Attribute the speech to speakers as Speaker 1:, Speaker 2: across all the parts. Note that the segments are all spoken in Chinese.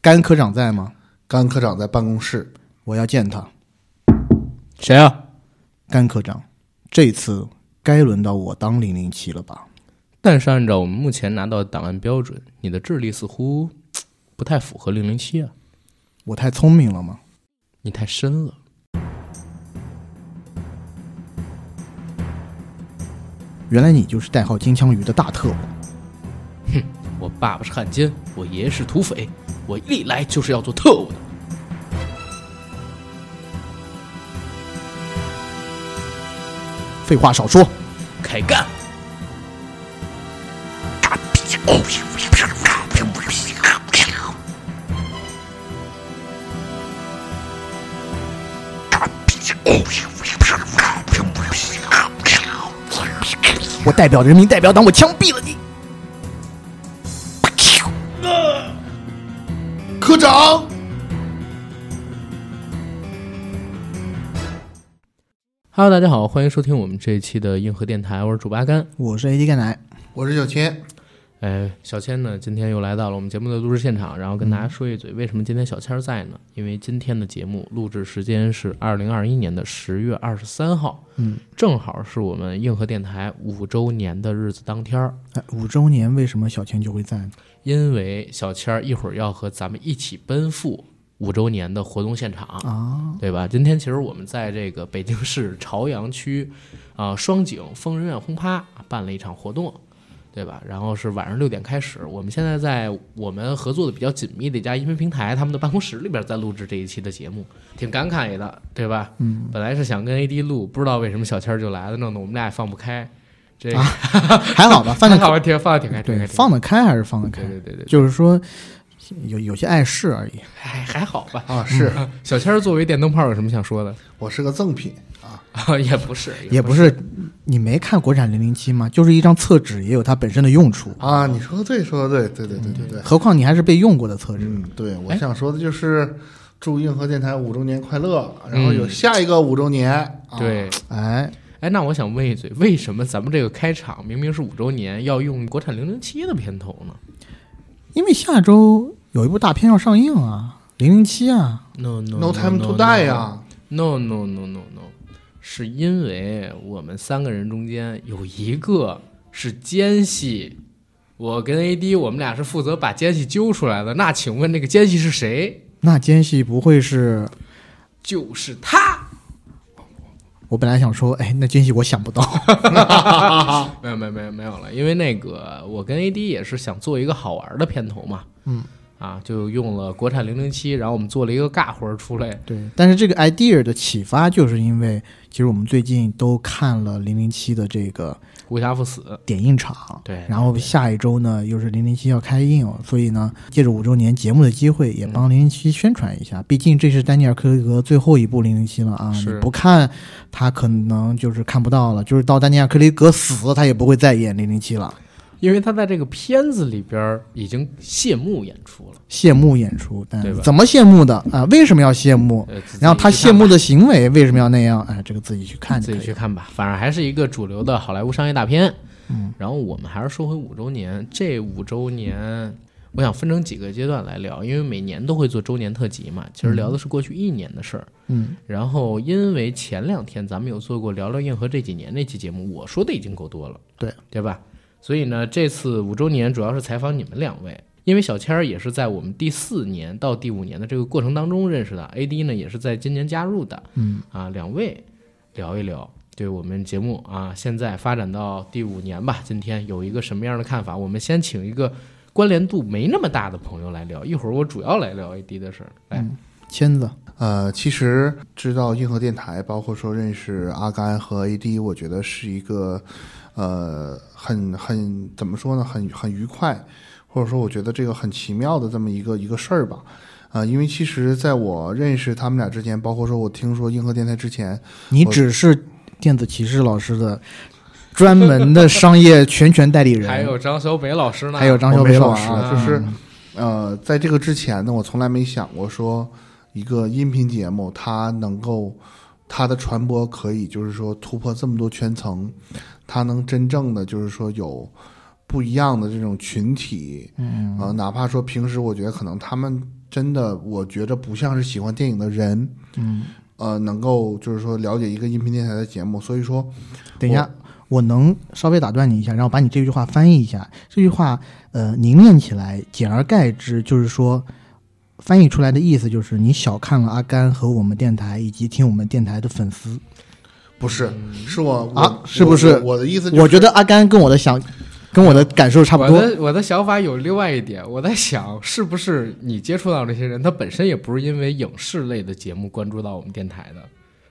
Speaker 1: 甘科长在吗？
Speaker 2: 甘科长在办公室，
Speaker 1: 我要见他。
Speaker 3: 谁啊？
Speaker 1: 甘科长，这次该轮到我当零零七了吧？
Speaker 3: 但是按照我们目前拿到的档案标准，你的智力似乎嘖不太符合零零七啊，
Speaker 1: 我太聪明了吗？
Speaker 3: 你太深了。
Speaker 1: 原来你就是代号金枪鱼的大特务。
Speaker 3: 我爸爸是汉奸，我爷爷是土匪，我历来就是要做特务的。
Speaker 1: 废话少说，
Speaker 3: 开干！
Speaker 1: 我代表人民代表党，我枪毙了你！
Speaker 2: 科长，
Speaker 3: Hello，大家好，欢迎收听我们这一期的硬核电台，我是主八甘。
Speaker 1: 我是 AD 盖奶，
Speaker 2: 我是小千。
Speaker 3: 哎，小千呢，今天又来到了我们节目的录制现场，然后跟大家说一嘴，为什么今天小千儿在呢？因为今天的节目录制时间是二零二一年的十月二十三号，
Speaker 1: 嗯，
Speaker 3: 正好是我们硬核电台五周年的日子当天儿。
Speaker 1: 哎，五周年为什么小千就会在呢？
Speaker 3: 因为小千儿一会儿要和咱们一起奔赴五周年的活动现场啊，对吧？今天其实我们在这个北京市朝阳区啊、双井疯人院轰趴办了一场活动，对吧？然后是晚上六点开始，我们现在在我们合作的比较紧密的一家音频平台他们的办公室里边在录制这一期的节目，挺感慨的，对吧？嗯，本来是想跟 AD 录，不知道为什么小千儿就来了，弄得我们俩也放不开。这个、
Speaker 1: 还好吧，放得
Speaker 3: 好挺放的挺开，挺
Speaker 1: 对
Speaker 3: 开，挺开
Speaker 1: 放得开还是放得开
Speaker 3: 对，对对对，
Speaker 1: 就是说有有些碍事而已。
Speaker 3: 还还好吧。
Speaker 2: 啊，是
Speaker 3: 小千儿作为电灯泡有什么想说的？
Speaker 2: 我是个赠品啊，
Speaker 3: 也不是，
Speaker 1: 也不
Speaker 3: 是，
Speaker 1: 是，你没看国产零零七吗？就是一张厕纸，也有它本身的用处。
Speaker 2: 啊，你说的对，说的对，对对对对对，
Speaker 1: 何况你还是被用过的厕纸。
Speaker 2: 嗯，对，我
Speaker 3: 哎
Speaker 2: 想说的就是祝硬核电台五周年快乐，然后有
Speaker 3: 嗯
Speaker 2: 下一个五周年，啊
Speaker 3: 对。
Speaker 1: 哎，
Speaker 3: 哎，那我想问一嘴，为什么咱们这个开场明明是五周年，要用国产零零七的片头呢
Speaker 1: 因为下周有一部大片要上映啊，《零零七》啊，
Speaker 3: ？No no
Speaker 2: ，No time to die 啊呀、
Speaker 3: ！No no no no no，是因为我们三个人中间有一个是奸细，我跟 AD 我们俩是负责把奸细揪出来的。那请问那个奸细是谁？
Speaker 1: 那奸细不会是？
Speaker 3: 就是他。
Speaker 1: 我本来想说，哎，那奸细我想不到。
Speaker 3: 没有没有没有没有了，因为那个我跟 AD 也是想做一个好玩的片头嘛，
Speaker 1: 嗯，
Speaker 3: 啊，就用了国产零零七，然后我们做了一个尬活儿出来，
Speaker 1: 对，但是这个 idea 的启发，就是因为其实我们最近都看了《零零七》的这个
Speaker 3: 无暇赴死，
Speaker 1: 点映场，
Speaker 3: 对
Speaker 1: 然后下一周呢又是《零零七》要开映，所以呢，借着五周年节目的机会，也
Speaker 3: 嗯
Speaker 1: 帮《零零七》宣传一下。毕竟这是丹尼尔·克雷格最后一部《零零七》了啊，
Speaker 3: 是
Speaker 1: 你不看他可能就是看不到了，就是到丹尼尔·克雷格死，他也不会再演《零零七》了。
Speaker 3: 因为他在这个片子里边儿已经谢幕演出了，
Speaker 1: 谢幕演出，但
Speaker 3: 对吧
Speaker 1: 怎么谢幕的啊、为什么要谢幕？
Speaker 3: 呃自己
Speaker 1: 然后他
Speaker 3: 去
Speaker 1: 谢
Speaker 3: 看吧
Speaker 1: 幕的行为为什么要那样？哎、这个自己去看就
Speaker 3: 自
Speaker 1: 可
Speaker 3: 己
Speaker 1: 以
Speaker 3: 去
Speaker 1: 了。
Speaker 3: 看吧，反正还是一个主流的好莱坞商业大片。嗯，然后我们还是说回五周年，这五周年，我想分成几个阶段来聊，因为每年都会做周年特辑嘛，其实聊的是过去一年的事儿。
Speaker 1: 嗯，
Speaker 3: 然后因为前两天咱们有做过聊聊硬核这几年那期节目，我说的已经够多了，
Speaker 1: 对
Speaker 3: 对吧？所以呢，这次五周年主要是采访你们两位，因为小千儿也是在我们第四年到第五年的这个过程当中认识的，AD 呢也是在今年加入的，
Speaker 1: 嗯
Speaker 3: 啊，两位聊一聊对我们节目啊，现在发展到第五年吧，今天有一个什么样的看法？我们先请一个关联度没那么大的朋友来聊，一会儿我主要来聊 AD 的事儿，来，
Speaker 1: 嗯签子，
Speaker 2: 呃，其实知道硬核电台，包括说认识阿甘和 AD，我觉得是一个呃很很怎么说呢，很很愉快，或者说我觉得这个很奇妙的这么一个一个事儿吧。啊、因为其实在我认识他们俩之前，包括说我听说硬核电台之前，
Speaker 1: 你
Speaker 2: 我
Speaker 1: 只是电子骑士老师的专门的商业全权代理人，
Speaker 3: 还有张小北老师呢，
Speaker 1: 还有张小
Speaker 2: 我没
Speaker 1: 北
Speaker 2: 说
Speaker 1: 老
Speaker 2: 完
Speaker 1: 师，
Speaker 2: 啊就是呃，在这个之前呢，我从来没想过说一个音频节目它能够它的传播可以就是说突破这么多圈层，它能真正的就是说有
Speaker 1: 嗯
Speaker 2: 呃不一样的这种群体，嗯啊、哪怕说平时我觉得可能他们真的我觉着不像是喜欢电影的人，
Speaker 1: 嗯，
Speaker 2: 呃，能够就是说了解一个音频电台的节目。所以说，
Speaker 1: 等一下，我能稍微打断你一下，然后把你这句话翻译一下。这句话，呃，凝练起来，简而概之，就是说，翻译出来的意思就是你小看了阿甘和我们电台以及听我们电台的粉丝。
Speaker 2: 不是，是我
Speaker 1: 啊
Speaker 2: 我
Speaker 1: 是不是
Speaker 2: 我我的意思、就是，
Speaker 1: 我觉得阿甘跟我的想，跟我的感受差不
Speaker 3: 我
Speaker 1: 多。
Speaker 3: 的我的想法有另外一点，我在想是不是你接触到这些人，他本身也不是因为影视类的节目关注到我们电台的，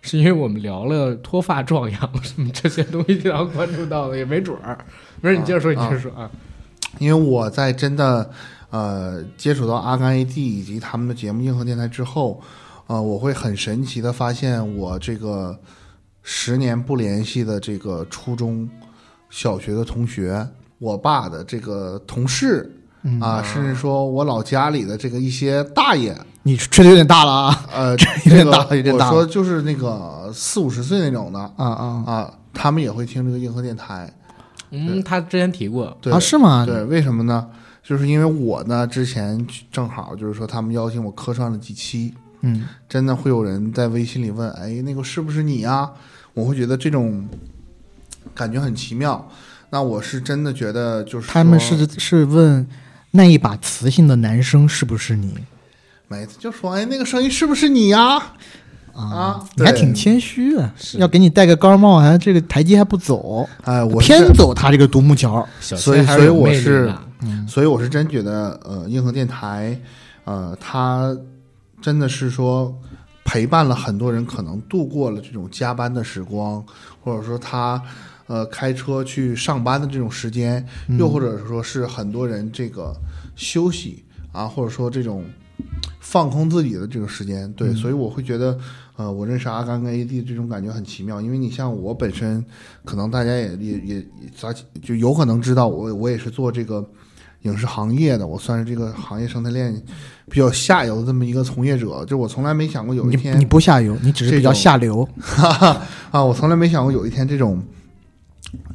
Speaker 3: 是因为我们聊了脱发、壮阳什么这些东西，然后关注到的，也没准儿。没事，你接着说，你接着说啊。
Speaker 2: 因为我在真的呃接触到阿甘 AD 以及他们的节目硬核电台之后，呃，我会很神奇的发现，我这个十年不联系的这个初中、小学的同学，我爸的这个同事
Speaker 1: 嗯
Speaker 2: 啊，甚至说我老家里的这个一些大爷，
Speaker 1: 你吹的有点大了啊
Speaker 2: 呃，
Speaker 1: 有点
Speaker 2: 这 个
Speaker 1: 大有点大
Speaker 2: 我说就是那个四五十岁那种的
Speaker 1: 啊啊
Speaker 2: 啊，他们也会听这个硬核电台，
Speaker 3: 嗯，他之前提过，
Speaker 2: 对
Speaker 1: 啊！是吗？
Speaker 2: 对，为什么呢？就是因为我呢，之前正好就是说他们邀请我客串了几期，
Speaker 1: 嗯，
Speaker 2: 真的会有人在微信里问，哎，那个是不是你呀？我会觉得这种感觉很奇妙。那我是真的觉得就是
Speaker 1: 他们
Speaker 2: 说
Speaker 1: 是是问那一把磁性的男生是不是你
Speaker 2: 每次就说，哎，那个声音是不是你呀？啊
Speaker 1: 你还
Speaker 2: 对
Speaker 1: 挺谦虚啊，要给你戴个高帽，还这个台阶还不走，
Speaker 2: 哎，我是
Speaker 1: 偏走他这个独木桥。
Speaker 3: 小
Speaker 2: 所以
Speaker 3: 崔还是有
Speaker 2: 所以我
Speaker 3: 魅力
Speaker 2: 是
Speaker 3: 的
Speaker 2: 所以我是真觉得，呃，硬核电台，呃，它真的是说陪伴了很多人，可能度过了这种加班的时光，或者说他呃开车去上班的这种时间，又或者说是很多人这个休息啊，或者说这种放空自己的这个时间。对，所以我会觉得，呃，我认识阿甘跟 AD 这种感觉很奇妙，因为你像我本身，可能大家也也也也咱就有可能知道我我也是做这个。影视行业的，我算是这个行业生态链比较下游的这么一个从业者，就我从来没想过有一
Speaker 1: 你
Speaker 2: 天
Speaker 1: 你不下游，你只是比较
Speaker 2: 这种
Speaker 1: 下流。
Speaker 2: 哈哈 啊，我从来没想过有一天这种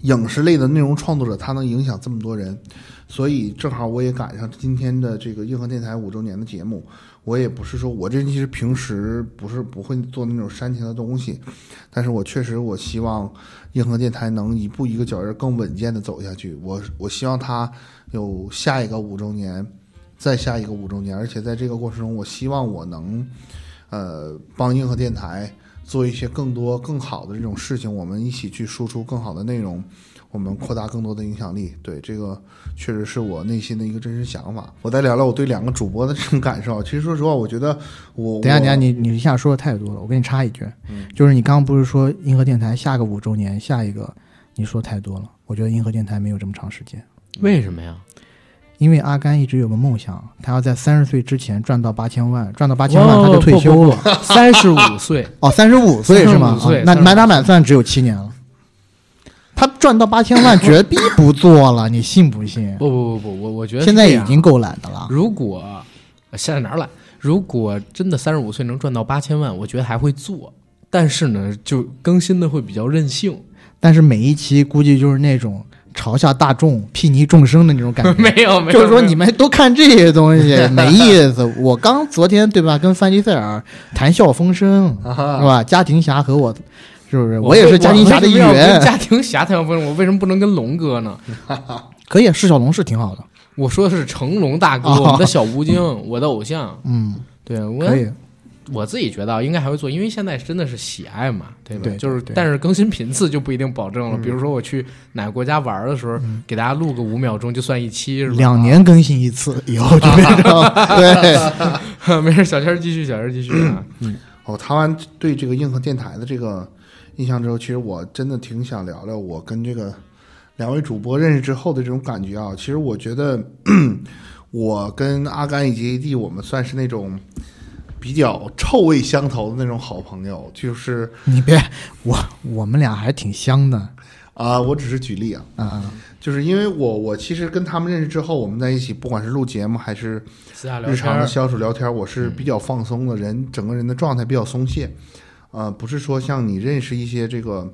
Speaker 2: 影视类的内容创作者他能影响这么多人，所以正好我也赶上今天的这个硬核电台五周年的节目。我也不是说我这人其实平时不是不会做那种煽情的东西，但是我确实我希望硬核电台能一步一个脚印儿更稳健的走下去。我我希望它有下一个五周年，再下一个五周年，而且在这个过程中，我希望我能呃帮硬核电台做一些更多更好的这种事情，我们一起去输出更好的内容，我们扩大更多的影响力。对，这个确实是我内心的一个真实想法。我再聊聊我对两个主播的这种感受。其实说实话，我觉得我
Speaker 1: 等一下，
Speaker 2: 我
Speaker 1: 等
Speaker 2: 嗯
Speaker 1: 一下，你你一下说的太多了，我给你插一句，就是你刚刚不是说银河电台下个五周年，下一个你说太多了，我觉得银河电台没有这么长时间，
Speaker 3: 为什么呀？
Speaker 1: 因为阿甘一直有个梦想，他要在三十岁之前赚到八千万，赚到八千
Speaker 2: 哦
Speaker 1: 万他就退休了。
Speaker 3: 了，三十五 岁，
Speaker 1: 哦，三十五岁是吗？
Speaker 3: 35岁
Speaker 1: 啊那
Speaker 3: 35
Speaker 1: 满打满算只有七年了。他赚到八千万，绝逼不做了，你信不信？
Speaker 3: 不不不不，我我觉得是
Speaker 1: 现在
Speaker 3: 这
Speaker 1: 已
Speaker 3: 样啊嗯
Speaker 1: 经够懒的了。
Speaker 3: 如果呃现在哪儿懒？如果真的三十五岁能赚到八千万，我觉得还会做，但是呢，就更新的会比较 任性。
Speaker 1: 但是每一期估计就是那种嘲笑大众、睥睨众生的那种感觉。
Speaker 3: 没有，没有，
Speaker 1: 就是说
Speaker 3: 没有
Speaker 1: 你们都看这些东西 没意思。我刚昨天对吧，跟范迪塞尔谈笑风生，
Speaker 2: 啊
Speaker 1: 是吧？家庭侠和我，是不是？
Speaker 3: 我
Speaker 1: 也是家庭侠的一
Speaker 3: 我为什么要
Speaker 1: 员
Speaker 3: 跟。家庭侠太阳分，我为什么不能跟龙哥呢？
Speaker 1: 可以，释小龙是挺好的。
Speaker 3: 我说的是成龙大哥，
Speaker 1: 哦
Speaker 3: 我们的小吴京，我的偶像。
Speaker 1: 嗯，
Speaker 3: 对我
Speaker 1: 可以。
Speaker 3: 我自己觉得啊应该还会做，因为现在真的是喜爱嘛，对吧？
Speaker 1: 对
Speaker 3: 就是，
Speaker 1: 对嗯
Speaker 3: 但是更新频次就不一定保证了。比如说我去哪个国家玩的时候，给大家录个五秒钟就算一期，是吧？
Speaker 1: 两年更新一次，以后就变成对。
Speaker 3: 没事，小千继续，小千继续啊。
Speaker 1: 嗯
Speaker 2: 哦，谈完对这个硬核电台的这个印象之后，其实我真的挺想聊聊我跟这个两位主播认识之后的这种感觉啊。其实我觉得，我跟阿甘以及 AD，我们算是那种比较臭味相投的那种好朋友。就是
Speaker 1: 你别，我我们俩还挺香的
Speaker 2: 啊、我只是举例啊，
Speaker 1: 啊。
Speaker 2: 就是因为我我其实跟他们认识之后，我们在一起，不管是录节目还是
Speaker 3: 私啊下聊
Speaker 2: 日
Speaker 3: 天
Speaker 2: 常的
Speaker 3: 儿，嗯
Speaker 2: 相处聊天，我是比较放松的人，整个人的状态比较松懈，呃，不是说像你认识一些这个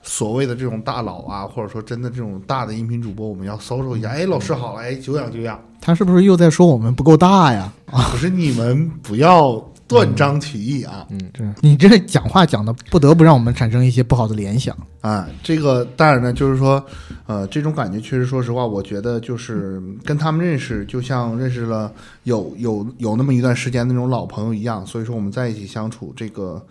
Speaker 2: 所谓的这种大佬啊，或者说真的这种大的音频主播，我们要搜索一
Speaker 3: 嗯
Speaker 2: 下。哎，老师好，哎，久仰久 仰。
Speaker 1: 他是不是又在说我们不够大呀？
Speaker 2: 可是你们不要断章取义啊！
Speaker 3: 嗯
Speaker 1: 这你这讲话讲的，不得不让我们产生一些不好的联
Speaker 3: 嗯
Speaker 1: 想。
Speaker 2: 啊，这个当然呢，就是说，呃，这种感觉确实，说实话，我觉得就是跟他们认识，就像认识了有有有那么一段时间那种老朋友一样。所以说我们在一起相处，这个，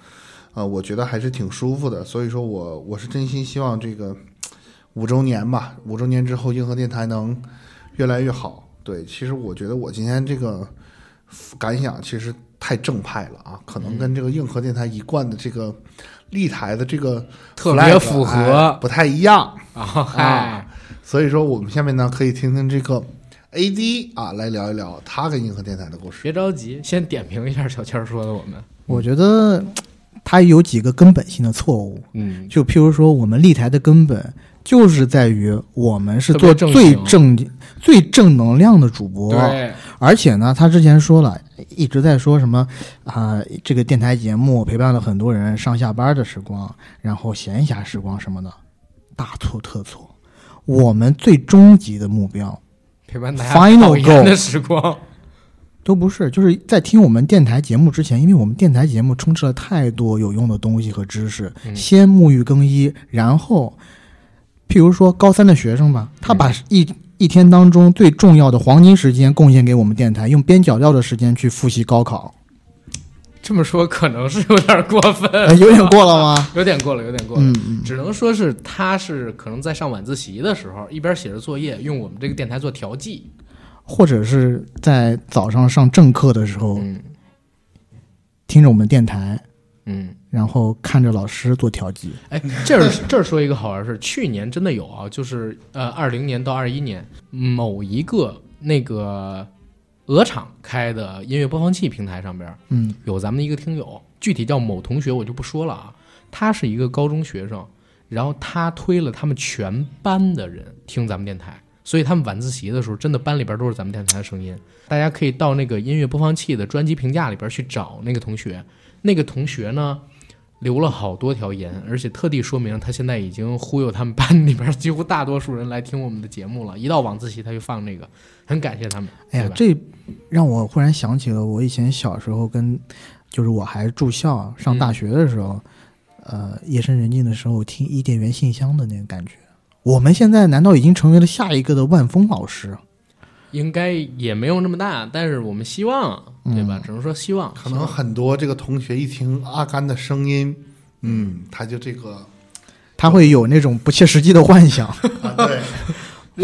Speaker 2: 呃，我觉得还是挺舒服的。所以说我我是真心希望这个五周年吧，五周年之后，硬核电台能越来越好。对，其实我觉得我今天这个感想其实太正派了啊，可能跟这个硬核电台一贯的这个立台的这个
Speaker 3: 特别符合
Speaker 2: 不太一样。
Speaker 1: 哎
Speaker 3: 啊！嗨，
Speaker 2: 所以说，我们下面呢可以听听这个 AD 啊，来聊一聊他跟银河电台的故事。
Speaker 3: 别着急，先点评一下小倩儿说的我们。
Speaker 1: 我觉得他有几个根本性的错误，
Speaker 3: 嗯，
Speaker 1: 就譬如说，我们立台的根本就是在于我们是
Speaker 3: 特
Speaker 1: 做
Speaker 3: 别正
Speaker 1: 最
Speaker 3: 经
Speaker 1: 正最正能量的主播，
Speaker 3: 对，
Speaker 1: 而且呢，他之前说了，一直在说什么啊、这个电台节目陪伴了很多人上下班的时光，然后闲暇时光什么的，大错特错。我们最终极的目标
Speaker 3: 陪伴大家
Speaker 1: Final
Speaker 3: 讨厌
Speaker 1: goal
Speaker 3: 的时光。
Speaker 1: 都不是，就是在听我们电台节目之前，因为我们电台节目充斥了太多有用的东西和知识，
Speaker 3: 嗯
Speaker 1: 先沐浴更衣，然后，譬如说高三的学生
Speaker 3: 嗯
Speaker 1: 吧，他把一、一天当中最重要的黄金时间贡献给我们电台，用边角料的时间去复习高 考，
Speaker 3: 这么说可能是有点过
Speaker 1: 呃、
Speaker 3: 分，
Speaker 1: 有点过了吗？
Speaker 3: 有点过了，有点 过了。
Speaker 1: 嗯嗯，
Speaker 3: 只能说是他是可能在上晚自习的时候，一边写着作业，用我们这个电台做调剂。
Speaker 1: 或者是在早上上正课的时候，
Speaker 3: 嗯
Speaker 1: 听着我们电台，
Speaker 3: 嗯，
Speaker 1: 然后看着老师做调剂。
Speaker 3: 哎，这儿这儿说一个好玩儿事儿，去年真的有啊，就是呃，二零年到二一年某一个那个鹅厂开的音乐播放器平台上边，
Speaker 1: 嗯，
Speaker 3: 有咱们的一个听友，具体叫某同学我就不说了啊，他是一个高中学生，然后他推了他们全班的人听咱们电台，所以他们晚自习的时候，真的班里边都是咱们电台的声音。大家可以到那个音乐播放器的专辑评价里边去找那个同学，那个同学呢。留了好多条言，而且特地说明他现在已经忽悠他们班里边几乎大多数人来听我们的节目了。一到晚自习，他就放这个，很感谢他们。
Speaker 1: 哎呀
Speaker 3: 对，吧
Speaker 1: 这让我忽然想起了我以前小时候跟，就是我还住校上大学的时
Speaker 3: 嗯
Speaker 1: 候，呃，夜深人静的时候听伊甸园信箱的那个感觉。我们现在难道已经成为了下一个的万峰老师？
Speaker 3: 应该也没有那么大，但是我们希望，
Speaker 1: 嗯
Speaker 3: 对吧？只能说希望，希
Speaker 2: 可能
Speaker 3: 望
Speaker 2: 很多这个同学一听阿甘的声音，嗯，他就这个
Speaker 1: 他会有那种不切实际的幻 想，
Speaker 2: 啊，对，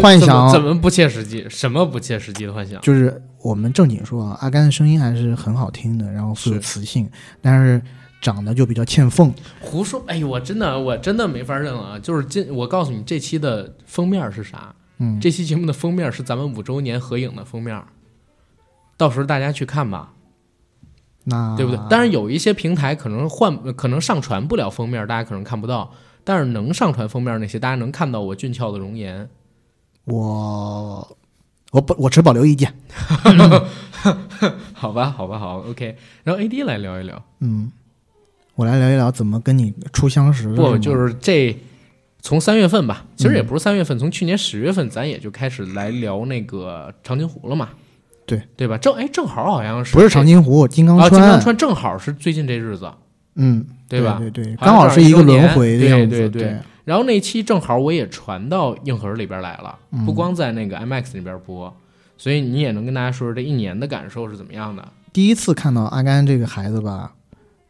Speaker 1: 幻
Speaker 3: 怎么
Speaker 1: 想
Speaker 3: 怎么不切实际？什么不切实际的幻想？
Speaker 1: 就是我们正经说啊，阿甘的声音还是很好听的，然后富有
Speaker 3: 是
Speaker 1: 磁性，但是长得就比较欠奉。
Speaker 3: 胡说！哎呦，我真的我真的没法认了啊！就是今我告诉你，这期的封面是啥？
Speaker 1: 嗯，
Speaker 3: 这期节目的封面是咱们五周年合影的封面，到时候大家去看吧，
Speaker 1: 那
Speaker 3: 对不对？当然有一些平台可能换可能上传不了封面，大家可能看不到。但是能上传封面那些，大家能看到我俊俏的容颜，
Speaker 1: 我我不我持保留意见。
Speaker 3: 好吧，好吧，好，OK。然后 AD 来聊一聊，
Speaker 1: 嗯，我来聊一聊怎么跟你初相识的。
Speaker 3: 不，
Speaker 1: 吗
Speaker 3: 就是这从三月份吧，其实也不是三月份，从去年十月份咱也就开始来聊那个长津湖了嘛，
Speaker 1: 对
Speaker 3: 对吧？正哎，正好好像是
Speaker 1: 不是长津湖，金刚
Speaker 3: 啊，
Speaker 1: 川。
Speaker 3: 金刚川正好是最近这日子，
Speaker 1: 嗯，
Speaker 3: 对吧
Speaker 1: 对对，
Speaker 3: 好像
Speaker 1: 刚好是一个轮回的
Speaker 3: 正好
Speaker 1: 样
Speaker 3: 一周年
Speaker 1: 子。
Speaker 3: 对对对然后那期正好我也传到硬核里边来了，
Speaker 1: 嗯
Speaker 3: 不光在那个 IMAX 里边播，所以你也能跟大家说说这一年的感受是怎么样的。
Speaker 1: 第一次看到阿甘这个孩子吧，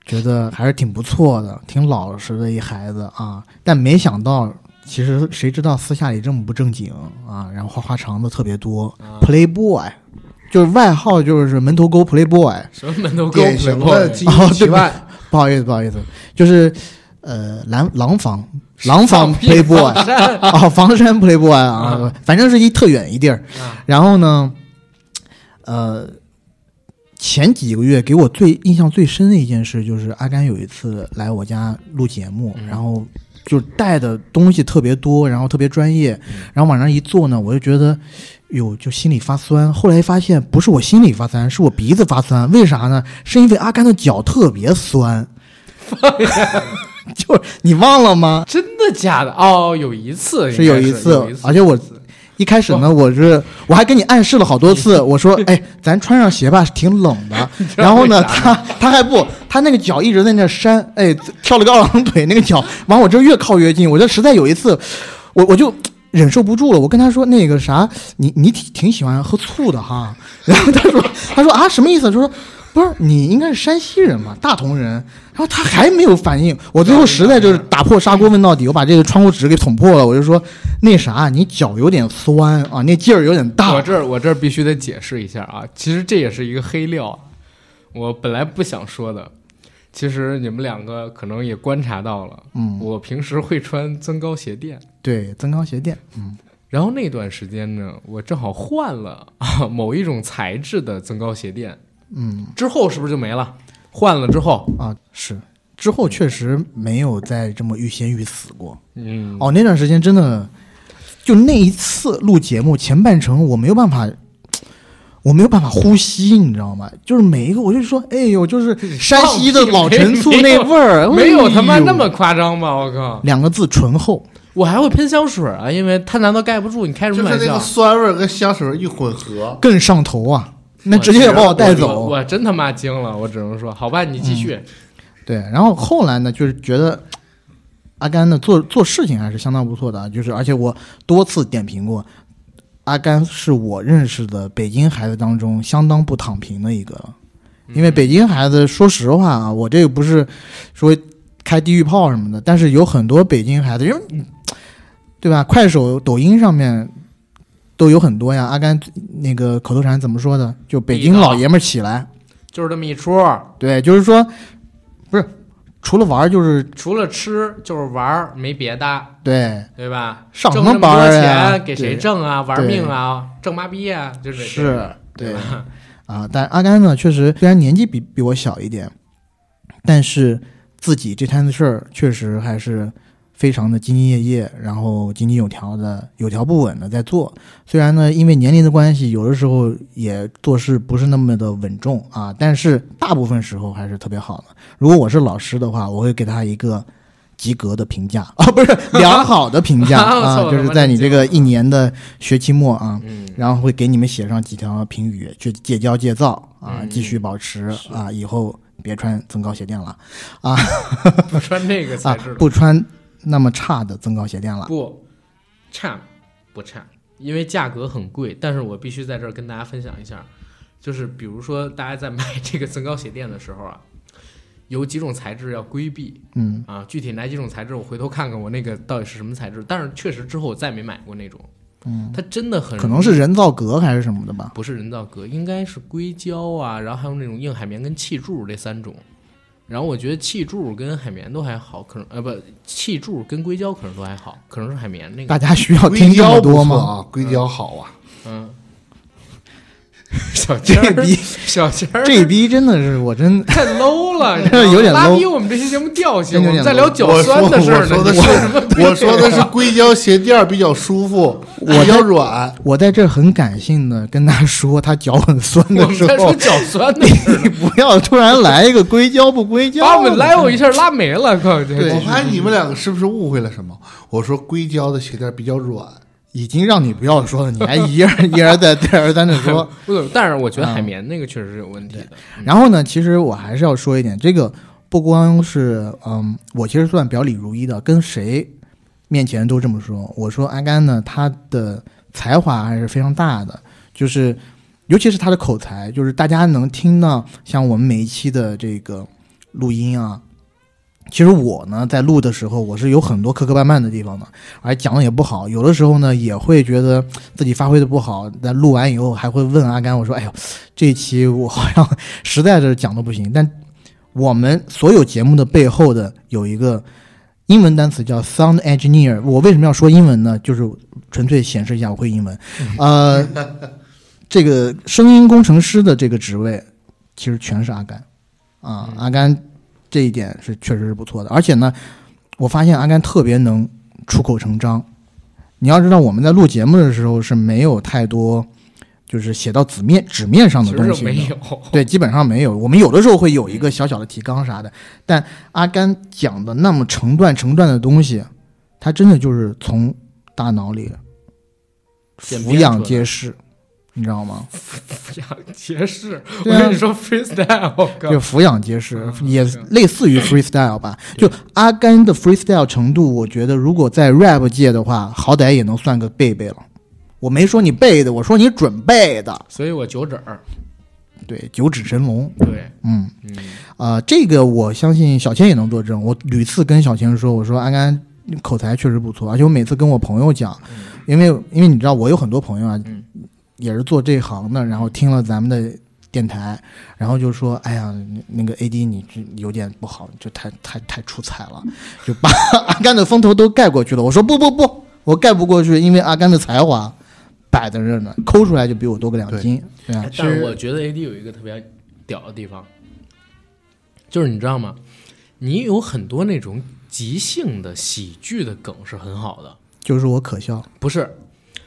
Speaker 1: 觉得还是挺不错的，挺老实的一孩子啊。但没想到，其实谁知道私下里这么不正经啊，然后花花肠子特别多、p
Speaker 3: 啊
Speaker 1: l a y b o y 就是外号就是门头沟 Playboy，
Speaker 3: 什么门头沟
Speaker 2: 典型
Speaker 3: Playboy
Speaker 2: 的基因奇外。
Speaker 1: 不好意思，不好意思，就是呃狼狼房狼房
Speaker 3: 放屁
Speaker 1: Playboy
Speaker 3: 放山
Speaker 1: 哦，房山 Playboy 啊，反正是一特远一地儿。
Speaker 3: 啊
Speaker 1: 然后呢，呃，前几个月给我最印象最深的一件事就是阿甘有一次来我家录节目，然后就带的东西特别多，然后特别专业，然后往那一坐呢，我就觉得。哟，就心里发酸。后来发现不是我心里发酸，是我鼻子发酸。为啥呢？是因为阿甘的脚特别酸。就是你忘了吗？
Speaker 3: 真的假的？哦，有一次
Speaker 1: 是
Speaker 3: 有
Speaker 1: 有一
Speaker 3: 次，
Speaker 1: 次
Speaker 3: 有一，
Speaker 1: 而且我一开始呢，我是我还跟你暗示了好多次，我说，哎，咱穿上鞋吧，挺冷 的。
Speaker 3: 知道
Speaker 1: 然后呢，
Speaker 3: 为啥
Speaker 1: 他 他还不，他那个脚一直在那扇，哎，跳了个二郎腿，那个脚往我这越靠越近。我就实在有一次，我我就。忍受不住了，我跟他说那个啥，你你挺挺喜欢喝醋的哈， 然后他说他说啊什么意思？他说不是你应该是山西人嘛，大同人。然后他还没有反应，我最后实在就是打破砂锅问到底，我把这个窗户纸给捅破了，我就说那啥，你脚有点酸啊，那劲儿有点大
Speaker 3: 我。这儿我这儿必须得解释一下啊，其实这也是一个黑料啊，我本来不想说的。其实你们两个可能也观察到了，
Speaker 1: 嗯，
Speaker 3: 我平时会穿增高鞋垫，
Speaker 1: 对，增高鞋垫，
Speaker 3: 然后那段时间呢，我正好换了啊某一种材质的增高鞋垫，
Speaker 1: 嗯
Speaker 3: 之后是不是就没了？换了之后，
Speaker 1: 啊是。之后确实没有再这么欲仙欲死过。
Speaker 3: 嗯，
Speaker 1: 哦，那段时间真的，就那一次录节目前半程，我没有办法，我没有办法呼吸，你知道吗？就是每一个，我就说，哎呦，就是山西的老陈醋那味儿，
Speaker 3: 没有他
Speaker 1: 哎
Speaker 3: 妈
Speaker 1: 呦
Speaker 3: 那么夸张吧？我靠，
Speaker 1: 两个字醇厚。
Speaker 3: 我还会喷香水啊，因为它难道盖不住？你开什
Speaker 2: 就是
Speaker 3: 么玩
Speaker 2: 那
Speaker 3: 笑
Speaker 2: 个？酸味儿跟香水儿一混合，
Speaker 1: 更上头啊！那
Speaker 3: 我
Speaker 1: 直接
Speaker 3: 是
Speaker 1: 把我带
Speaker 3: 我
Speaker 1: 走。嗯
Speaker 3: 我真他妈惊了，我只能说，好吧，你继续。
Speaker 1: 对，然后后来呢，就是觉得阿甘呢做做事情还是相当不错的啊，就是而且我多次点评过，阿甘是我认识的北京孩子当中相当不躺平的一个了。
Speaker 3: 嗯
Speaker 1: 因为北京孩子，说实话啊，我这个不是说开地狱炮什么的，但是有很多北京孩子，因为你对吧？快手、抖音上面都有很多呀。阿甘那个口头禅怎么说的？就北京老爷们儿起来，
Speaker 3: 就是这么一出，
Speaker 1: 对，就是说，不是除了玩儿就是
Speaker 3: 除了吃就是玩儿，没别的，
Speaker 1: 对
Speaker 3: 对吧？
Speaker 1: 上什
Speaker 3: 挣
Speaker 1: 么
Speaker 3: 那么
Speaker 1: 班
Speaker 3: 多
Speaker 1: 儿呀
Speaker 3: 钱给谁
Speaker 1: 对
Speaker 3: 挣啊？玩
Speaker 1: 对
Speaker 3: 命啊？挣妈逼啊？就是这种
Speaker 1: 是，
Speaker 3: 对
Speaker 1: 对
Speaker 3: 吧？
Speaker 1: 啊。但阿甘呢，确实虽然年纪比比我小一点，但是自己这摊子事儿确实还是非常的兢兢业业，然后井井有条的、有条不紊的在做。虽然呢，因为年龄的关系，有的时候也做事不是那么的稳重啊，但是大部分时候还是特别好的。如果我是老师的话，我会给他一个及格的评价 啊，不是良好的评 价
Speaker 3: 我操
Speaker 1: 啊，
Speaker 3: 我
Speaker 1: 就是
Speaker 3: 他妈
Speaker 1: 在你这个
Speaker 3: 真惊
Speaker 1: 一年的学期末啊，
Speaker 3: 嗯
Speaker 1: 然后会给你们写上几条评语，去戒骄戒躁啊，
Speaker 3: 嗯
Speaker 1: 继续保持
Speaker 3: 是
Speaker 1: 啊，以后别穿增高鞋垫了
Speaker 3: 不穿这个
Speaker 1: 啊
Speaker 3: 材质，的。
Speaker 1: 不穿那么差的增高鞋垫了。
Speaker 3: 不差不差，因为价格很贵。但是我必须在这儿跟大家分享一下，就是比如说大家在买这个增 高鞋垫的时候啊，有几种材质要规避
Speaker 1: 嗯，
Speaker 3: 啊。具体哪几种材质，我回头看看我那个到底是什么材质。但是确实之后我再没买过那种，嗯，它真的很
Speaker 1: 可能是人造革还是什么的吧。
Speaker 3: 不是人造革，应该是硅胶啊，然后还有那种硬海绵跟气柱这三种。然后我觉得气柱跟海绵都还好，可能呃不，气柱跟硅胶可能都还好，可能是海绵那个。
Speaker 1: 大家需
Speaker 3: 哦
Speaker 1: 要
Speaker 2: 硅
Speaker 1: 听这么
Speaker 2: 胶不
Speaker 1: 多
Speaker 2: 错
Speaker 1: 吗？
Speaker 2: 啊，硅胶好啊。
Speaker 3: 嗯，小
Speaker 1: 这
Speaker 3: 尖儿，
Speaker 1: 逼
Speaker 3: 小尖儿，
Speaker 1: 这逼真的是我真
Speaker 3: 太 low 了，你知
Speaker 1: 有
Speaker 3: 道
Speaker 1: 点
Speaker 3: 吗拉
Speaker 1: low
Speaker 3: 低我们这期节目调性。
Speaker 1: 真有
Speaker 3: 我
Speaker 1: 点
Speaker 3: 们在聊
Speaker 1: low
Speaker 3: 脚酸的事儿呢，
Speaker 2: 我说我说的
Speaker 3: 你什么
Speaker 2: 是，
Speaker 3: 对
Speaker 2: 我说的是硅胶鞋垫儿比较舒服，
Speaker 1: 我
Speaker 2: 比较软。
Speaker 1: 我在这很感性的跟他说，他脚很酸
Speaker 3: 我
Speaker 1: 的
Speaker 3: 们
Speaker 1: 时
Speaker 3: 在说
Speaker 1: 候，
Speaker 3: 脚酸的事儿呢，
Speaker 1: 你不要突然来一个硅胶不硅胶的，
Speaker 3: 把我们 level 一下拉没了，靠！
Speaker 1: 嗯对
Speaker 2: 我发现你们两个是不是误会了什么？我说硅胶的鞋垫儿比较软，
Speaker 1: 已经让你不要说了，你还一而一而再再而三的说。
Speaker 3: 不怎么，但是我觉得
Speaker 1: 嗯
Speaker 3: 海绵那个确实是有问题的。嗯
Speaker 1: 然后呢，其实我还是要说一点，这个不光是嗯，我其实算表里如一的，跟谁面前都这么说。我说阿甘呢，他的才华还是非常大的，就是尤其是他的口才，就是大家能听到像我们每一期的这个录音啊。其实我呢，在录的时候，我是有很多磕磕绊绊的地方的，而讲的也不好。有的时候呢，也会觉得自己发挥的不好。但录完以后，还会问阿甘，我说：“哎呦，这一期我好像 实在是讲的不行。但我们所有节目的背后的有一个英文单词叫 sound engineer。我为什么要说英文呢？就是纯粹显示一下我会英文。呃，这个声音工程师的这个职位，其实全是阿甘啊，阿甘这一点是确实是不错的。而且呢，我发现阿甘特别能出口成章。你要知道，我们在录节目的时候是没有太多就是写到纸面纸面上的
Speaker 3: 其
Speaker 1: 东
Speaker 3: 实
Speaker 1: 西
Speaker 3: 是没有，
Speaker 1: 对，基本上没有。我们有的时候会有一个小小的提纲啥的，但阿甘讲的那么成段成段的东西，他真的就是从大脑里
Speaker 3: 简
Speaker 1: 俯
Speaker 3: 编出
Speaker 1: 仰
Speaker 3: 来
Speaker 1: 皆是，你知道 吗？
Speaker 3: 俯仰皆是。我
Speaker 1: 对啊
Speaker 3: 跟你说，freestyle，我靠
Speaker 1: 就俯仰皆是，
Speaker 3: 嗯
Speaker 1: 也
Speaker 3: 是
Speaker 1: 类似于 freestyle 吧。就阿甘的 freestyle 程度，我觉得如果在 rap 界的话，好歹也能算个贝贝了。我没说你背的，我说你准备的。
Speaker 3: 所以我九指儿，
Speaker 1: 对，九指神龙，
Speaker 3: 对，
Speaker 1: 嗯。
Speaker 3: 嗯，
Speaker 1: 啊、这个我相信小千也能作证。我屡次跟小千说，我说安安口才确实不错，而且我每次跟我朋友讲，因为因为你知道我有很多朋友啊，
Speaker 3: 嗯
Speaker 1: 也是做这行的，然后听了咱们的电台，然后就说，哎呀，那个 AD 你这有点不好，就太太太出彩了，就把 阿甘的风头都盖过去了。我说不不不，我盖不过去，因为阿甘的才华摆在这儿呢，抠出来就比我多个两
Speaker 2: 对
Speaker 1: 斤，对啊，
Speaker 3: 哎但是我觉得 AD 有一个特别屌的地方，就是你知道吗？你有很多那种即兴的喜剧的梗是很好的，
Speaker 1: 就是我可笑。
Speaker 3: 不是？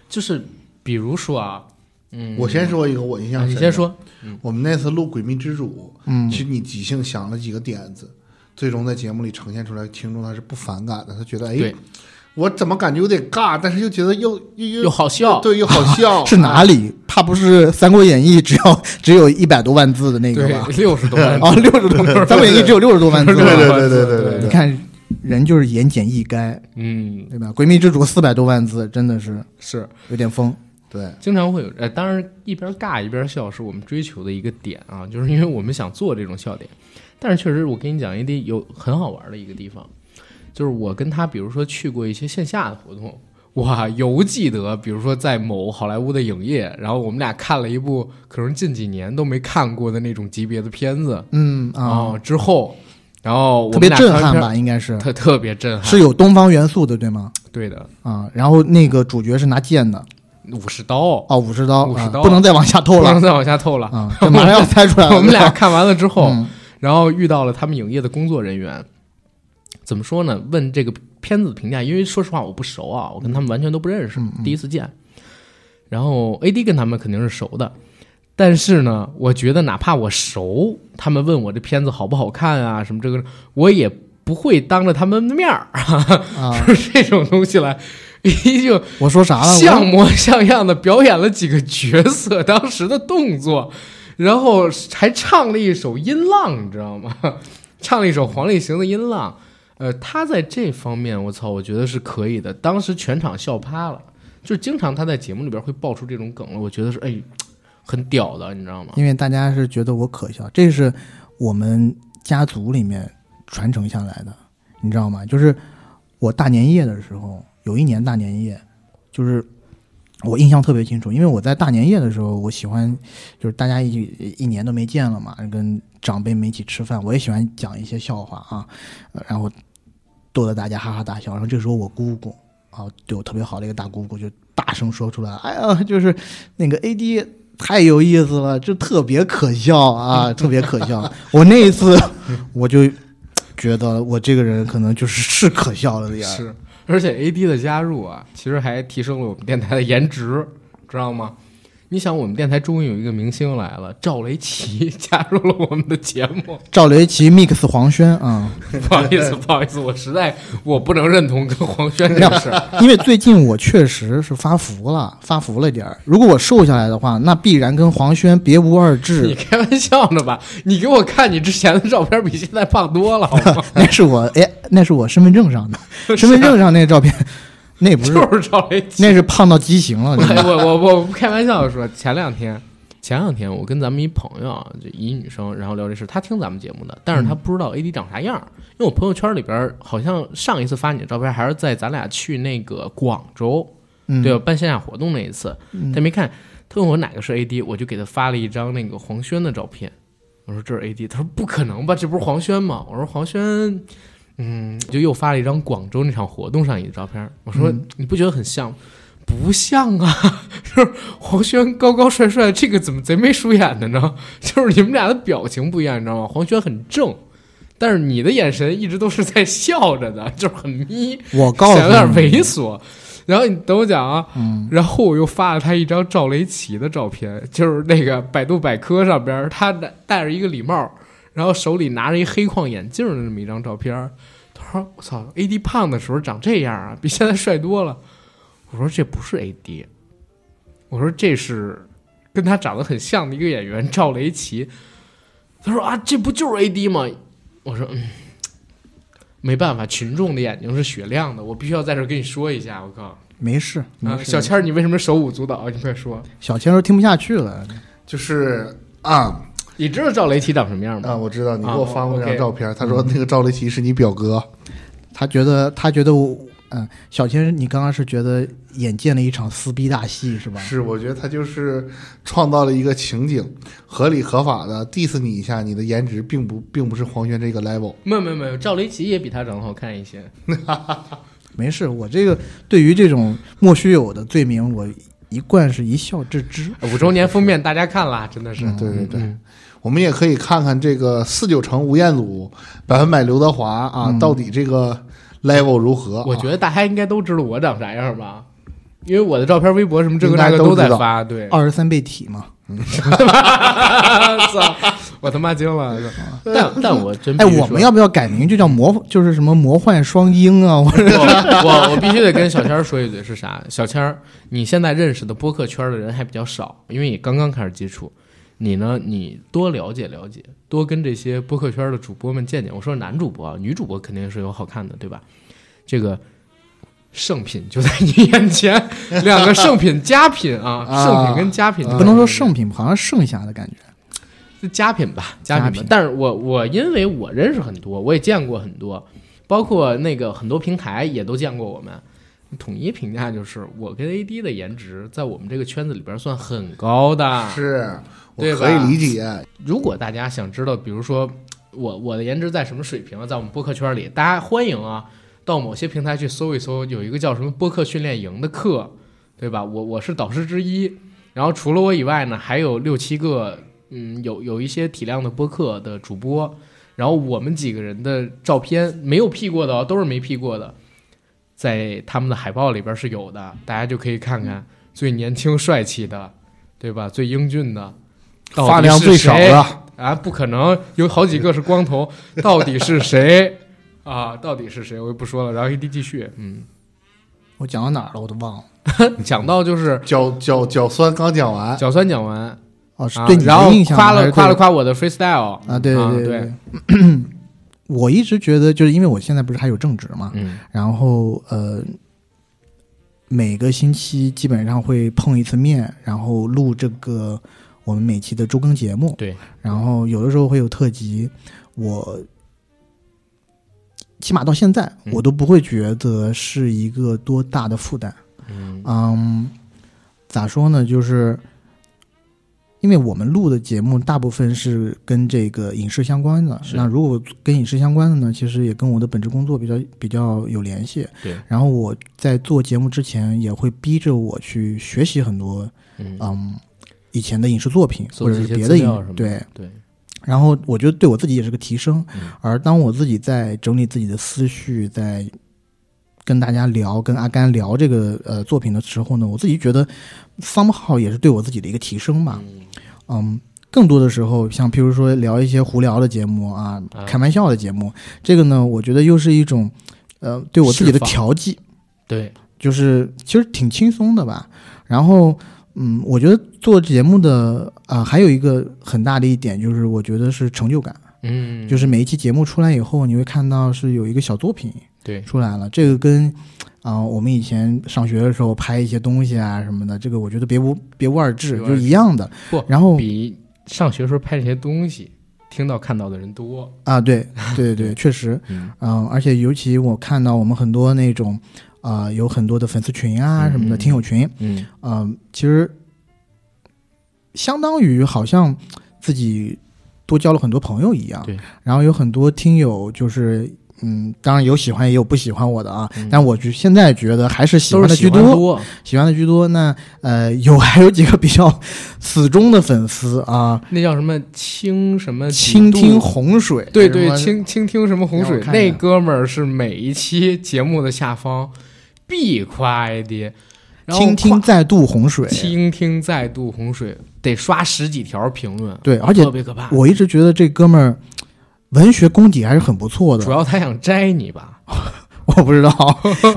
Speaker 3: 就是比如说啊，嗯，
Speaker 2: 我先说一个我印象
Speaker 3: 啊
Speaker 2: 深、
Speaker 3: 你先。说，
Speaker 2: 我们那次录《诡秘之主》，
Speaker 1: 嗯
Speaker 2: 其实你即兴想了几个点子，最终在节目里呈现出来，听众他是不反感的，他觉得哎
Speaker 3: 对，
Speaker 2: 我怎么感觉有点尬，但是又觉得又又又
Speaker 3: 又好笑，
Speaker 2: 对，又好 笑，
Speaker 3: 哦
Speaker 2: 啊
Speaker 1: 是哪里？他不是《三国演义》只要只有一百多万字的那个
Speaker 3: 对
Speaker 1: 吗？，
Speaker 3: 六十多万
Speaker 1: 啊，六十多，《三国演义》只有六十多 万字
Speaker 2: 对
Speaker 1: 吧。
Speaker 2: 对对对对
Speaker 3: 对
Speaker 2: 对
Speaker 1: 你
Speaker 2: 对。
Speaker 1: 看，人就是言简意赅，
Speaker 3: 嗯，
Speaker 1: 对吧？《诡秘之主》四百多万字，真的是
Speaker 3: 是
Speaker 1: 有点疯。
Speaker 2: 对，
Speaker 3: 经常会有，呃，当然一边尬一边笑是我们追求的一个点啊，就是因为我们想做这种笑点。但是确实，我跟你讲，A D 有很好玩的一个地方，就是我跟他，比如说去过一些线下的活动，哇，犹记得，比如说在某好莱坞的影业，然后我们俩看了一部可能近几年都没看过的那种级别的片子
Speaker 1: 嗯
Speaker 3: 啊、
Speaker 1: 啊，
Speaker 3: 之后，然后我
Speaker 1: 特别
Speaker 3: 们俩
Speaker 1: 震
Speaker 3: 看
Speaker 1: 撼
Speaker 3: 完片
Speaker 1: 吧？应该是
Speaker 3: 儿，特特别震撼，
Speaker 1: 是有东方元素的，对吗？
Speaker 3: 对的，
Speaker 1: 啊，然后那个主角是拿剑的，
Speaker 3: 武士刀，
Speaker 1: 哦，武士刀，
Speaker 3: 武士
Speaker 1: 啊
Speaker 3: 刀
Speaker 1: 不能再往下透
Speaker 3: 不
Speaker 1: 了
Speaker 3: 能再往下透了。
Speaker 1: 啊，这马上要猜出 来了。
Speaker 3: 我们俩看完了之后，
Speaker 1: 嗯
Speaker 3: 然后遇到了他们影业的工作人员，怎么说呢？问这个片子的评价，因为说实话我不熟啊，我跟他们完全都不认识，第一次见。然后 AD 跟他们肯定是熟的，但是呢，我觉得哪怕我熟，他们问我这片子好不好看啊，什么这个，我也不会当着他们的面儿
Speaker 1: 啊，
Speaker 3: 说这种东西来。 依旧
Speaker 1: 我说啥了？我
Speaker 3: 像模像样的表演了几个角色当时的动作，然后还唱了一首《音浪》，你知道吗？ 唱了一首黄立行的《音浪》。呃，他在这方面，我操，我觉得是可以的。当时全场笑趴了，就是经常他在节目里边会爆出这种梗了，我觉得是哎，很屌的，你知道吗？
Speaker 1: 因为大家是觉得我可笑，这是我们家族里面传承下来的，你知道吗？就是我大年夜的时候，有一年大年夜，就是我印象特别清楚，因为我在大年夜的时候，我喜欢就是大家一起一年都没见了嘛，跟长辈们一起吃饭，我也喜欢讲一些笑话啊，呃然后逗得大家哈哈大笑。然后这时候我姑姑啊，对我特别好的一个大姑姑就大声说出来：“哎呀，就是那个 AD 太有意思了，就特别可笑啊，特别可笑。”我那一次我就觉得我这个人可能就是是可笑了点儿。
Speaker 3: 是，而且 AD 的加入啊，其实还提升了我们电台的颜值，知道吗？你想，我们电台终于有一个明星来了，赵雷奇 加入了我们的节目。
Speaker 1: 赵雷奇 mix 黄轩啊、
Speaker 3: 不好意思，不好意思，我实在我不能认同跟黄轩这个事儿。
Speaker 1: 因为最近我确实是发福了，发福了点儿。如果我瘦下来的话，那必然跟黄轩别无二
Speaker 3: 你
Speaker 1: 致。
Speaker 3: 开玩笑呢吧？你给我看你之前的照片，比现在胖多了，好吗？
Speaker 1: 那是我哎，那是我身份证 上的，身份证上那照片， 那 不是，
Speaker 3: 啊就是赵雷奇。
Speaker 1: 那是胖到畸形了。 真的
Speaker 3: 哎我我我不开玩笑地说，前两天，前两天我跟咱们一朋友啊，就一女生，然后聊这事，她听咱们节目的，但是她不知道 AD 长啥样，因为我朋友圈里边好像上一次发你的照片还是在咱俩去那个广州，
Speaker 1: 嗯，
Speaker 3: 对吧？办线下活动那一次，她没看，她问我哪个是 AD，我就给她发了一张那个黄轩的照片，我说这是 AD，她说不可能吧，这不是黄轩吗？我说黄轩。嗯，就又发了一张广州那场活动上你的照片，我说、
Speaker 1: 嗯
Speaker 3: 你不觉得很像吗？不像啊， 就是黄轩高高帅帅，这个怎么贼眉鼠眼的呢？ 就是你们俩的表情不一样，你知道吗？黄轩很正，但是你的眼神一直都是在笑着的，就是很眯，
Speaker 1: 我告诉
Speaker 3: 显得有点
Speaker 1: 你，
Speaker 3: 猥琐。然后你等我讲啊，
Speaker 1: 嗯
Speaker 3: 然后我又发了他一张赵雷奇的照片，就是那个百度百科上边儿，他戴戴着一个礼帽，然后手里拿着一黑框眼镜的那么一张照片儿。他说：“我操，AD 胖的时候长这样啊，比现在帅多了。”我说：“这不是 AD，我说这是跟他长得很像的一个演员赵雷奇。”他说：“啊，这不就是 AD 吗？”我说：“嗯，没办法，群众的眼睛是雪亮的，我必须要在这儿跟你说一下。我靠，
Speaker 1: 没事，
Speaker 3: 啊
Speaker 1: 没，事
Speaker 3: 小千儿，你为什么手舞足蹈？啊你快说，
Speaker 1: 小千都听不下去了，
Speaker 2: 就是啊
Speaker 3: 你知道赵雷奇长什么样吗？
Speaker 2: 啊，我知道你给我发过
Speaker 3: 啊
Speaker 2: 那张
Speaker 3: ，OK
Speaker 2: 照片，他说那个赵雷奇是你表哥，
Speaker 1: 他觉得他觉得我，嗯，小千，你刚刚是觉得眼见了一场撕逼大戏是吧？
Speaker 2: 是我觉得他就是创造了一个情景，合理合法的 diss 你一下，你的颜值并不并不是黄轩这个 level，
Speaker 3: 没有没有没有，赵雷奇也比他长得好看一些。
Speaker 1: 没事，我这个对于这种莫须有的罪名，我一贯是一笑置之。
Speaker 3: 呃五周年封面大家看了，真的是。
Speaker 2: 对对对。
Speaker 3: 嗯
Speaker 2: 我们也可以看看这个四九城吴彦祖、百分百刘德华啊，到底这个 level 如何啊、
Speaker 3: 嗯我觉得大家应该都知道我长啥样吧，因为我的照片、微博什么这个
Speaker 2: 应该
Speaker 3: 那个
Speaker 2: 都
Speaker 3: 在
Speaker 2: 知道
Speaker 3: 发。 对，
Speaker 1: 二十三倍体嘛，
Speaker 3: 操，我他妈惊了。
Speaker 2: 啊
Speaker 3: 但但我真
Speaker 1: 哎，
Speaker 3: 必须
Speaker 1: 我
Speaker 3: 嗯说
Speaker 1: 们要不要改名就叫魔，就是什么魔幻双鹰啊？我
Speaker 3: 我 我我必须得跟小千儿说一嘴是啥？小千儿，你现在认识的播客圈的人还比较少，因为你刚刚开始接触。你呢？你多了解了解，多跟这些播客圈的主播们见见。我说男主播啊，女主播肯定是有好看的，对吧？这个圣品就在你眼前，两个圣品佳品啊，
Speaker 2: 啊
Speaker 3: 圣品跟佳品，
Speaker 1: 不能说圣品，好像剩下的感觉。
Speaker 3: 是佳品吧，佳品吧
Speaker 1: 佳品
Speaker 3: 但是我我因为我认识很多，我也见过很多，包括那个很多平台也都见过我们。统一评价就是，我跟 AD 的颜值在我们这个圈子里边算很高的。
Speaker 2: 是，我
Speaker 3: 对
Speaker 2: 可以
Speaker 3: 吧
Speaker 2: 理解。
Speaker 3: 如果大家想知道，比如说我我的颜值在什么水平啊，在我们播客圈里，大家欢迎啊，到某些平台去搜一搜，有一个叫什么播客训练营的课，对吧？我我是导师之一，然后除了我以外呢，还有六七个，嗯，有有一些体量的播客的主播，然后我们几个人的照片没有 P 过的、哦，都是没 P 过的，在他们的海报里边是有的，大家就可以看看
Speaker 2: 嗯
Speaker 3: 最年轻帅气的，对吧？最英俊的。到底
Speaker 2: 发量
Speaker 3: 是
Speaker 2: 最少
Speaker 3: 谁
Speaker 2: 的，
Speaker 3: 啊，不可能有好几个是光 头，到底是谁啊？到底是谁？我就不说了。然后 AD 继续，嗯，
Speaker 1: 我讲到哪儿了？我都忘了。
Speaker 3: 讲到就是
Speaker 2: 脚脚脚酸刚讲完，
Speaker 3: 角酸讲完，
Speaker 1: 哦，是
Speaker 3: 啊
Speaker 1: 对你
Speaker 3: 然后
Speaker 1: 的印象吗
Speaker 3: 夸
Speaker 1: 还
Speaker 3: 了
Speaker 1: 是
Speaker 3: 夸
Speaker 1: 对
Speaker 3: 了夸我的 freestyle
Speaker 1: 啊，对
Speaker 3: 啊
Speaker 1: 对
Speaker 3: 对
Speaker 1: 对。我一直觉得，就是因为我现在不是还有正职嘛，
Speaker 3: 嗯
Speaker 1: 然后呃，每个星期基本上会碰一次面，然后录这个我们每期的周更节目，
Speaker 3: 对，
Speaker 1: 然后有的时候会有特辑，我。起码到现在，
Speaker 3: 嗯
Speaker 1: 我都不会觉得是一个多大的负担。
Speaker 3: 嗯
Speaker 1: 嗯，咋说呢？就是因为我们录的节目大部分是跟这个影视相关的，
Speaker 3: 是
Speaker 1: 那如果跟影视相关的呢，其实也跟我的本职工作比较比较有联系。
Speaker 3: 对。
Speaker 1: 然后我在做节目之前，也会逼着我去学习很多，
Speaker 3: 嗯
Speaker 1: 嗯，以前的影视作品
Speaker 3: 搜
Speaker 1: 或
Speaker 3: 集
Speaker 1: 者是
Speaker 3: 一些
Speaker 1: 别
Speaker 3: 资
Speaker 1: 的
Speaker 3: 料什
Speaker 1: 影
Speaker 3: 么的
Speaker 1: 对。
Speaker 3: 对，
Speaker 1: 然后我觉得对我自己也是个提升。
Speaker 3: 嗯
Speaker 1: 而当我自己在整理自己的思绪，在跟大家聊、跟阿甘聊这个呃作品的时候呢，我自己觉得 somehow 也是对我自己的一个提升吧。嗯，更多的时候，像譬如说聊一些胡聊的节目啊
Speaker 3: 啊，
Speaker 1: 开玩笑的节目，这个呢，我觉得又是一种呃对我自己的
Speaker 3: 释放
Speaker 1: 调剂。
Speaker 3: 对，
Speaker 1: 就是其实挺轻松的吧。然后，嗯，我觉得做节目的啊、还有一个很大的一点就是，我觉得是成就感，
Speaker 3: 嗯，
Speaker 1: 就是每一期节目出来以后，你会看到是有一个小作品
Speaker 3: 对，
Speaker 1: 出来了。这个跟啊、我们以前上学的时候拍一些东西啊什么的，这个我觉得别无别无二致，
Speaker 3: 别无
Speaker 1: 就
Speaker 3: 二致
Speaker 1: 是一样的。
Speaker 3: 不
Speaker 1: 然后
Speaker 3: 比上学时候拍这些东西，听到看到的人多。
Speaker 1: 啊，对对 对，确实，
Speaker 3: 嗯
Speaker 1: 嗯，而且尤其我看到我们很多那种啊、有很多的粉丝群啊什么的，
Speaker 3: 嗯嗯
Speaker 1: 听友群，
Speaker 3: 嗯，
Speaker 1: 嗯，其实相当于好像自己多交了很多朋友一样。
Speaker 3: 对。
Speaker 1: 然后有很多听友就是，嗯，当然有喜欢也有不喜欢我的啊，
Speaker 3: 嗯
Speaker 1: 但我就现在觉得还是喜
Speaker 3: 都
Speaker 1: 欢
Speaker 3: 是
Speaker 1: 的
Speaker 3: 喜
Speaker 1: 居
Speaker 3: 欢
Speaker 1: 多，
Speaker 3: 多，
Speaker 1: 喜欢的居多。那呃，有还有几个比较死忠的粉丝啊，
Speaker 3: 那叫什么清什么呃几
Speaker 1: 倾听
Speaker 3: 度
Speaker 1: 洪水，
Speaker 3: 对
Speaker 1: 什
Speaker 3: 对，
Speaker 1: 么
Speaker 3: 倾倾听什么洪
Speaker 1: 让我
Speaker 3: 水
Speaker 1: 看一
Speaker 3: 那
Speaker 1: 下
Speaker 3: 哥们儿是每一期节目的下方必夸爱爹。然后
Speaker 1: 倾听
Speaker 3: 夸
Speaker 1: 再渡洪水。
Speaker 3: 倾听再渡洪水，得刷十几条评论，
Speaker 1: 对，而且
Speaker 3: 特别可怕。
Speaker 1: 我一直觉得这哥们儿文学功底还是很不错的
Speaker 3: 主。要他想摘你吧？
Speaker 1: 我不知 道，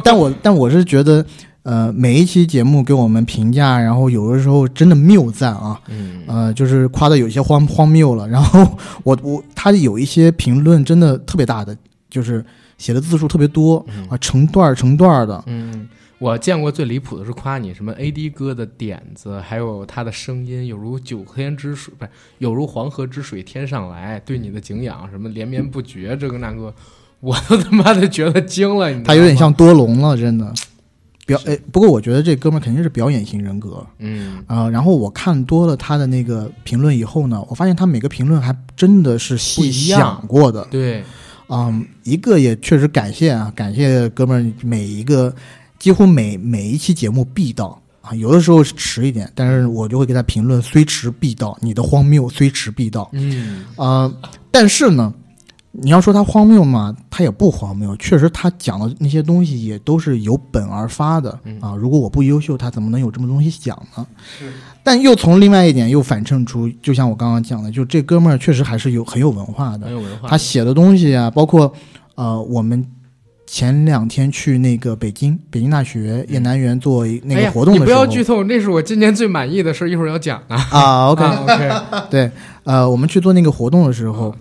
Speaker 1: 但我但我是觉得，呃，每一期节目给我们评价，然后有的时候真的谬赞啊，
Speaker 3: 嗯，
Speaker 1: 呃，就是夸的有些荒荒谬了。然后我我他有一些评论真的特别大的，就是写的字数特别多
Speaker 3: 嗯
Speaker 1: 啊，成段儿成段儿的。
Speaker 3: 嗯，我见过最离谱的是夸你什么 AD 哥的点子，还有他的声音，有如九天之水，不是有如黄河之水天上来，对你的敬仰什么连绵不绝，这个那个，我都他妈的觉得惊了，你知道吗
Speaker 1: 他有点，像多隆
Speaker 3: 嗯
Speaker 1: 了，真的。表哎，不过我觉得这哥们儿肯定是表演型人格
Speaker 3: 嗯
Speaker 1: 啊、然后我看多了他的那个评论以后呢，我发现他每个评论还真的是
Speaker 3: 不
Speaker 1: 细
Speaker 3: 一样
Speaker 1: 想过的，
Speaker 3: 对，
Speaker 1: 嗯，一个也确实感谢啊，感谢哥们儿每一个，几乎每每一期节目必到啊，有的时候是迟一点，但是我就会给他评论，虽迟必到，你的荒谬虽迟必到
Speaker 3: 嗯
Speaker 1: 啊、但是呢，你要说他荒谬嘛，他也不荒谬，确实他讲的那些东西也都是有本而发的
Speaker 3: 嗯
Speaker 1: 啊。如果我不优秀，他怎么能有这么东西讲呢？但又从另外一点又反衬出，就像我刚刚讲的，就这哥们儿确实还是有很有文化的
Speaker 3: 很。有文化，
Speaker 1: 他写的东西啊，包括呃，我们前两天去那个北京北京大学
Speaker 3: 嗯
Speaker 1: 燕南园做一那
Speaker 3: 哎
Speaker 1: 个
Speaker 3: 呀
Speaker 1: 活动
Speaker 3: 你
Speaker 1: 的
Speaker 3: 不
Speaker 1: 时候、
Speaker 3: 要剧透，那是我今年最满意的事，一会儿要讲啊。
Speaker 1: 啊，OK，
Speaker 3: 啊 OK，
Speaker 1: 对，呃，我们去做那个活动的时候，
Speaker 3: 嗯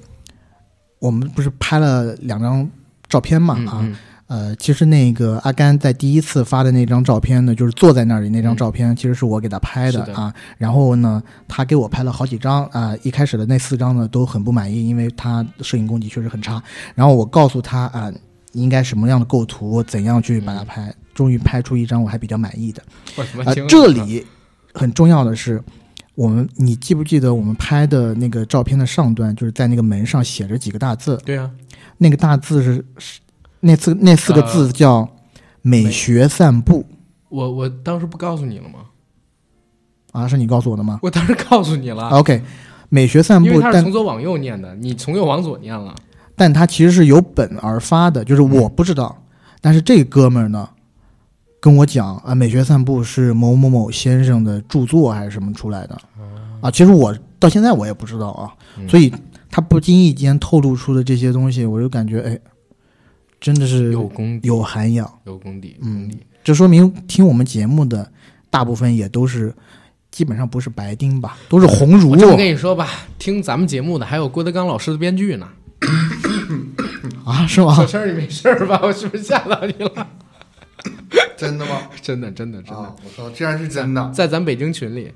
Speaker 1: 我们不是拍了两张照片嘛
Speaker 3: 嗯
Speaker 1: 啊。
Speaker 3: 嗯
Speaker 1: 呃，其实那个阿甘在第一次发的那张照片呢，就是坐在那里那张照片，其实是我给他拍的
Speaker 3: 嗯是的
Speaker 1: 啊。然后呢，他给我拍了好几张啊、一开始的那四张呢都很不满意，因为他摄影功底确实很差。然后我告诉他啊、应该什么样的构图，怎样去把它拍，终于拍出一张我还比较满意的。
Speaker 3: 嗯我什么
Speaker 1: 啊、
Speaker 3: 惊了
Speaker 1: 这里很重要的是，我们你记不记得我们拍的那个照片的上段，就是在那个门上写着几个大字，
Speaker 3: 对啊，
Speaker 1: 那个大字是是那四那四
Speaker 3: 呃
Speaker 1: 个字叫“美学散步
Speaker 3: 我我当时不告诉你了吗？”
Speaker 1: 啊，是你告诉我的吗、
Speaker 3: 我当时告诉你了，
Speaker 1: o k 美学散
Speaker 3: 啊因为
Speaker 1: 步，
Speaker 3: 他是
Speaker 1: 但
Speaker 3: 从左往右念的，你从右往左念了。
Speaker 1: 但它其实是由本而发的，就是我不知道，但是这哥们儿呢跟我讲啊，美学散步是某某某先生的著作还是什么出来的啊，其实我到现在我也不知道啊，
Speaker 3: 哦嗯
Speaker 1: 所以他不经意间透露出的这些东西，我就感觉哎，真的是
Speaker 3: 有功底，
Speaker 1: 有涵养。
Speaker 3: 有功底，有
Speaker 1: 嗯
Speaker 3: 功底。
Speaker 1: 这说明听我们节目的大部分也都是，基本上不是白丁吧，都是红
Speaker 3: 我
Speaker 1: 儒。
Speaker 3: 这么跟你说吧，听咱们节目的还有郭德纲老师的编剧呢。
Speaker 1: 啊，是吗
Speaker 3: 小？生儿，你没事儿吧？我是不是吓到你了？
Speaker 2: 真的吗？
Speaker 3: 真的，真的，真的，
Speaker 2: 啊，我操，竟然是真的！
Speaker 3: 在咱北京群里，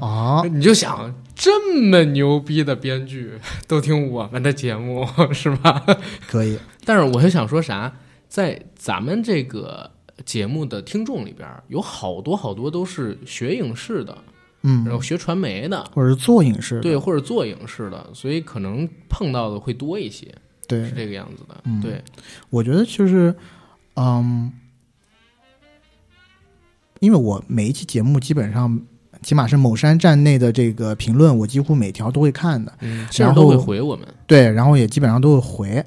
Speaker 1: 啊，
Speaker 3: 你就想这么牛逼的编剧都听我们的节目是吧？
Speaker 1: 可以，
Speaker 3: 但是我就想说啥，在咱们这个节目的听众里边儿，有好多好多都是学影视的，
Speaker 1: 嗯
Speaker 3: 然，后学传媒的，
Speaker 1: 或者是做影视的，
Speaker 3: 对，或者做影视的，所以可能碰到的会多一些，
Speaker 1: 对
Speaker 3: 是这个样子的。
Speaker 1: 嗯
Speaker 3: 对，
Speaker 1: 我觉得就是，嗯，因为我每一期节目基本上，起码是某山站内的这个评论，我几乎每条都会看的，
Speaker 3: 嗯，甚
Speaker 1: 然
Speaker 3: 至都会
Speaker 1: 后
Speaker 3: 回我们，
Speaker 1: 对，然后也基本上都会回，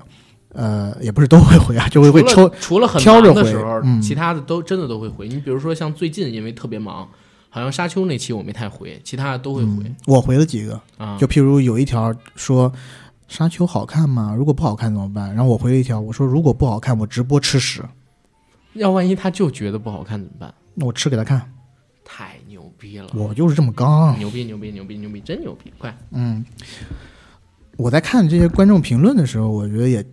Speaker 1: 呃，也不是都会回啊，就会会
Speaker 3: 除
Speaker 1: 抽
Speaker 3: 了，除了很
Speaker 1: 挑着
Speaker 3: 忙的
Speaker 1: 回
Speaker 3: 时候，
Speaker 1: 嗯
Speaker 3: 其他的都真的都会回。你比如说像最近因为特别忙，好像沙丘那期我没太回，其他的都会回、
Speaker 1: 嗯我回了几个，
Speaker 3: 啊。
Speaker 1: 嗯就譬如有一条说沙丘好看吗？如果不好看怎么办？然后我回了一条，我说如果不好看，我直播吃屎，
Speaker 3: 要万一他就觉得不好看怎么办？
Speaker 1: 那我吃给他看，
Speaker 3: 太牛逼了！
Speaker 1: 我就是这么刚。啊
Speaker 3: 牛逼牛逼牛逼牛逼，真牛逼！快，
Speaker 1: 嗯，我在看这些观众评论的时候，我觉得也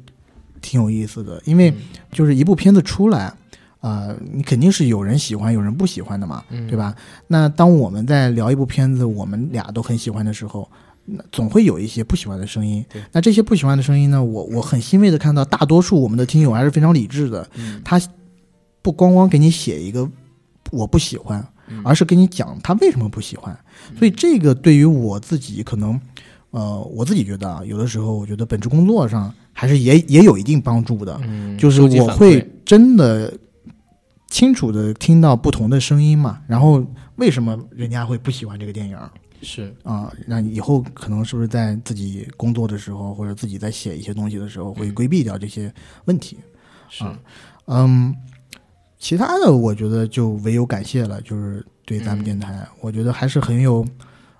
Speaker 1: 挺有意思的，因为就是一部片子出来。呃，你肯定是有人喜欢，有人不喜欢的嘛，
Speaker 3: 嗯
Speaker 1: 对吧？那当我们在聊一部片子，我们俩都很喜欢的时候，那总会有一些不喜欢的声音
Speaker 3: 对。
Speaker 1: 那这些不喜欢的声音呢，我我很欣慰的看到，大多数我们的听友还是非常理智的，
Speaker 3: 嗯
Speaker 1: 他不光光给你写一个我不喜欢，
Speaker 3: 嗯
Speaker 1: 而是给你讲他为什么不喜欢。所以这个对于我自己可能，呃，我自己觉得啊，有的时候我觉得本职工作上还是也也有一定帮助的，
Speaker 3: 嗯，
Speaker 1: 就是
Speaker 3: 收集
Speaker 1: 我
Speaker 3: 反
Speaker 1: 会
Speaker 3: 馈
Speaker 1: 真的清楚的听到不同的声音嘛，然后为什么人家会不喜欢这个电影儿？
Speaker 3: 是
Speaker 1: 啊，那以后可能是不是在自己工作的时候，或者自己在啊写一些东西的时候，会规避掉这些问题？
Speaker 3: 是、
Speaker 1: 嗯，其他的我觉得就唯有感谢了，就是对咱们电台，
Speaker 3: 嗯
Speaker 1: 我觉得还是很有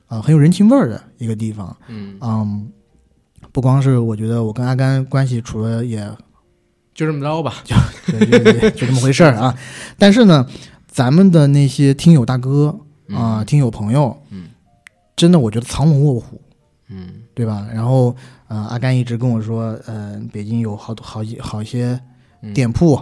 Speaker 1: 啊、很有人情味儿的一个地方。
Speaker 3: 嗯，
Speaker 1: 嗯，不光是我觉得我跟阿甘关系处的也
Speaker 3: 就这么着吧。
Speaker 1: 对就就就这么回事儿啊。但是呢，咱们的那些听友大哥啊、听友朋友，
Speaker 3: 嗯，
Speaker 1: 真的我觉得藏龙卧虎，
Speaker 3: 嗯
Speaker 1: 对吧？然后呃，阿甘一直跟我说，呃，北京有好多好几好些
Speaker 3: 嗯
Speaker 1: 店铺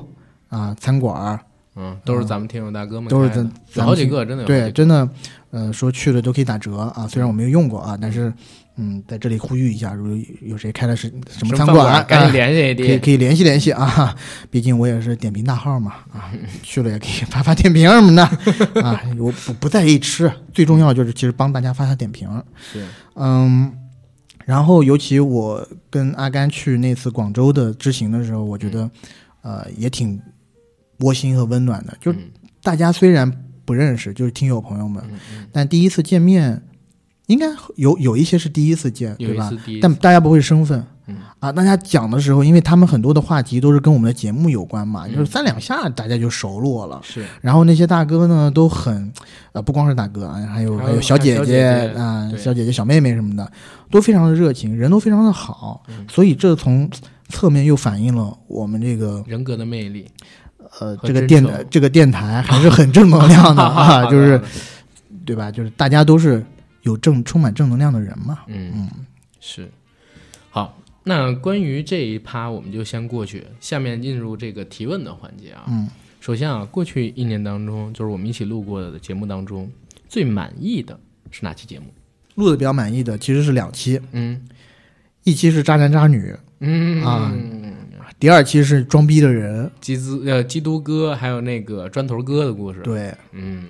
Speaker 1: 啊、餐馆儿，
Speaker 3: 嗯，都是咱们听友大哥们
Speaker 1: 都是
Speaker 3: 开的
Speaker 1: 咱
Speaker 3: 有
Speaker 1: 咱
Speaker 3: 好
Speaker 1: 们
Speaker 3: 几
Speaker 1: 听
Speaker 3: 个，真的有好
Speaker 1: 对，
Speaker 3: 几个
Speaker 1: 真的，呃，说去了都可以打折啊。虽然我没有用过啊，但是嗯，在这里呼吁一下，如果有谁开了是什么
Speaker 3: 么
Speaker 1: 餐
Speaker 3: 饭
Speaker 1: 啊
Speaker 3: 赶紧联系 一
Speaker 1: 可以
Speaker 3: 滴。
Speaker 1: 可以联系联系啊， 毕竟我也是点评大号嘛啊，去了也可以发发点评什么的 啊，我不不在意吃，最重要就是其实帮大家发发点评，
Speaker 3: 是，
Speaker 1: 嗯，然后尤其我跟阿甘去那次广州的之行的时候，我觉
Speaker 3: 嗯
Speaker 1: 得呃也挺窝心和温暖的，就
Speaker 3: 嗯
Speaker 1: 大家虽然不认识，就是听友朋友们，
Speaker 3: 嗯嗯
Speaker 1: 但第一次见面，应该有有一些是第一次见，
Speaker 3: 有
Speaker 1: 对
Speaker 3: 一
Speaker 1: 吧
Speaker 3: 次？第一次，
Speaker 1: 但大家不会生分。
Speaker 3: 嗯
Speaker 1: 啊，大家讲的时候，因为他们很多的话题都是跟我们的节目有关嘛，
Speaker 3: 嗯
Speaker 1: 就是三两下大家就熟络了。
Speaker 3: 是
Speaker 1: 然后那些大哥呢，都很，呃，不光是大哥啊，还有
Speaker 3: 还有
Speaker 1: 还有小姐姐
Speaker 3: 还有小姐姐
Speaker 1: 啊、
Speaker 3: 对
Speaker 1: 小姐姐、小妹妹什么的，都非常的热情，人都非常的好。
Speaker 3: 嗯
Speaker 1: 所以这从侧面又反映了我们这个
Speaker 3: 人格的魅力，
Speaker 1: 呃
Speaker 3: 和
Speaker 1: 这个
Speaker 3: 真
Speaker 1: 电
Speaker 3: 诚
Speaker 1: 台这个电台还是很正能量 的啊，就是对吧？就是大家都是有正充满正能量的人嘛。
Speaker 3: 嗯，是。好，那关于这一趴我们就先过去，下面进入这个提问的环节啊。
Speaker 1: 嗯，
Speaker 3: 首先啊，过去一年当中，就是我们一起录过的节目当中，最满意的是哪期节目？
Speaker 1: 录的比较满意的其实是两期，
Speaker 3: 嗯
Speaker 1: 一期是渣男渣女，
Speaker 3: 嗯
Speaker 1: 啊，第二期是装逼的人，
Speaker 3: 基督呃基督哥还有那个砖头哥的故事。，
Speaker 1: 对，
Speaker 3: 嗯，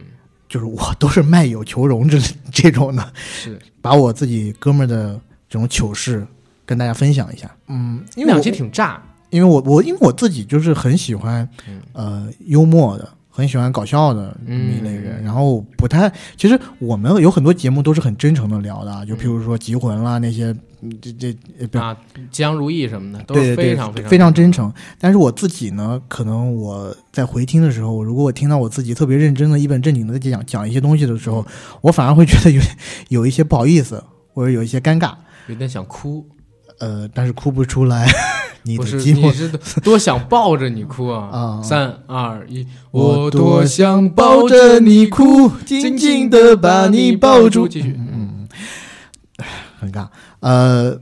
Speaker 1: 就是我都是卖友求荣这 这种的，
Speaker 3: 是。
Speaker 1: 把我自己哥们儿的这种糗事跟大家分享一下。嗯，因为
Speaker 3: 那
Speaker 1: 我
Speaker 3: 两期挺炸，
Speaker 1: 因为我我因为我自己就是很喜欢呃幽默的。很喜欢搞笑的这么一类人，然后不太，其实我们有很多节目都是很真诚的聊的啊，就譬如说《集魂》啦那些，嗯这这呃不
Speaker 3: 啊，吉祥如意什么的都
Speaker 1: 对
Speaker 3: 是
Speaker 1: 对
Speaker 3: 非常
Speaker 1: 对
Speaker 3: 常
Speaker 1: 非
Speaker 3: 非
Speaker 1: 常真诚。但是我自己呢，可能我在回听的时候，如果我听到我自己特别认真的、一本正经的讲讲一些东西的时候，我反而会觉得有有一些不好意思，或者有一些尴尬。
Speaker 3: 有点想哭，
Speaker 1: 呃，但是哭不出 来，你
Speaker 3: 不
Speaker 1: 的
Speaker 3: 是
Speaker 1: 寂
Speaker 3: 你
Speaker 1: 寞。
Speaker 3: 是多想抱着你哭啊！
Speaker 1: 啊
Speaker 3: 三二一，
Speaker 1: 我
Speaker 3: 多
Speaker 1: 多
Speaker 3: 想
Speaker 1: 抱着你哭，紧紧的把你抱住，
Speaker 3: 继续，嗯
Speaker 1: 很尬。呃，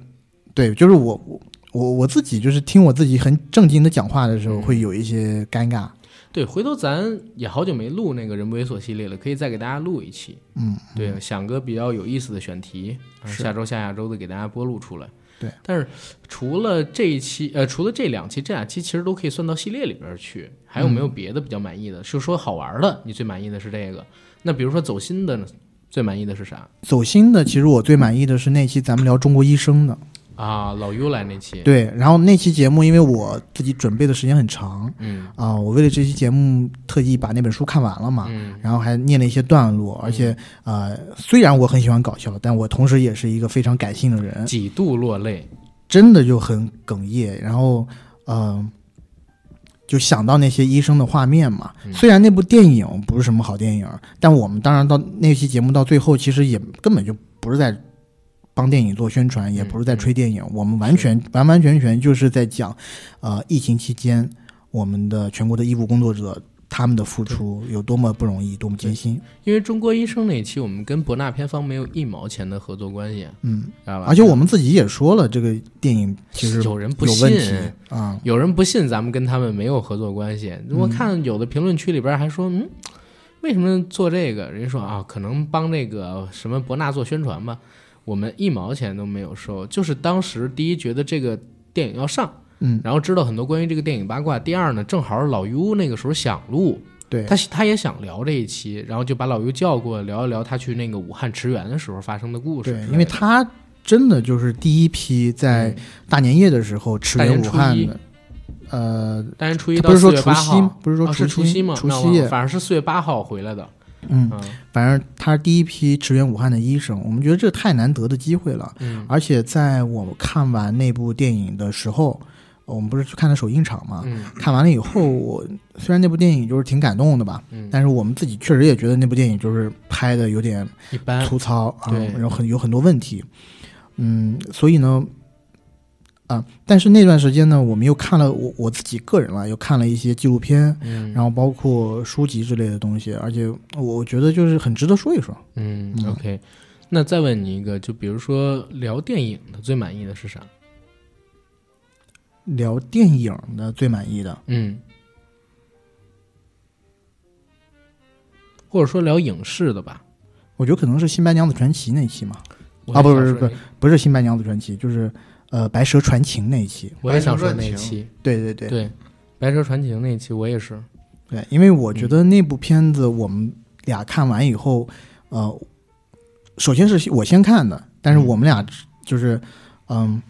Speaker 1: 对，就是我我我我自己就是听我自己很正经的讲话的时候，会有一些尴尬。
Speaker 3: 对，回头咱也好久没录那个人不猥琐系列了，可以再给大家录一期。
Speaker 1: 嗯，
Speaker 3: 对，想个比较有意思的选题，然后下周下下周的给大家播录出来。
Speaker 1: 对，
Speaker 3: 但是除了这一期，呃，除了这两期，这两期其实都可以算到系列里边去。还有没有
Speaker 1: 嗯
Speaker 3: 别的比较满意的？就说好玩的，你最满意的是这个？那比如说走心的呢？最满意的是啥
Speaker 1: 走心的，其实我最满意的是那期咱们聊中国医生的。
Speaker 3: 啊？老优来那期，
Speaker 1: 对，然后那期节目因为我自己准备的时间很长
Speaker 3: 嗯
Speaker 1: 啊、我为了这期节目特意把那本书看完了嘛，
Speaker 3: 嗯
Speaker 1: 然后还念了一些段落，而且呃，虽然我很喜欢搞笑，但我同时也是一个非常感性的人，
Speaker 3: 几度落泪，
Speaker 1: 真的就很哽咽，然后嗯、呃就想到那些医生的画面嘛。虽然那部电影不是什么好电影，但我们当然到那期节目到最后，其实也根本就不是在帮电影做宣传，也不是在吹电影，我们完全完完全全就是在讲，呃，疫情期间我们的全国的医务工作者。他们的付出有多么不容易，多么艰辛，
Speaker 3: 因为中国医生那期我们跟博纳片方没有一毛钱的合作关系，
Speaker 1: 嗯，
Speaker 3: 知道吧？
Speaker 1: 而且我们自己也说了，这个电影其实
Speaker 3: 有人不
Speaker 1: 有
Speaker 3: 信
Speaker 1: 问题啊、
Speaker 3: 有人不信咱们跟他们没有合作关系，我
Speaker 1: 嗯
Speaker 3: 看有的评论区里边还说，嗯，为什么做这个？人家说啊，可能帮那个什么博纳做宣传吧，我们一毛钱都没有收，就是当时第一觉得这个电影要上，
Speaker 1: 嗯，
Speaker 3: 然后知道很多关于这个电影八卦；第二呢，正好老 U 那个时候想录，
Speaker 1: 对，
Speaker 3: 他他也想聊这一期，然后就把老 U 叫过来聊一聊他去那个武汉驰援的时候发生的故事之类
Speaker 1: 对
Speaker 3: 的，，嗯
Speaker 1: 因为他真的就是第一批在大年夜的时候驰
Speaker 3: 大
Speaker 1: 援
Speaker 3: 年
Speaker 1: 武
Speaker 3: 初
Speaker 1: 汉
Speaker 3: 一
Speaker 1: 的，呃，
Speaker 3: 当然初一
Speaker 1: 他
Speaker 3: 到
Speaker 1: 不是说
Speaker 3: 4月
Speaker 1: 除
Speaker 3: 8
Speaker 1: 夕吗
Speaker 3: 号，
Speaker 1: 不是
Speaker 3: 哦
Speaker 1: 说
Speaker 3: 是除夕吗？
Speaker 1: 除
Speaker 3: 那
Speaker 1: 夕
Speaker 3: 忘了
Speaker 1: 夜，
Speaker 3: 反正是四月八号回来的，
Speaker 1: 嗯，
Speaker 3: 嗯
Speaker 1: 反正他是第一批驰援武汉的医生，我们觉得这太难得的机会了。
Speaker 3: 嗯
Speaker 1: 而且在我看完那部电影的时候，我们不是去看了首映场嘛？
Speaker 3: 嗯
Speaker 1: 看完了以后，我虽然那部电影就是挺感动的吧，
Speaker 3: 嗯，
Speaker 1: 但是我们自己确实也觉得那部电影就是拍的有点
Speaker 3: 一般
Speaker 1: 粗糙啊，
Speaker 3: 对
Speaker 1: 然后很有很多问题，嗯，所以呢，啊，但是那段时间呢，我们又看了我我自己个人了，又看了一些纪录片，
Speaker 3: 嗯，
Speaker 1: 然后包括书籍之类的东西，而且我觉得就是很值得说一说。
Speaker 3: 嗯
Speaker 1: 嗯
Speaker 3: ，OK。那再问你一个，就比如说聊电影的，最满意的是啥？
Speaker 1: 聊电影的最满意的，
Speaker 3: 嗯，或者说聊影视的吧？
Speaker 1: 我觉得可能是《新白娘子传奇》那期嘛，
Speaker 3: 我
Speaker 1: 啊
Speaker 3: 也
Speaker 1: 不
Speaker 3: 想
Speaker 1: 是
Speaker 3: 说
Speaker 1: 不不是《新白娘子传奇》，就是呃《白蛇传情》那一期。
Speaker 3: 那我也想说
Speaker 2: 白
Speaker 3: 那
Speaker 2: 蛇
Speaker 3: 一
Speaker 2: 传情
Speaker 3: 期，
Speaker 1: 对对啊对
Speaker 3: 对《白蛇传情》那一期，我也是，
Speaker 1: 对，因为我觉得
Speaker 3: 嗯
Speaker 1: 那部片子我们俩看完以后，呃，首先是我先看的，但
Speaker 3: 嗯
Speaker 1: 是我们俩就是，嗯，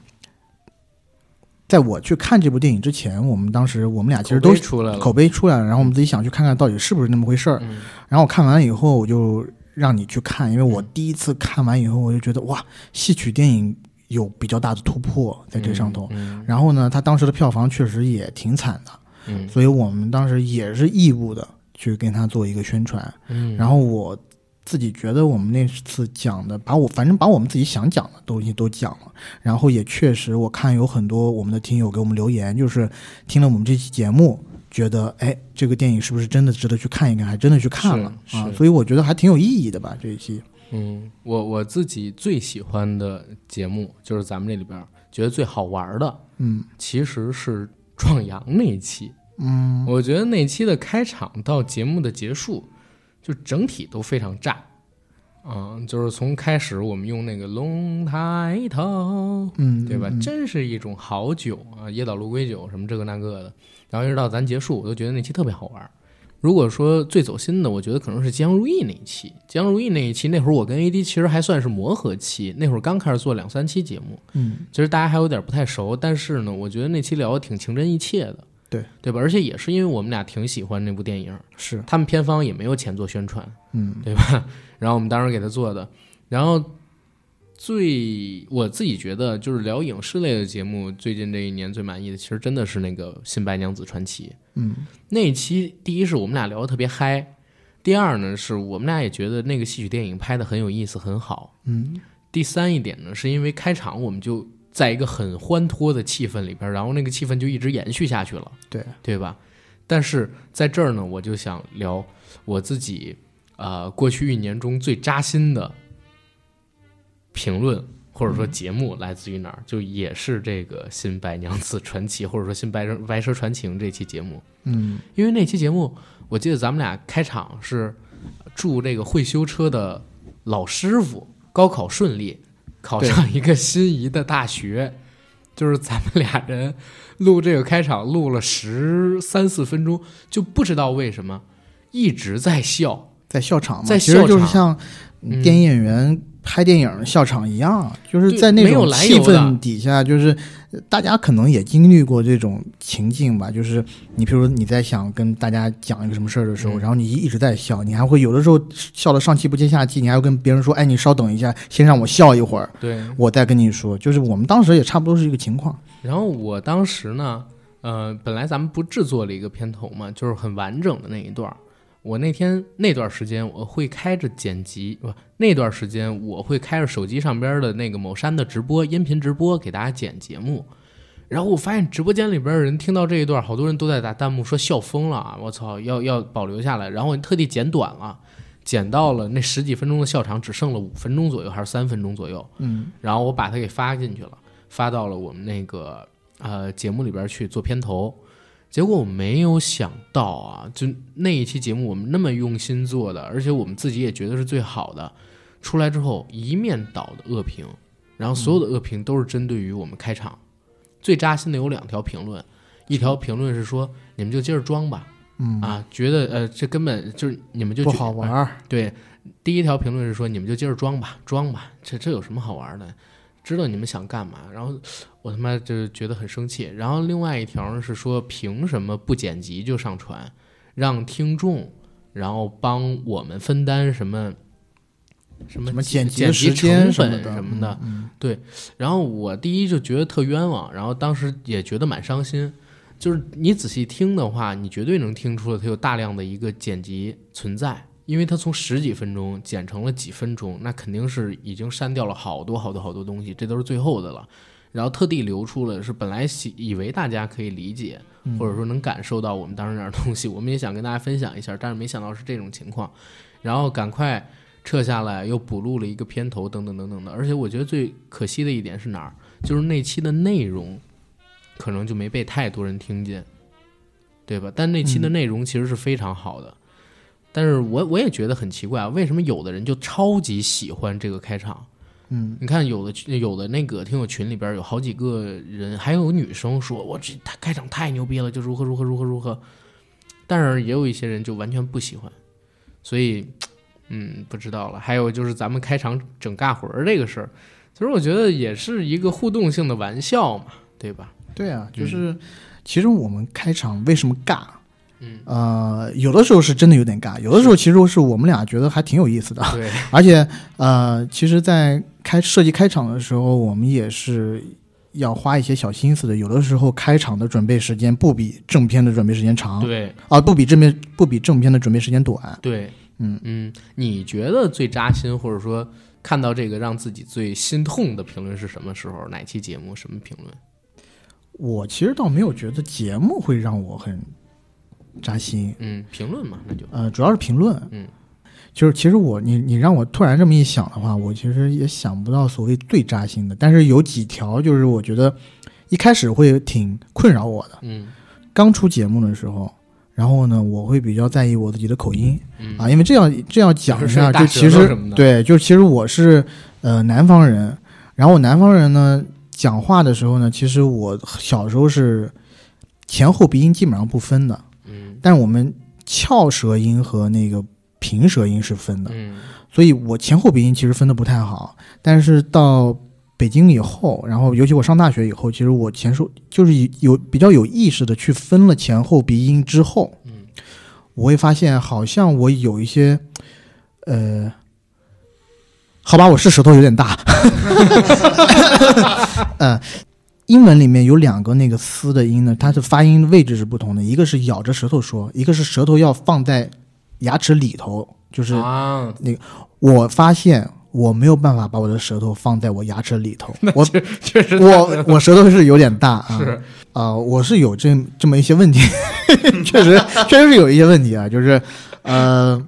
Speaker 1: 在我去看这部电影之前，我们当时我们俩其实
Speaker 3: 口
Speaker 1: 都
Speaker 3: 碑出来了，
Speaker 1: 口碑出来了，然后我们自己想去看看到底是不是那么回事儿。
Speaker 3: 嗯
Speaker 1: 然后我看完了以后，我就让你去看，因为
Speaker 3: 嗯
Speaker 1: 我第一次看完以后，我就觉得哇，戏曲电影有比较大的突破在这上头。
Speaker 3: 嗯
Speaker 1: 然后呢，它当时的票房确实也挺惨的。
Speaker 3: 嗯
Speaker 1: 所以我们当时也是义务的去跟他做一个宣传。
Speaker 3: 嗯，
Speaker 1: 然
Speaker 3: 后
Speaker 1: 后我自己觉得我们那次讲的，把我反正把我们自己想讲的东西都讲了，然后也确实我看有很多我们的听友给我们留言，就是听了我们这期节目。觉得哎，这个电影是不是真的值得去看一看？还真的去看了
Speaker 3: 是
Speaker 1: 啊，
Speaker 3: 是
Speaker 1: 所以我觉得还挺有意义的吧。这一期
Speaker 3: 嗯，我我自己最喜欢的节目就是咱们这里边儿觉得最好玩儿的，
Speaker 1: 嗯，
Speaker 3: 其实是壮阳那一期。
Speaker 1: 嗯，
Speaker 3: 我觉得那期的开场到节目的结束，就整体都非常炸。嗯，就是从开始我们用那个龙抬头，
Speaker 1: 嗯，
Speaker 3: 对吧？
Speaker 1: 嗯
Speaker 3: 真是一种好酒啊，椰岛鹿龟酒什么这个那个的。然后一直到咱结束，我都觉得那期特别好玩儿。如果说最走心的，我觉得可能是江如意那一期。江如意那一期，那会儿我跟 AD 其实还算是磨合期，那会儿刚开始做两三期节目，
Speaker 1: 嗯，
Speaker 3: 其实大家还有点不太熟。但是呢，我觉得那期聊的挺情真意切的，
Speaker 1: 对
Speaker 3: 对吧？而且也是因为我们俩挺喜欢那部电影，
Speaker 1: 是，
Speaker 3: 他们片方也没有钱做宣传，
Speaker 1: 嗯
Speaker 3: 对吧？ 然后我们当时给他做的，然后最我自己觉得就是聊影视类的节目，最近这一年最满意的，其实真的是那个《新白娘子传奇》
Speaker 1: 嗯
Speaker 3: 那一期。第一是我们俩聊的特别嗨，第二呢是我们俩也觉得那个戏曲电影拍的很有意思，很好。
Speaker 1: 嗯
Speaker 3: 第三一点呢，是因为开场我们就在一个很欢脱的气氛里边，然后那个气氛就一直延续下去了。
Speaker 1: 对
Speaker 3: 对吧？但是在这儿呢，我就想聊我自己呃过去一年中最扎心的评论或者说节目来自于哪儿，就也是这个《新白娘子传奇》或者说《新白蛇白蛇传情》这期节目，
Speaker 1: 嗯
Speaker 3: 因为那期节目我记得咱们俩开场是祝这个会修车的老师傅高考顺利，考上一个心仪的大学。就是咱们俩人录这个开场，录了十三四分钟，就不知道为什么一直在笑。
Speaker 1: 在笑场嘛，
Speaker 3: 在
Speaker 1: 其实就是
Speaker 3: 笑
Speaker 1: 像
Speaker 3: 嗯
Speaker 1: 电影演员拍电影笑场一样，就是在那
Speaker 3: 对没有
Speaker 1: 种
Speaker 3: 来
Speaker 1: 气
Speaker 3: 由的
Speaker 1: 氛底下，就是呃大家可能也经历过这种情境吧。就是你，譬如你在想跟大家讲一个什么事儿的时候，
Speaker 3: 嗯
Speaker 1: 然后你一直在笑，你还会有的时候笑的上气不接下气，你还会跟别人说：“哎，你稍等一下，先让我笑一会儿，
Speaker 3: 对，
Speaker 1: 我再跟你说。”就是我们当时也差不多是一个情况。
Speaker 3: 然后我当时呢，呃，本来咱们不制作了一个片头嘛，就是很完整的那一段儿。我那天那段时间我会开着剪辑，不，那段时间我会开着手机上边的那个某山的直播音频直播给大家剪节目。然后我发现直播间里边的人听到这一段，好多人都在打弹幕说笑疯了啊！我操，要要保留下来。然后我特地剪短了，剪到了那十几分钟的笑场只剩了五分钟左右，还是三分钟左右。
Speaker 1: 嗯
Speaker 3: 然后我把它给发进去了，发到了我们那个呃节目里边去做片头。结果我没有想到啊，就那一期节目我们那么用心做的，而且我们自己也觉得是最好的，出来之后一面倒的恶评，然后
Speaker 1: 嗯
Speaker 3: 所有的恶评都是针对于我们开场。最扎心的有两条评论，一条评论是说你们就接着装吧，
Speaker 1: 嗯，
Speaker 3: 啊，觉得呃这根本就是你们就
Speaker 1: 不
Speaker 3: 觉啊
Speaker 1: 好玩儿。
Speaker 3: 对，第一条评论是说你们就接着装吧，装吧，这这有什么好玩的？知道你们想干嘛？然后我他妈就觉得很生气。然后另外一条呢是说，凭什么不剪辑就上传，让听众然后帮我们分担什么什么
Speaker 1: 什么剪辑
Speaker 3: 辑
Speaker 1: 的时间
Speaker 3: 成
Speaker 1: 么
Speaker 3: 本
Speaker 1: 的
Speaker 3: 什
Speaker 1: 什
Speaker 3: 么的。，
Speaker 1: 嗯
Speaker 3: 然后我第一就觉得特冤枉，然后当时也觉得蛮伤心。就是你仔细听的话，你绝对能听出来它有大量的一个剪辑存在，因为它从十几分钟剪成了几分钟，那肯定是已经删掉了好多好多好多东西，这都是最后的了。然后特地留出了是本来喜以为大家可以理解，
Speaker 1: 嗯
Speaker 3: 或者说能感受到我们当时那点东西，我们也想跟大家分享一下，但是没想到是这种情况，然后赶快撤下来，又补录了一个片头，等等等等的。而且我觉得最可惜的一点是哪儿，就是那期的内容可能就没被太多人听见，对吧？但那期的内容其实是非常好的。但是我我也觉得很奇怪，啊为什么有的人就超级喜欢这个开场？
Speaker 1: 嗯
Speaker 3: 你看，有的群有的那个听友群里边有好几个人，还有女生说：“我这他开场太牛逼了，就如何如何如何如何。”但是也有一些人就完全不喜欢，所以，嗯，不知道了。还有就是咱们开场整尬魂儿这个事儿，其实我觉得也是一个互动性的玩笑嘛，对吧？
Speaker 1: 对啊，就是其实我们开场为什么尬？
Speaker 3: 嗯，
Speaker 1: 呃，有的时候是真的有点尬，有的时候其实是我们俩觉得还挺有意思的，
Speaker 3: 对，
Speaker 1: 而且呃，其实，在开设计开场的时候，我们也是要花一些小心思的。有的时候开场的准备时间不比正片的准备时间长，
Speaker 3: 对，
Speaker 1: 啊，不比正片不比正片的准备时间短。
Speaker 3: 对，
Speaker 1: 嗯
Speaker 3: 嗯，你觉得最扎心，或者说看到这个让自己最心痛的评论是什么时候？哪期节目？什么评论？
Speaker 1: 我其实倒没有觉得节目会让我很扎心，
Speaker 3: 嗯，评论嘛，那就
Speaker 1: 呃，主要是评论。
Speaker 3: 嗯，
Speaker 1: 就是其实我你你让我突然这么一想的话，我其实也想不到所谓最扎心的，但是有几条就是我觉得一开始会挺困扰我的。
Speaker 3: 嗯
Speaker 1: 刚出节目的时候，然后呢，我会比较在意我自己的口音
Speaker 3: 嗯
Speaker 1: 啊，因为这样这样讲一下，就
Speaker 3: 就是睡大
Speaker 1: 其
Speaker 3: 舌头
Speaker 1: 实
Speaker 3: 什么的
Speaker 1: 对，就其实我是呃南方人，然后我南方人呢讲话的时候呢，其实我小时候是前后鼻音基本上不分的，
Speaker 3: 嗯
Speaker 1: 但是我们翘舌音和那个平舌音是分的，
Speaker 3: 嗯
Speaker 1: 所以我前后鼻音其实分的不太好，但是到北京以后，然后尤其我上大学以后，其实我前手就是有有比较有意识的去分了前后鼻音之后，
Speaker 3: 嗯，
Speaker 1: 我会发现好像我有一些，呃，好吧，我是舌头有点大， 呃，英文里面有两个那个嘶的音呢，它的发音位置是不同的，一个是咬着舌头说，一个是舌头要放在牙齿里头，就是
Speaker 3: 啊，
Speaker 1: 我发现我没有办法把我的舌头放在我牙齿里 头，我
Speaker 3: 确实
Speaker 1: 我我舌头是有点大啊，
Speaker 3: 是
Speaker 1: 啊、我是有这这么一些问题，确实确实是有一些问题啊，就是呃，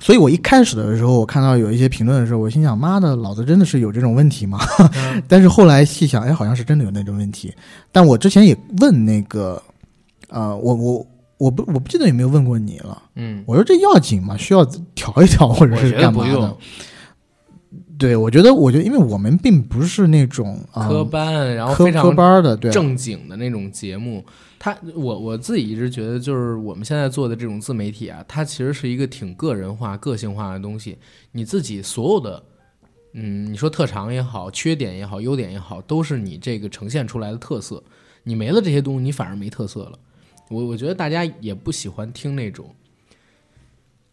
Speaker 1: 所以我一开始的时候，我看到有一些评论的时候，我心想，妈的，老子真的是有这种问题吗？
Speaker 3: 嗯
Speaker 1: 但是后来细想，哎，好像是真的有那种问题。但我之前也问那个，呃，我我我不我不记得有没有问过你了，
Speaker 3: 嗯，
Speaker 1: 我说这要紧吗？需要调一调或者
Speaker 3: 我
Speaker 1: 是
Speaker 3: 觉得
Speaker 1: 干
Speaker 3: 不
Speaker 1: 嘛的
Speaker 3: 用？
Speaker 1: 对，我觉得，我觉得，因为我们并不是那种啊、
Speaker 3: 科班，然后
Speaker 1: 科
Speaker 3: 非常
Speaker 1: 科班儿的，对，
Speaker 3: 正经的那种节目。它，我我自己一直觉得，就是我们现在做的这种自媒体啊，它其实是一个挺个人化、个性化的东西。你自己所有的，嗯，你说特长也好，缺点也好，优点也好，都是你这个呈现出来的特色。你没了这些东西，你反而没特色了。我我觉得大家也不喜欢听那种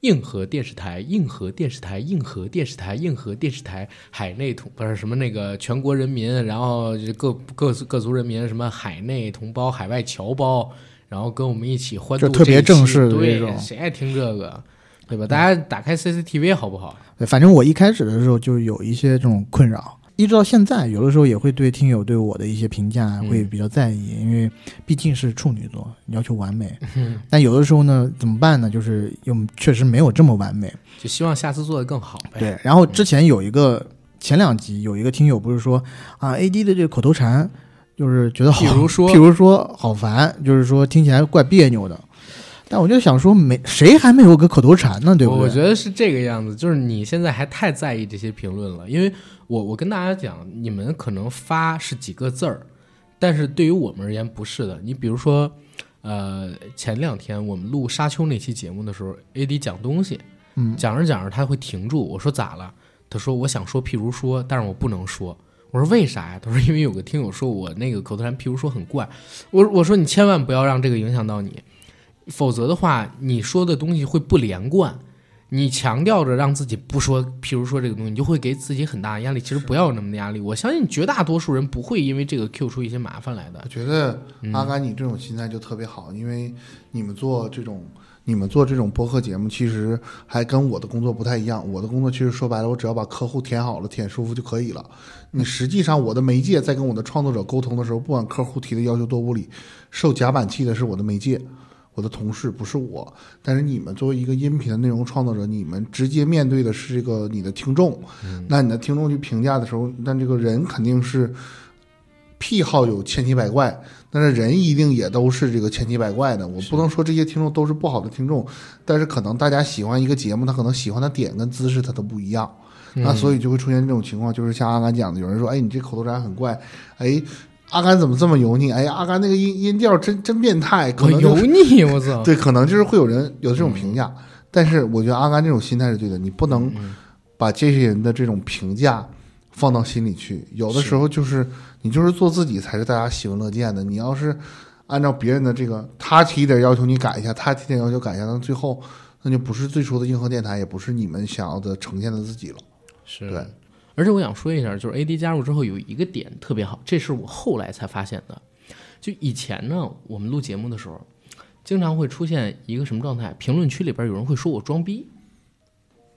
Speaker 3: 硬核电视台、硬核电视台、硬核电视台、硬核电视台、海内同不是什么那个全国人民，然后就是各各族各族人民，什么海内同胞、海外侨胞，然后跟我们一起欢度
Speaker 1: 就特别
Speaker 3: 这一期
Speaker 1: 正式的这
Speaker 3: 对
Speaker 1: 种
Speaker 3: 谁爱听这个？对吧？大家打开 CCTV 好不好？
Speaker 1: 对反正我一开始的时候就有一些这种困扰，一直到现在，有的时候也会对听友对我的一些评价啊
Speaker 3: 嗯
Speaker 1: 会比较在意，因为毕竟是处女座，要求完美。
Speaker 3: 嗯
Speaker 1: 但有的时候呢，怎么办呢？就是又确实没有这么完美。
Speaker 3: 就希望下次做的更好呗。
Speaker 1: 对，然后之前有一个前两集有一个听友不是说啊，AD 的这个口头禅，就是觉得好，
Speaker 3: 譬如 说
Speaker 1: 譬如说好烦，就是说听起来怪别扭的。但我就想说没，谁还没有个口头禅呢？对不
Speaker 3: 我
Speaker 1: 对？
Speaker 3: 我觉得是这个样子，就是你现在还太在意这些评论了，因为我我跟大家讲，你们可能发是几个字儿，但是对于我们而言不是的。你比如说，呃，前两天我们录沙丘那期节目的时候，AD 讲东西，
Speaker 1: 嗯
Speaker 3: 讲着讲着他会停住，我说咋了？他说我想说，譬如说，但是我不能说。我说为啥呀？他说因为有个听友说我那个口头禅，譬如说很怪。我我说你千万不要让这个影响到你，否则的话，你说的东西会不连贯。你强调着让自己不说，譬如说这个东西，你就会给自己很大的压力。其实不要有那么的压力，我相信绝大多数人不会因为这个 Q 出一些麻烦来的
Speaker 2: 我。觉得阿甘，你这种心态就特别好，因为你们做这种。你们做这种播客节目，其实还跟我的工作不太一样。我的工作其实说白了，我只要把客户填好了、填舒服就可以了。你实际上，我的媒介在跟我的创作者沟通的时候，不管客户提的要求多无理，受夹板气的是我的媒介，我的同事不是我。但是你们作为一个音频的内容创作者，你们直接面对的是这个你的听众，那你的听众去评价的时候，那这个人肯定是癖好有千奇百怪，但是人一定也都是这个千奇百怪的。我不能说这些听众都是不好的听众，但是可能大家喜欢一个节目，他可能喜欢的点跟姿势他都不一样。
Speaker 3: 嗯
Speaker 2: 那所以就会出现这种情况，就是像阿甘讲的，有人说：“哎，你这口头禅很怪，哎，阿甘怎么这么油腻？哎呀，阿甘那个音音调真真变态。”可
Speaker 3: 我
Speaker 2: 能就
Speaker 3: 油腻，我操！
Speaker 2: 对，可能就是会有人有这种评价，但是我觉得阿甘这种心态是对的，你不能把这些人的这种评价放到心里去。有的时候就是你就是做自己才是大家喜闻乐见的。你要是按照别人的这个，他提一点要求你改一下，他提点要求改一下，那最后那就不是最初的硬核电台，也不是你们想要的呈现的自己了。
Speaker 3: 是
Speaker 2: 对。
Speaker 3: 而且我想说一下，就是 AD 加入之后有一个点特别好，这是我后来才发现的。就以前呢，我们录节目的时候，经常会出现一个什么状态？评论区里边有人会说我装逼，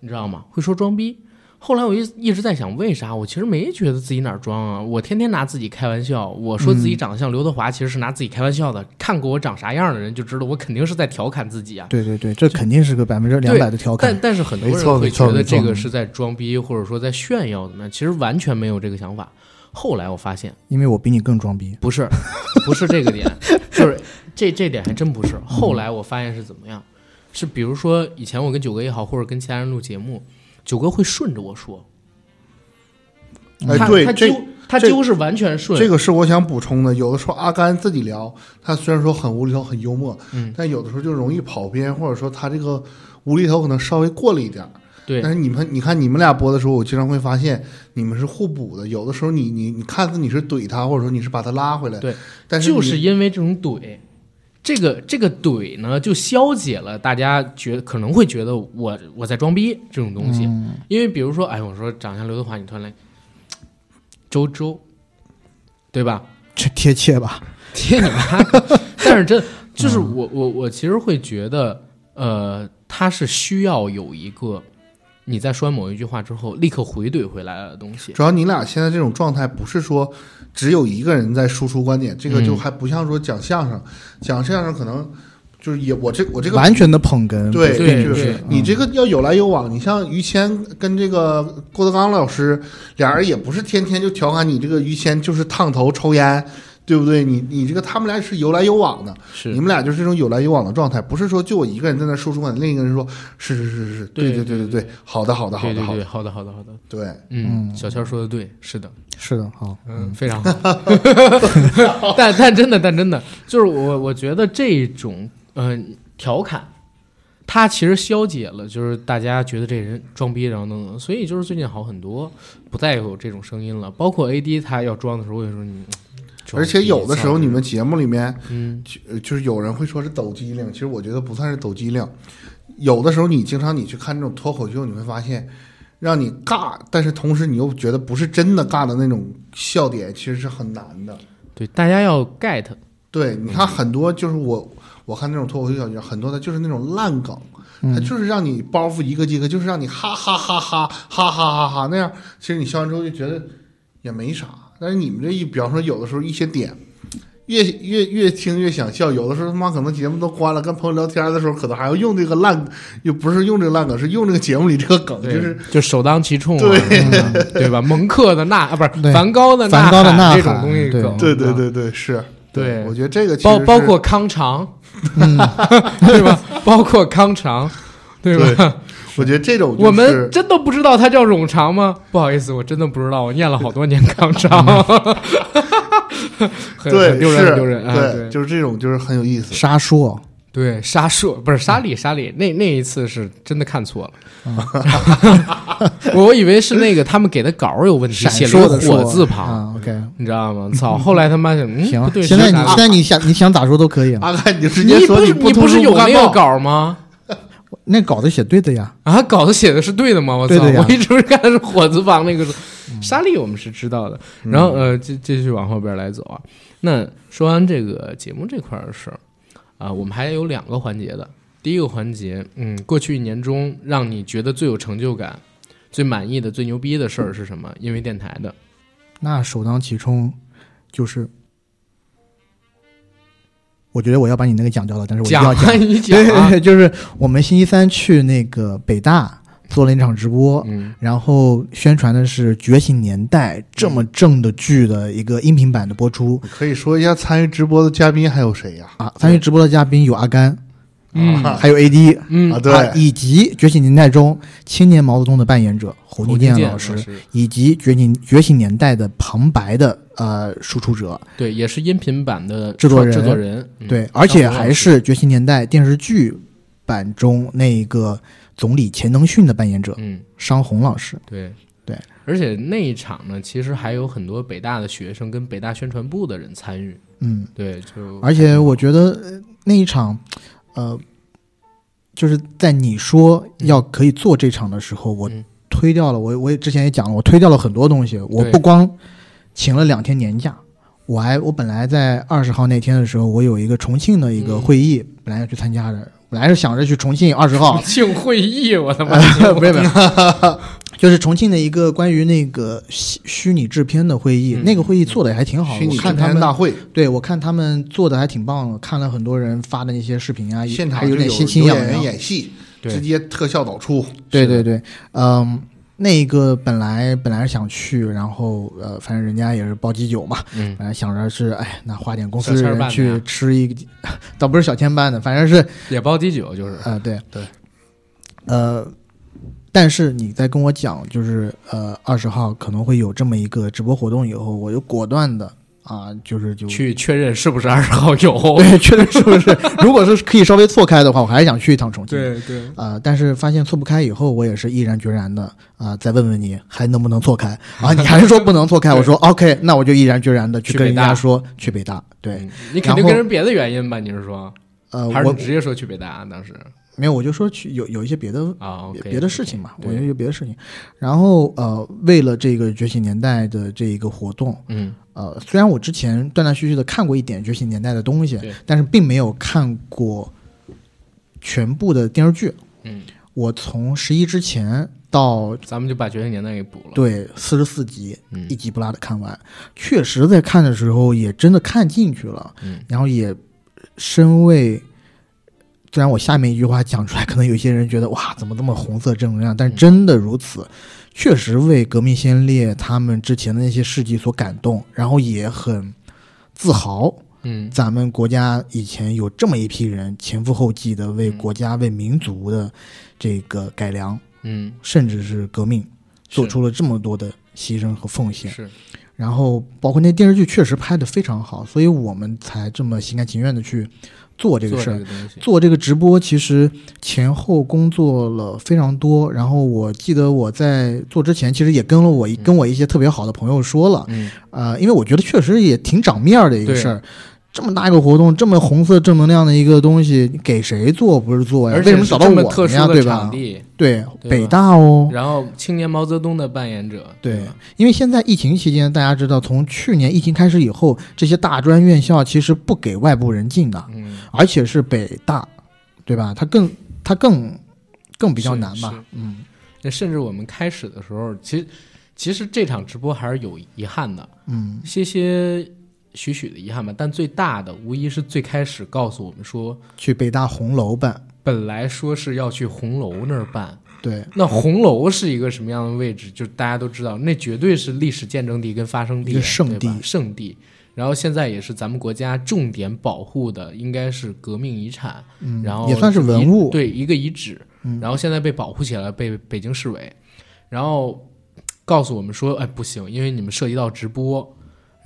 Speaker 3: 你知道吗？会说装逼。后来我一一直在想，为啥？我其实没觉得自己哪儿装啊，我天天拿自己开玩笑。我说自己长得像刘德华，其实是拿自己开玩笑的。看过我长啥样的人就知道，我肯定是在调侃自己啊。
Speaker 1: 对对对，这肯定是个百分之两
Speaker 3: 对
Speaker 1: 百的调侃
Speaker 3: 但。但是很多
Speaker 2: 没错
Speaker 3: 人会
Speaker 2: 没错
Speaker 3: 觉得
Speaker 2: 没错
Speaker 3: 这个是在装逼，或者说在炫耀怎么样？其实完全没有这个想法。后来我发现
Speaker 1: 因为我比你更装逼。
Speaker 3: 不是， 不是这个点，就是这这点还真不是。后来我发现是怎么样，是比如说以前我跟九哥也好，或者跟其他人录节目，九哥会顺着我说，
Speaker 2: 哎，
Speaker 3: 他
Speaker 2: 对
Speaker 3: 他，
Speaker 2: 这
Speaker 3: 揪他
Speaker 2: 这
Speaker 3: 揪是完全顺，
Speaker 2: 这个是我想补充的。有的时候阿甘自己聊，他虽然说很无厘头、很幽默，
Speaker 3: 嗯
Speaker 2: 但有的时候就容易跑偏，或者说他这个无厘头可能稍微过了一点儿。
Speaker 3: 对
Speaker 2: 但是你们，你看你们俩播的时候，我经常会发现你们是互补的。有的时候你你你看似你是怼他，或者说你是把他拉回来，
Speaker 3: 对，
Speaker 2: 但是
Speaker 3: 就
Speaker 2: 你
Speaker 3: 是因为这种怼，这个这个怼呢，就消解了大家觉可能会觉得我我在装逼这种东西，
Speaker 2: 嗯
Speaker 3: 因为比如说，哎，我说长相刘德华，你突然来周周，对吧？
Speaker 1: 这贴切吧？
Speaker 3: 贴你妈！但是真就是
Speaker 2: 嗯
Speaker 3: 我我我其实会觉得，呃，他是需要有一个你在说完某一句话之后立刻回怼回来的东西，
Speaker 2: 主要你俩现在这种状态，不是说只有一个人在输出观点，这
Speaker 3: 嗯
Speaker 2: 个就还不像说讲相声，讲相声可能就是也我这我这个
Speaker 1: 完全的捧哏。
Speaker 2: 对
Speaker 3: 对嗯
Speaker 2: 就
Speaker 3: 对
Speaker 2: 是你这个要有来有往。你像于谦跟这个郭德纲老师，俩人也不是天天就调侃你这个于谦就是烫头抽烟，对不对？你你这个他们俩是有来有往的，
Speaker 3: 是
Speaker 2: 你们俩就是这种有来有往的状态，不是说就我一个人在那输出观点，另一个人说是是是是是，
Speaker 3: 对
Speaker 2: 对
Speaker 3: 对
Speaker 2: 对对，好的好的好
Speaker 3: 对
Speaker 2: 的
Speaker 3: 对
Speaker 2: 好
Speaker 3: 对，
Speaker 2: 的，
Speaker 3: 好的好的好的，
Speaker 2: 对，
Speaker 3: 嗯，小千说的对，是的。
Speaker 1: 是的，好。
Speaker 3: 嗯，非常好。 但但真的，但真的，就是我我觉得这种嗯、调侃，它其实消解了，就是大家觉得这人装逼，然后等等，所以就是最近好很多，不再有这种声音了。包括 AD 他要装的时候，我也说你，装
Speaker 2: 而且
Speaker 3: 逼
Speaker 2: 有的时候
Speaker 3: 操
Speaker 2: 你们节目里面
Speaker 3: 嗯
Speaker 2: 就呃就是有人会说是抖机灵，其实我觉得不算是抖机灵。有的时候你经常你去看这种脱口秀，你会发现，让你尬，但是同时你又觉得不是真的尬的那种笑点，其实是很难的。
Speaker 3: 对大家要 get，
Speaker 2: 对，你看很多就是我我看那种脱口秀小剧场，很多的就是那种烂梗，它
Speaker 3: 嗯
Speaker 2: 就是让你包袱一个接一个，就是让你哈哈哈哈哈哈哈哈那样。其实你笑完之后就觉得也没啥，但是你们这一，比方说有的时候一些点。越越越听越想笑，有的时候他妈可能节目都关了，跟朋友聊天的时候，可能还要用这个烂，又不是用这个烂梗，是用这个节目里这个梗，就
Speaker 3: 对
Speaker 2: 是
Speaker 3: 就首当其冲、啊，对对吧？蒙克的呐啊，不是
Speaker 1: 对
Speaker 3: 梵高的
Speaker 1: 梵高的呐
Speaker 3: 呐
Speaker 1: 喊
Speaker 3: 这种东西
Speaker 1: 对
Speaker 3: 梗，啊
Speaker 2: 对对对对是，
Speaker 3: 对
Speaker 2: 我觉得这个其
Speaker 3: 包
Speaker 2: 实
Speaker 3: 包
Speaker 2: 是
Speaker 3: 括康长，
Speaker 1: 嗯
Speaker 3: 对吧？包括康长，对吧？
Speaker 2: 我觉得这种就 是、
Speaker 3: 我们真的不知道它叫冗长吗？不好意思，我真的不知道，我念了好多年康长，
Speaker 1: 嗯
Speaker 3: 很
Speaker 2: 对
Speaker 3: 很丢人，
Speaker 2: 是
Speaker 3: 很丢人啊！
Speaker 2: 对，
Speaker 3: 对
Speaker 2: 就是这种就是很有意思。
Speaker 1: 沙硕，
Speaker 3: 对，沙硕不是沙里，沙里那那一次是真的看错了， 我以为是那个他们给的稿儿有问题，
Speaker 1: 嗯闪
Speaker 3: 写
Speaker 1: 烁
Speaker 3: 了个
Speaker 1: 的硕
Speaker 3: 火字旁，
Speaker 1: 啊，OK，
Speaker 3: 你知道吗？操！后来他妈想，嗯，
Speaker 1: 行
Speaker 3: 不。对，
Speaker 1: 现在
Speaker 3: 是
Speaker 1: 你
Speaker 3: 啥啊
Speaker 1: 现在你想你想咋说都可以。
Speaker 2: 阿甘，你就直接
Speaker 3: 你
Speaker 2: 说
Speaker 3: 不是
Speaker 2: 不
Speaker 3: 你
Speaker 2: 读
Speaker 3: 是
Speaker 2: 书
Speaker 3: 有
Speaker 2: 不看
Speaker 3: 那个
Speaker 2: 报，
Speaker 3: 稿儿吗？
Speaker 1: 那稿子写对的呀，
Speaker 3: 啊，稿子写的是对的吗？我
Speaker 1: 对
Speaker 3: 操！
Speaker 1: 的呀嗯
Speaker 3: 我一直看的是火字旁那个字，沙粒我们是知道的。然后呃，继继续往后边来走啊。那说完这个节目这块儿的事儿啊，我们还有两个环节的。第一个环节，嗯，过去一年中让你觉得最有成就感、最满意的、最牛逼的事儿是什么？因为电台的
Speaker 1: 那首当其冲就是，我觉得我要把你那个讲掉了，但是我一定
Speaker 3: 讲
Speaker 1: 要
Speaker 3: 啊，
Speaker 1: 讲。
Speaker 3: 你讲
Speaker 1: 对对
Speaker 3: 啊，
Speaker 1: 对，就是我们星期三去那个北大做了一场直播，
Speaker 3: 嗯，
Speaker 1: 然后宣传的是《觉醒年代》这么正的剧的一个音频版的播出
Speaker 2: 可以说一下参与直播的嘉宾还有谁呀？
Speaker 1: 啊。参与直播的嘉宾有阿甘，
Speaker 3: 嗯
Speaker 1: 还有 AD，
Speaker 3: 嗯
Speaker 2: 啊，
Speaker 1: 啊
Speaker 2: 对，
Speaker 1: 以及《觉醒年代》中青年毛泽东的扮演者侯
Speaker 3: 侯
Speaker 1: 敬
Speaker 3: 金
Speaker 1: 健
Speaker 3: 健
Speaker 1: 老
Speaker 3: 老
Speaker 1: 师，，以及《觉醒觉醒年代》的旁白的呃输出者，
Speaker 3: 对，也是音频版的
Speaker 1: 制作人
Speaker 3: 制作人，嗯
Speaker 1: 对，而且
Speaker 3: 张博老
Speaker 1: 还
Speaker 3: 师
Speaker 1: 是《觉醒年代》电视剧版中那个总理钱能训的扮演者
Speaker 3: 嗯，
Speaker 1: 商红老师。
Speaker 3: 对
Speaker 1: 对，
Speaker 3: 而且那一场呢，其实还有很多北大的学生跟北大宣传部的人参与。
Speaker 1: 嗯，
Speaker 3: 对，就
Speaker 1: 而且我觉得呃那一场，呃，就是在你说要可以做这场的时候，我
Speaker 3: 嗯
Speaker 1: 推掉了，我我也之前也讲了，我推掉了很多东西。我
Speaker 3: 对
Speaker 1: 不光请了两天年假，我还我本来在二十号那天的时候，我有一个重庆的一个
Speaker 3: 嗯，
Speaker 1: 会议，本来要去参加的，本来是想着去重庆二十号
Speaker 3: 庆会议，我他妈
Speaker 1: 呃，不是不 是，就是重庆的一个关于那个虚虚拟制片的会议，
Speaker 3: 嗯
Speaker 1: 那个会议做的也还挺好的。
Speaker 2: 虚拟
Speaker 1: 我
Speaker 2: 制
Speaker 1: 看他
Speaker 2: 片大
Speaker 1: 们，
Speaker 2: 会，
Speaker 1: 对我看他们做的还挺棒的，看了很多人发的那些视频啊，也
Speaker 2: 现场
Speaker 1: 还有
Speaker 2: 就
Speaker 1: 点
Speaker 2: 有
Speaker 1: 心心
Speaker 2: 有
Speaker 1: 痒
Speaker 2: 演员
Speaker 1: 痒。
Speaker 2: 演戏，
Speaker 3: 对
Speaker 2: 直接特效导出，
Speaker 1: 对对对，嗯。那个本来本来是想去，然后呃，反正人家也是包机酒嘛，
Speaker 3: 嗯
Speaker 1: 本来想着是哎，那花点公司
Speaker 3: 小千儿
Speaker 1: 人
Speaker 3: 办的
Speaker 1: 去
Speaker 3: 呀
Speaker 1: 吃一 个，倒不是小千办的，反正是
Speaker 3: 也包第九，就是
Speaker 1: 啊，对
Speaker 2: 对，
Speaker 1: 呃，但是你在跟我讲，就是呃，二十号可能会有这么一个直播活动以后，我就果断的啊、就是就
Speaker 3: 去确认是不是二十号有。
Speaker 1: 对，确认是不是？ 如果是可以稍微错开的话，我还是想去一趟重庆。
Speaker 3: 对，
Speaker 1: 啊、但是发现错不开以后，我也是毅然决然的啊、再问问你还能不能错开啊？你还是说不能错开？我说 OK，那我就毅然决然的去
Speaker 3: 去
Speaker 1: 跟
Speaker 3: 北
Speaker 1: 人
Speaker 3: 大
Speaker 1: 家说去北大。对，
Speaker 3: 嗯你肯定
Speaker 1: 然后
Speaker 3: 跟人别的原因吧？你是说，
Speaker 1: 呃，
Speaker 3: 嗯还是
Speaker 1: 我
Speaker 3: 你直接说去北大？啊当时
Speaker 1: 没有，我就说去有有一些别的
Speaker 3: 啊
Speaker 1: 别
Speaker 3: OK，
Speaker 1: 别的事情嘛，
Speaker 3: OK，
Speaker 1: 我
Speaker 3: 对
Speaker 1: 觉得有别的事情。然后呃，为了这个觉醒年代的这一个活动，
Speaker 3: 嗯，
Speaker 1: 呃，虽然我之前断断续续的看过一点觉醒年代的东西
Speaker 3: 对，
Speaker 1: 但是并没有看过全部的电视剧。
Speaker 3: 嗯，
Speaker 1: 我从十一之前到
Speaker 3: 咱们就把《觉醒年代》给补了。
Speaker 1: 对四十四集，
Speaker 3: 嗯
Speaker 1: 一集不落的看完，确实在看的时候也真的看进去了，
Speaker 3: 嗯
Speaker 1: 然后也身为，虽然我下面一句话讲出来，可能有些人觉得哇，怎么这么红色正能量？但
Speaker 3: 嗯
Speaker 1: 真的如此，确实为革命先烈他们之前的那些事迹所感动，然后也很自豪，
Speaker 3: 嗯
Speaker 1: 咱们国家以前有这么一批人前赴后继的为
Speaker 3: 嗯
Speaker 1: 国家、为民族的这个改良，
Speaker 3: 嗯，
Speaker 1: 甚至是革命，做
Speaker 3: 是
Speaker 1: 出了这么多的牺牲和奉献。
Speaker 3: 是
Speaker 1: 然后包括那电视剧确实拍得非常好，所以我们才这么心甘情愿的去做这个
Speaker 3: 做
Speaker 1: 事
Speaker 3: 这
Speaker 1: 儿。
Speaker 3: 个东西。
Speaker 1: 做这个直播其实前后工作了非常多，然后我记得我在做之前，其实也跟了我一
Speaker 3: 嗯
Speaker 1: 跟我一些特别好的朋友说了，
Speaker 3: 嗯，
Speaker 1: 呃，因为我觉得确实也挺长面儿的一个
Speaker 3: 对
Speaker 1: 事儿。这么大一个活动，这么红色正能量的一个东西，给谁做不是做呀？
Speaker 3: 而
Speaker 1: 为
Speaker 3: 且
Speaker 1: 什么
Speaker 3: 是
Speaker 1: 找到
Speaker 3: 这
Speaker 1: 我
Speaker 3: 么特
Speaker 1: 们呀？
Speaker 3: 殊
Speaker 1: 对
Speaker 3: 的场
Speaker 1: 吧？
Speaker 3: 地，
Speaker 1: 对，
Speaker 3: 对
Speaker 1: 北
Speaker 3: 吧
Speaker 1: 大哦，
Speaker 3: 然后青年毛泽东的扮演者，
Speaker 1: 对
Speaker 3: 吧，
Speaker 1: 因为现在疫情期间，大家知道，从去年疫情开始以后，这些大专院校其实不给外部人进的，
Speaker 3: 嗯，
Speaker 1: 而且是北大，对吧？它更它更更比较难
Speaker 3: 是是
Speaker 1: 吧？嗯
Speaker 3: 那甚至我们开始的时候，其实其实这场直播还是有遗憾的，
Speaker 1: 嗯，
Speaker 3: 些些许许的遗憾吧。但最大的无疑是最开始告诉我们说，
Speaker 1: 去北大红楼办，
Speaker 3: 本来说是要去红楼那儿办，
Speaker 1: 对
Speaker 3: 那红楼是一个什么样的位置？就大家都知道，那绝对是历史见证地跟发生地，啊
Speaker 1: 一个圣地
Speaker 3: 对吧圣地。然后现在也是咱们国家重点保护的，应该是革命遗产，
Speaker 1: 嗯
Speaker 3: 然后
Speaker 1: 也算是文物
Speaker 3: 一对一个遗址。
Speaker 1: 嗯
Speaker 3: 然后现在被保护起来，被北京市委，然后告诉我们说，哎，不行，因为你们涉及到直播，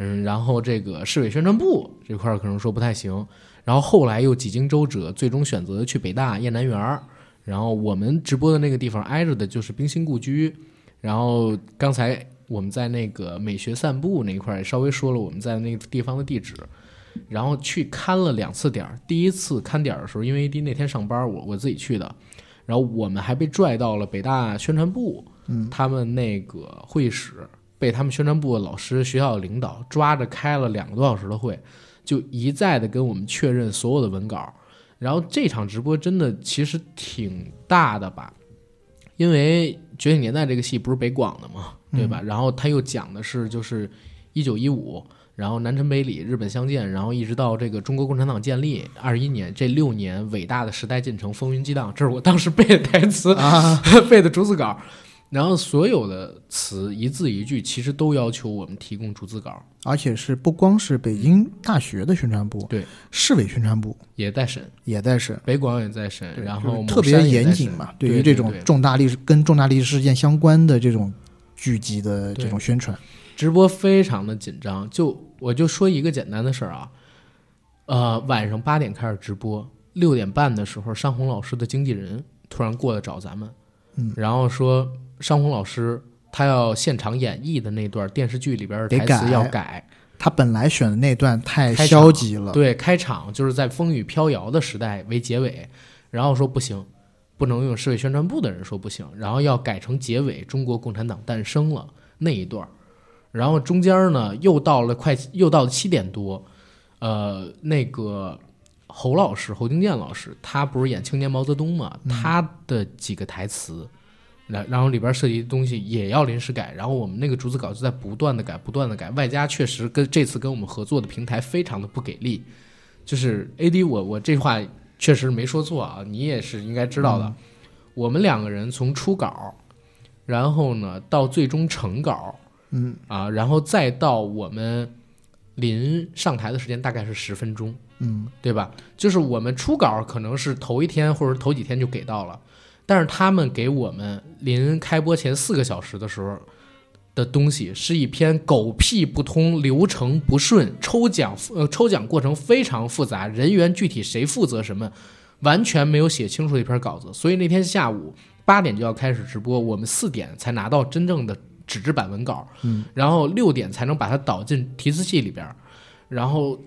Speaker 3: 嗯，然后这个市委宣传部这块儿可能说不太行，然后后来又几经周折，最终选择去北大雁南园儿，然后我们直播的那个地方挨着的就是冰心故居，然后刚才我们在那个美学散步那一块儿也稍微说了我们在那个地方的地址，然后去看了两次点儿。第一次看点儿的时候，因为 AD 那天上班，我我自己去的。然后我们还被拽到了北大宣传部，
Speaker 1: 嗯
Speaker 3: 他们那个会议室被他们宣传部的老师、学校的领导抓着开了两个多小时的会，就一再的跟我们确认所有的文稿。然后这场直播真的其实挺大的吧，因为《觉醒年代》这个戏不是北广的嘛，对吧？然后他又讲的是就是一九一五，然后南陈北李日本相见，然后一直到这个中国共产党建立二一年这六年伟大的时代进程风云激荡，这是我当时背的台词，
Speaker 1: 啊
Speaker 3: 背的逐字稿。然后所有的词一字一句，其实都要求我们提供逐字稿，
Speaker 1: 而且是不光是北京大学的宣传部，
Speaker 3: 对，
Speaker 1: 市委宣传部
Speaker 3: 也在审，
Speaker 1: 也在审，
Speaker 3: 北广也在审，然后
Speaker 1: 就是特
Speaker 3: 某
Speaker 1: 别
Speaker 3: 山也在
Speaker 1: 严谨
Speaker 3: 审
Speaker 1: 嘛，
Speaker 3: 对
Speaker 1: 于
Speaker 3: 对
Speaker 1: 这种
Speaker 3: 对
Speaker 1: 重大历史跟重大历史事件相关的这种剧集的这种宣传，
Speaker 3: 直播非常的紧张，就我就说一个简单的事儿啊，呃，晚上八点开始直播，六点半的时候，尚红老师的经纪人突然过来找咱们，
Speaker 1: 嗯
Speaker 3: 然后说尚红老师他要现场演绎的那段电视剧里边的
Speaker 1: 得
Speaker 3: 台词
Speaker 1: 改
Speaker 3: 要改，
Speaker 1: 他本来选的那段太
Speaker 3: 开场
Speaker 1: 消极了，
Speaker 3: 对，开场就是在风雨飘摇的时代为结尾，然后说不行，不能用市委宣传部的人说不行，然后要改成结尾中国共产党诞生了那一段儿，然后中间呢又到了快又到了七点多，呃，那个侯老师侯京建老师他不是演青年毛泽东嘛，他的几个台词。然然后里边涉及的东西也要临时改，然后我们那个逐字稿就在不断的改，不断的改，外加确实跟这次跟我们合作的平台非常的不给力，就是 AD 我我这话确实没说错啊，你也是应该知道的，我们两个人从初稿，然后呢到最终成稿
Speaker 1: 嗯
Speaker 3: 啊，然后再到我们临上台的时间大概是十分钟，
Speaker 1: 嗯，
Speaker 3: 对吧？就是我们初稿可能是头一天或者头几天就给到了，但是他们给我们临开播前四个小时的时候的东西是一篇狗屁不通、流程不顺、抽奖呃抽奖过程非常复杂、人员具体谁负责什么，完全没有写清楚的一篇稿子。所以那天下午八点就要开始直播，我们四点才拿到真正的纸质版文稿，
Speaker 1: 嗯，
Speaker 3: 然后六点才能把它导进提词器里边儿，然后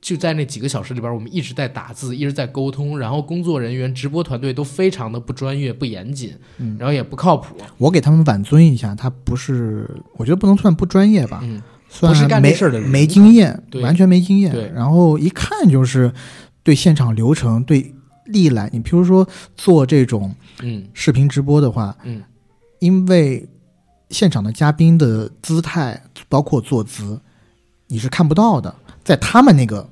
Speaker 3: 就在那几个小时里边，我们一直在打字，一直在沟通，然后工作人员、直播团队都非常的不专业、不严谨，
Speaker 1: 嗯
Speaker 3: 然后也不靠谱，
Speaker 1: 我给他们挽尊一下，他不是，我觉得不能算不专业吧，
Speaker 3: 嗯，
Speaker 1: 算
Speaker 3: 不是干这
Speaker 1: 没
Speaker 3: 事儿的人
Speaker 1: 没经验，
Speaker 3: 对
Speaker 1: 完全没经验。
Speaker 3: 对
Speaker 1: 然后一看就是对现场流程、对历来，你譬如说做这种
Speaker 3: 嗯
Speaker 1: 视频直播的话，
Speaker 3: 嗯，
Speaker 1: 因为现场的嘉宾的姿态，包括坐姿，你是看不到的，在他们那个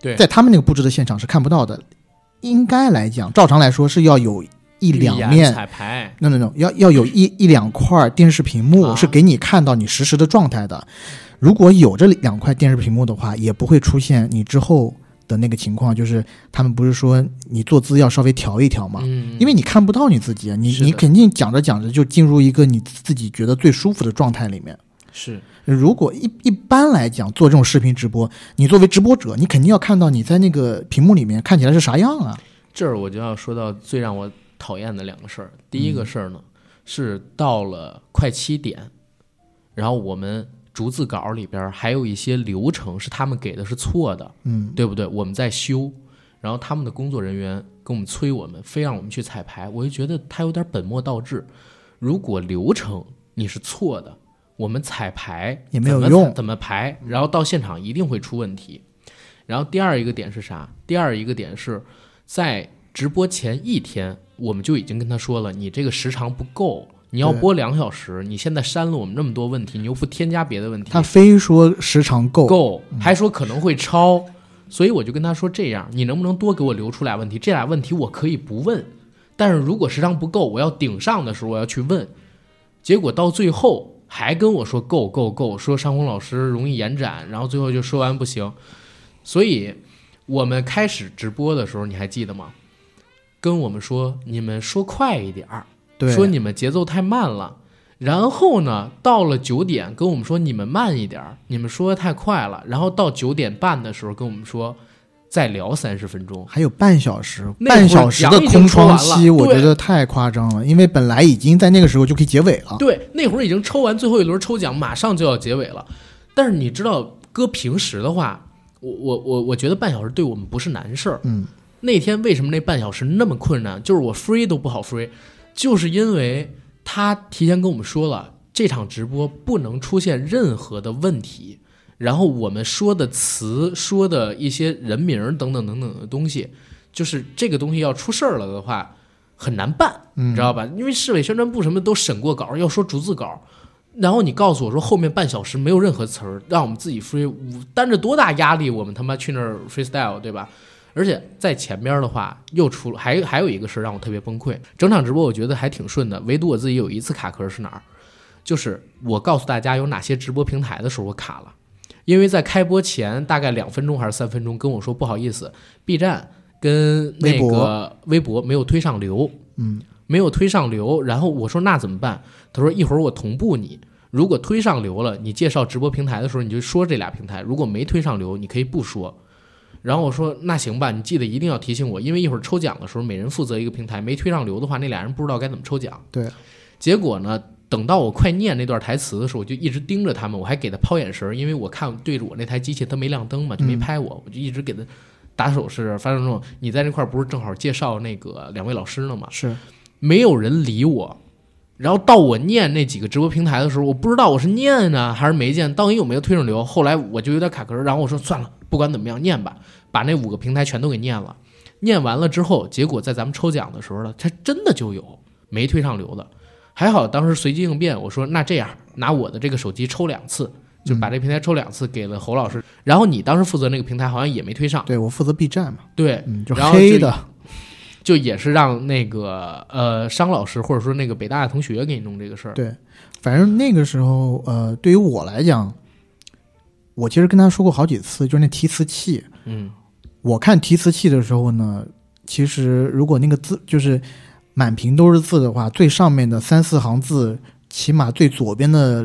Speaker 3: 对
Speaker 1: 在他们那个布置的现场是看不到的。应该来讲，照常来说是要有一两
Speaker 3: 语言
Speaker 1: 面
Speaker 3: 彩排，
Speaker 1: no no no，要要有一一两块电视屏幕
Speaker 3: 啊
Speaker 1: 是给你看到你实时的状态的。如果有这两块电视屏幕的话，也不会出现你之后的那个情况，就是他们不是说你坐姿要稍微调一调嘛，
Speaker 3: 嗯，
Speaker 1: 因为你看不到你自己，啊你
Speaker 3: 是的
Speaker 1: 你肯定讲着讲着就进入一个你自己觉得最舒服的状态里面。
Speaker 3: 是
Speaker 1: 如果一一般来讲做这种视频直播，你作为直播者，你肯定要看到你在那个屏幕里面看起来是啥样啊。
Speaker 3: 这儿我就要说到最让我讨厌的两个事儿。第一个事儿呢，是到了快七点，然后我们逐字稿里边儿还有一些流程是他们给的是错的，
Speaker 1: 嗯，
Speaker 3: 对不对？我们在修，然后他们的工作人员跟我们催我们，非让我们去彩排，我就觉得他有点本末倒置。如果流程你是错的，我们彩排
Speaker 1: 也没有
Speaker 3: 怎么
Speaker 1: 用
Speaker 3: 怎么排，然后到现场一定会出问题。然后第二一个点是啥？第二一个点是在直播前一天，我们就已经跟他说了，你这个时长不够。你要
Speaker 1: 对
Speaker 3: 播两小时，你现在删了我们那么多问题，你又不添加别的问题，
Speaker 1: 他非说时长够，
Speaker 3: 够，还说可能会超，所以我就跟他说这样，你能不能多给我留出俩问题？这俩问题我可以不问，但是如果时长不够，我要顶上的时候我要去问。结果到最后还跟我说够够够，说尚红老师容易延展，然后最后就说完不行。所以我们开始直播的时候，你还记得吗？跟我们说你们说快一点儿，
Speaker 1: 对，
Speaker 3: 说你们节奏太慢了。然后呢，到了九点跟我们说你们慢一点儿，你们说的太快了。然后到九点半的时候跟我们说再聊三十分钟。
Speaker 1: 还有半小时，
Speaker 3: 那会儿
Speaker 1: 半小时的空窗
Speaker 3: 杨已
Speaker 1: 期，
Speaker 3: 经说
Speaker 1: 我
Speaker 3: 完了
Speaker 1: 觉得太夸张了，因为本来已经在那个时候就可以结尾了。
Speaker 3: 对，那会儿已经抽完最后一轮抽奖，马上就要结尾了。但是你知道，搁平时的话，我我我我觉得半小时对我们不是难事儿，
Speaker 1: 嗯，
Speaker 3: 那天为什么那半小时那么困难？就是我 free 都不好 free，就是因为他提前跟我们说了，这场直播不能出现任何的问题，然后我们说的词、说的一些人名儿等等等等的东西，就是这个东西要出事儿了的话很难办，你知道吧？因为市委宣传部什么都审过稿，要说逐字稿。然后你告诉我说后面半小时没有任何词儿，让我们自己 free，我担着多大压力，我们他妈去那儿 freestyle，对吧？而且在前边的话，又出还还有一个事儿让我特别崩溃。整场直播我觉得还挺顺的，唯独我自己有一次卡壳是哪儿？就是我告诉大家有哪些直播平台的时候我卡了，因为在开播前大概两分钟还是三分钟跟我说不好意思，B 站跟那
Speaker 1: 微博
Speaker 3: 个微博没有推上流，
Speaker 1: 嗯，
Speaker 3: 没有推上流。然后我说那怎么办？他说一会儿我同步你。如果推上流了，你介绍直播平台的时候你就说这俩平台；如果没推上流，你可以不说。然后我说那行吧，你记得一定要提醒我，因为一会儿抽奖的时候每人负责一个平台，没推上流的话，那俩人不知道该怎么抽奖。
Speaker 1: 对，
Speaker 3: 结果呢，等到我快念那段台词的时候，我就一直盯着他们，我还给他抛眼神儿，因为我看对着我那台机器，他没亮灯嘛，就没拍我，我就一直给他打手势，发生这种。你在那块儿不是正好介绍那个两位老师呢吗？
Speaker 1: 是
Speaker 3: 没有人理我。然后到我念那几个直播平台的时候，我不知道我是念呢还是没念，到底有没有推上流。后来我就有点卡壳，然后我说算了，不管怎么样念吧，把那五个平台全都给念了。念完了之后，结果在咱们抽奖的时候呢，它真的就有没推上流的。还好当时随机应变，我说那这样拿我的这个手机抽两次，就把这平台抽两次给了侯老师。然后你当时负责那个平台好像也没推上，
Speaker 1: 对我负责 B 站嘛，
Speaker 3: 对，
Speaker 1: 嗯，就
Speaker 3: 然后就
Speaker 1: 黑的，
Speaker 3: 就也是让那个呃商老师或者说那个北大的同学给你弄这个事儿。
Speaker 1: 对，反正那个时候，呃，对于我来讲，我其实跟他说过好几次，就是那提词器。
Speaker 3: 嗯
Speaker 1: 我看提词器的时候呢，其实如果那个字就是满屏都是字的话，最上面的三四行字，起码最左边的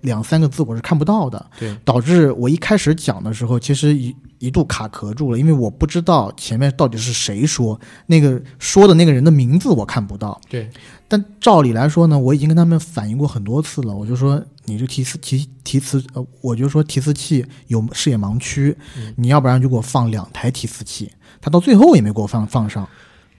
Speaker 1: 两三个字我是看不到的。
Speaker 3: 对，
Speaker 1: 导致我一开始讲的时候，其实一一度卡壳住了，因为我不知道前面到底是谁说那个说的那个人的名字，我看不到。
Speaker 3: 对，
Speaker 1: 但照理来说呢，我已经跟他们反映过很多次了，我就说你这提词提提词，呃，我就说提词器有视野盲区，
Speaker 3: 嗯
Speaker 1: 你要不然就给我放两台提词器，他到最后也没给我放放上。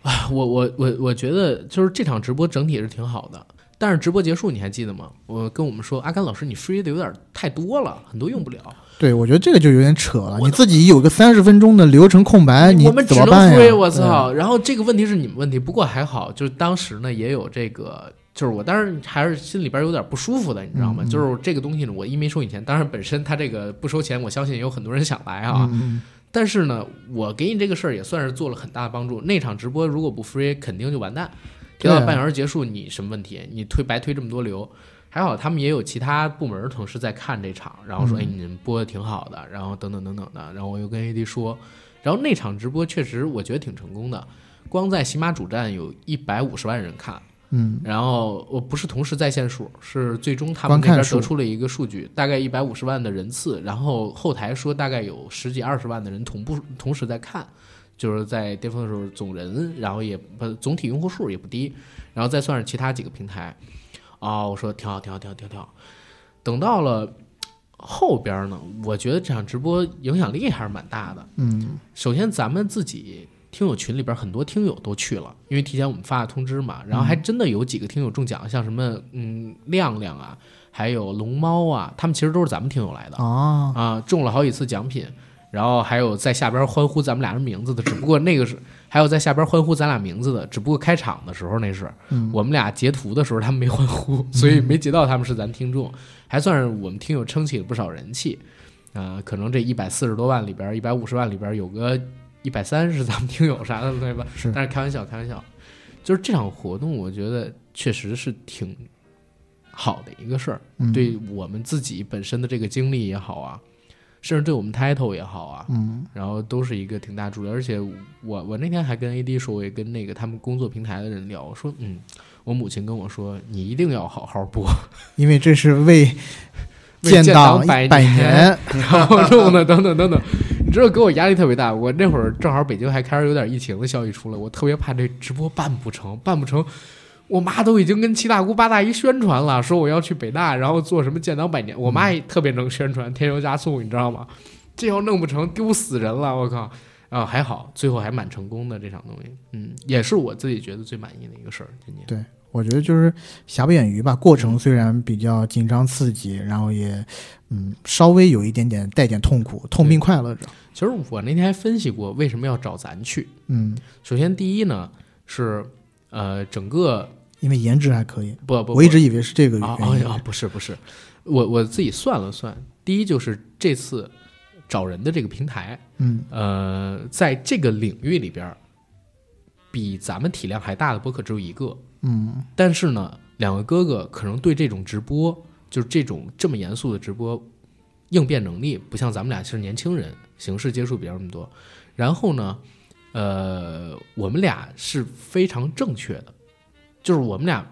Speaker 3: 啊，我我我我觉得就是这场直播整体是挺好的，但是直播结束你还记得吗？我跟我们说，阿甘老师你 free 的有点太多了，很多用不了，
Speaker 1: 对，我觉得这个就有点扯了，你自己有个三十分钟的流程空白，哎你
Speaker 3: 我们只
Speaker 1: 怎么
Speaker 3: 能
Speaker 1: 办呀？嗯
Speaker 3: free，我操！然后这个问题是你们问题，不过还好，就是当时呢也有这个。就是我当时还是心里边有点不舒服的，你知
Speaker 1: 嗯
Speaker 3: 道吗？就是这个东西呢，我一没收你钱，当然本身他这个不收钱，我相信也有很多人想来啊。
Speaker 1: 嗯，嗯
Speaker 3: 但是呢，我给你这个事儿也算是做了很大的帮助。那场直播如果不 free，肯定就完蛋。
Speaker 1: 对啊
Speaker 3: 这半小时结束，你什么问题？你推白推这么多流，还好他们也有其他部门儿同事在看这场，然后说：“哎，你们播的挺好的。”然后等等等等的，然后我又跟 AD 说，然后那场直播确实我觉得挺成功的，光在喜马主站有一百五十万人看，
Speaker 1: 嗯，
Speaker 3: 然后我不是同时在线数，是最终他们
Speaker 1: 观
Speaker 3: 那边
Speaker 1: 看数
Speaker 3: 得出了一个数据，大概一百五十万的人次，然后后台说大概有十几二十万的人同步同时在看，就是在巅峰的时候总人，然后也不总体用户数也不低，然后再算上其他几个平台，啊、我说挺好，挺好，挺好，挺好挺好。等到了后边呢，我觉得这场直播影响力还是蛮大的。
Speaker 1: 嗯，
Speaker 3: 首先咱们自己听友群里边很多听友都去了，因为提前我们发了通知嘛，然后还真的有几个听友中奖，像什么嗯亮亮啊，还有龙猫啊，他们其实都是咱们听友来的
Speaker 1: 啊，
Speaker 3: 啊，中了好几次奖品，然后还有在下边欢呼咱们俩人名字的，只不过那个是还有在下边欢呼咱俩名字的，只不过开场的时候那是、我们俩截图的时候他们没欢呼，所以没截到他们是咱听众，还算是我们听友撑起了不少人气。啊、可能这一百四十多万里边，一百五十万里边有个一百三是 咱们听友啥的，对吧？
Speaker 1: 是
Speaker 3: 但是开玩笑，开玩笑，就是这场活动，我觉得确实是挺好的一个事儿。
Speaker 1: 嗯，
Speaker 3: 对我们自己本身的这个经历也好啊，甚至对我们 title 也好啊，
Speaker 1: 嗯，
Speaker 3: 然后都是一个挺大助力。而且我我那天还跟 AD 说，我也跟那个他们工作平台的人聊，我说嗯，我母亲跟我说，你一定要好好播，
Speaker 1: 因为这是为
Speaker 3: 为
Speaker 1: 建
Speaker 3: 建
Speaker 1: 党
Speaker 3: 党
Speaker 1: 一
Speaker 3: 百
Speaker 1: 百
Speaker 3: 年
Speaker 1: 年，
Speaker 3: 然后弄的等等等等，你知道给我压力特别大。我那会儿正好北京还开始有点疫情的消息出来，我特别怕这直播办不成，办不成。我妈都已经跟七大姑八大姨宣传了，说我要去北大，然后做什么建党百年。我妈也特别能宣传，添油加醋，你知道吗？这要弄不成，丢死人了！我靠！啊，还好，最后还蛮成功的这场东西，嗯，也是我自己觉得最满意的一个事儿。今年
Speaker 1: 对我觉得就是瑕不掩瑜吧。过程虽然比较紧张刺激，然后也嗯稍微有一点点带点痛苦，痛并快乐着。
Speaker 3: 其实我那天还分析过为什么要找咱去。
Speaker 1: 嗯，
Speaker 3: 首先第一呢是呃整个
Speaker 1: 因为颜值还可以，
Speaker 3: 不不，
Speaker 1: 我一直以为是这个
Speaker 3: 啊
Speaker 1: 原
Speaker 3: 啊
Speaker 1: 因。
Speaker 3: 啊不是不是，我我自己算了算，第一就是这次找人的这个平台，
Speaker 1: 嗯
Speaker 3: 呃，在这个领域里边儿，比咱们体量还大的播客只有一个，
Speaker 1: 嗯
Speaker 3: 但是呢，两个哥哥可能对这种直播，就是这种这么严肃的直播，应变能力不像咱们俩是年轻人，形式接触比较那么多。然后呢，呃，我们俩是非常正确的，就是我们俩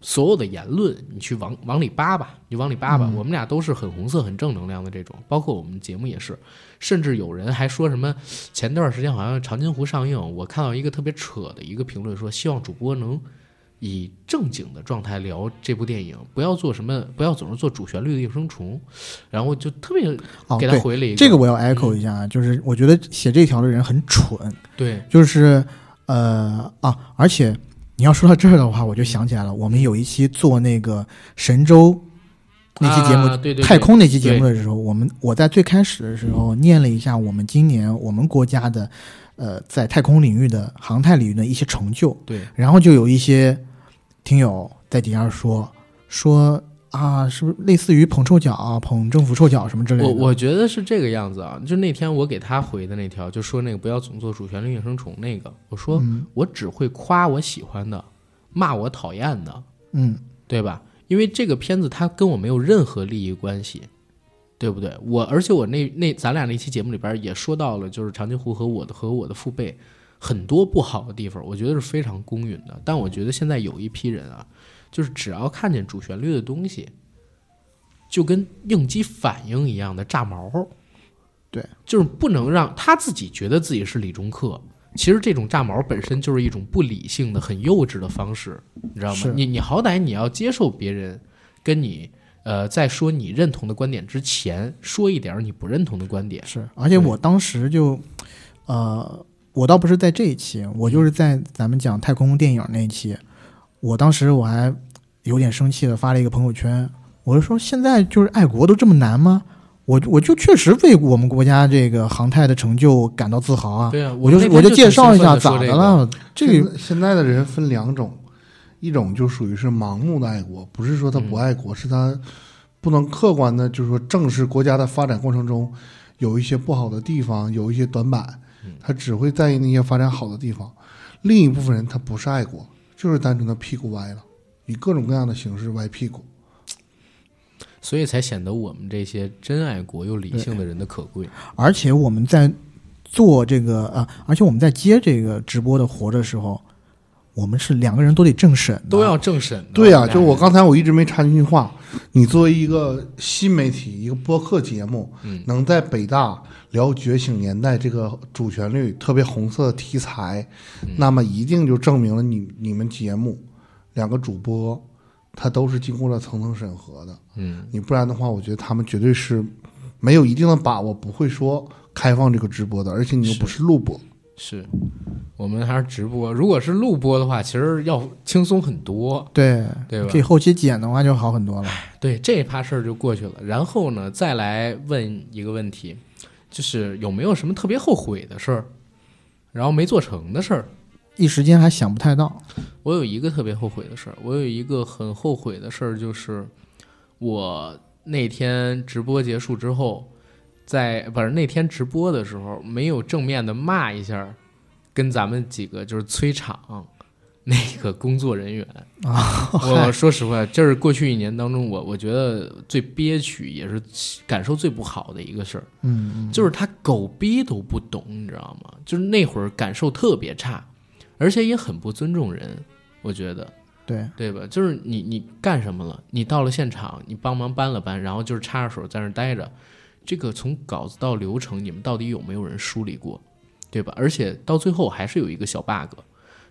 Speaker 3: 所有的言论，你去往往里扒吧，你往里扒吧，我们俩都是很红色、很正能量的这种，包括我们节目也是。甚至有人还说什么，前段时间好像《长津湖》上映，我看到一个特别扯的一个评论说，希望主播能以正经的状态聊这部电影，不要做什么，不要总是做主旋律的应声虫。然后就特别
Speaker 1: 哦
Speaker 3: 给他
Speaker 1: 对，
Speaker 3: 回了一嗯
Speaker 1: 这个我要 echo 一下啊，就是我觉得写这条的人很蠢，
Speaker 3: 对
Speaker 1: 就是呃啊，而且你要说到这儿的话，我就想起来了，我们有一期做那个神州那期节目
Speaker 3: 啊、对对对
Speaker 1: 太空那期节目的时候，我们我在最开始的时候念了一下我们今年我们国家的，呃，在太空领域的航太领域的一些成就，
Speaker 3: 对，
Speaker 1: 然后就有一些听友在底下说说啊，是不是类似于捧臭脚、啊、捧政府臭脚什么之类的？
Speaker 3: 我我觉得是这个样子啊，就那天我给他回的那条，就说那个不要总做主旋律应声虫那个，我说
Speaker 1: 嗯
Speaker 3: 我只会夸我喜欢的，骂我讨厌的，
Speaker 1: 嗯
Speaker 3: 对吧？因为这个片子它跟我没有任何利益关系，对不对？我而且我那那咱俩那期节目里边也说到了，就是长津湖和我的和我的父辈很多不好的地方，我觉得是非常公允的。但我觉得现在有一批人啊，就是只要看见主旋律的东西，就跟应激反应一样的炸毛。
Speaker 1: 对，
Speaker 3: 就是不能让他自己觉得自己是理中客。其实这种炸毛本身就是一种不理性的、很幼稚的方式，你知道吗
Speaker 1: 是？
Speaker 3: 你你好歹你要接受别人跟你呃在说你认同的观点之前，说一点儿你不认同的观点。
Speaker 1: 是，而且我当时就，呃，我倒不是在这一期，我就是
Speaker 3: 嗯
Speaker 1: 在咱们讲太空电影那一期，我当时我还有点生气的发了一个朋友圈，我就说现在就是爱国都这么难吗？我我就确实为我们国家这个航太的成就感到自豪啊！
Speaker 3: 对啊，
Speaker 1: 我
Speaker 3: 就
Speaker 1: 就我
Speaker 3: 就
Speaker 1: 介绍一下
Speaker 3: 挺兴
Speaker 1: 咋
Speaker 3: 奋地
Speaker 1: 的
Speaker 3: 说这个。
Speaker 1: 了，这个
Speaker 2: 现现在的人分两种，一种就属于是盲目的爱国，不是说他不
Speaker 1: 嗯
Speaker 2: 爱国，是他不能客观的，就是说正视国家的发展过程中有一些不好的地方，有一些短板，
Speaker 1: 嗯
Speaker 2: 他只会在意那些发展好的地方。另一部分人他不是爱国，就是单纯的屁股歪了，以各种各样的形式歪屁股。
Speaker 3: 所以才显得我们这些真爱国又理性的人的可贵。
Speaker 1: 而且我们在做这个啊，而且我们在接这个直播的活的时候，我们是两个人都得正审的，
Speaker 3: 都要政审的。
Speaker 2: 对呀、
Speaker 1: 啊
Speaker 3: 呀、
Speaker 2: 就我刚才我一直没插进去话。你作为一个新媒体，一个播客节目，
Speaker 3: 嗯
Speaker 2: 能在北大聊《觉醒年代》这个主旋律特别红色的题材，
Speaker 3: 嗯
Speaker 2: 那么一定就证明了你你们节目两个主播，他都是经过了层层审核的。
Speaker 3: 嗯，
Speaker 2: 你不然的话，我觉得他们绝对是没有一定的把握，不会说开放这个直播的，而且你又不是录播。
Speaker 3: 是我们还是直播。如果是录播的话，其实要轻松很多。
Speaker 1: 对
Speaker 3: 对吧
Speaker 1: 可以后期剪的话就好很多了。
Speaker 3: 对，这一趴事儿就过去了。然后呢，再来问一个问题，就是有没有什么特别后悔的事儿，然后没做成的事儿？
Speaker 1: 一时间还想不太到。
Speaker 3: 我有一个特别后悔的事儿，我有一个很后悔的事儿，就是我那天直播结束之后，在不是那天直播的时候，没有正面的骂一下儿，跟咱们几个就是催场那个工作人员啊。我说实话，这是过去一年当中我我觉得最憋屈，也是感受最不好的一个事儿。
Speaker 1: 嗯，
Speaker 3: 就是他狗逼都不懂，你知道吗？就是那会儿感受特别差，而且也很不尊重人，我觉得，
Speaker 1: 对，
Speaker 3: 对吧？就是你你干什么了？你到了现场，你帮忙搬了搬，然后就是插着手在那儿待着，这个从稿子到流程，你们到底有没有人梳理过，对吧？而且到最后还是有一个小 bug，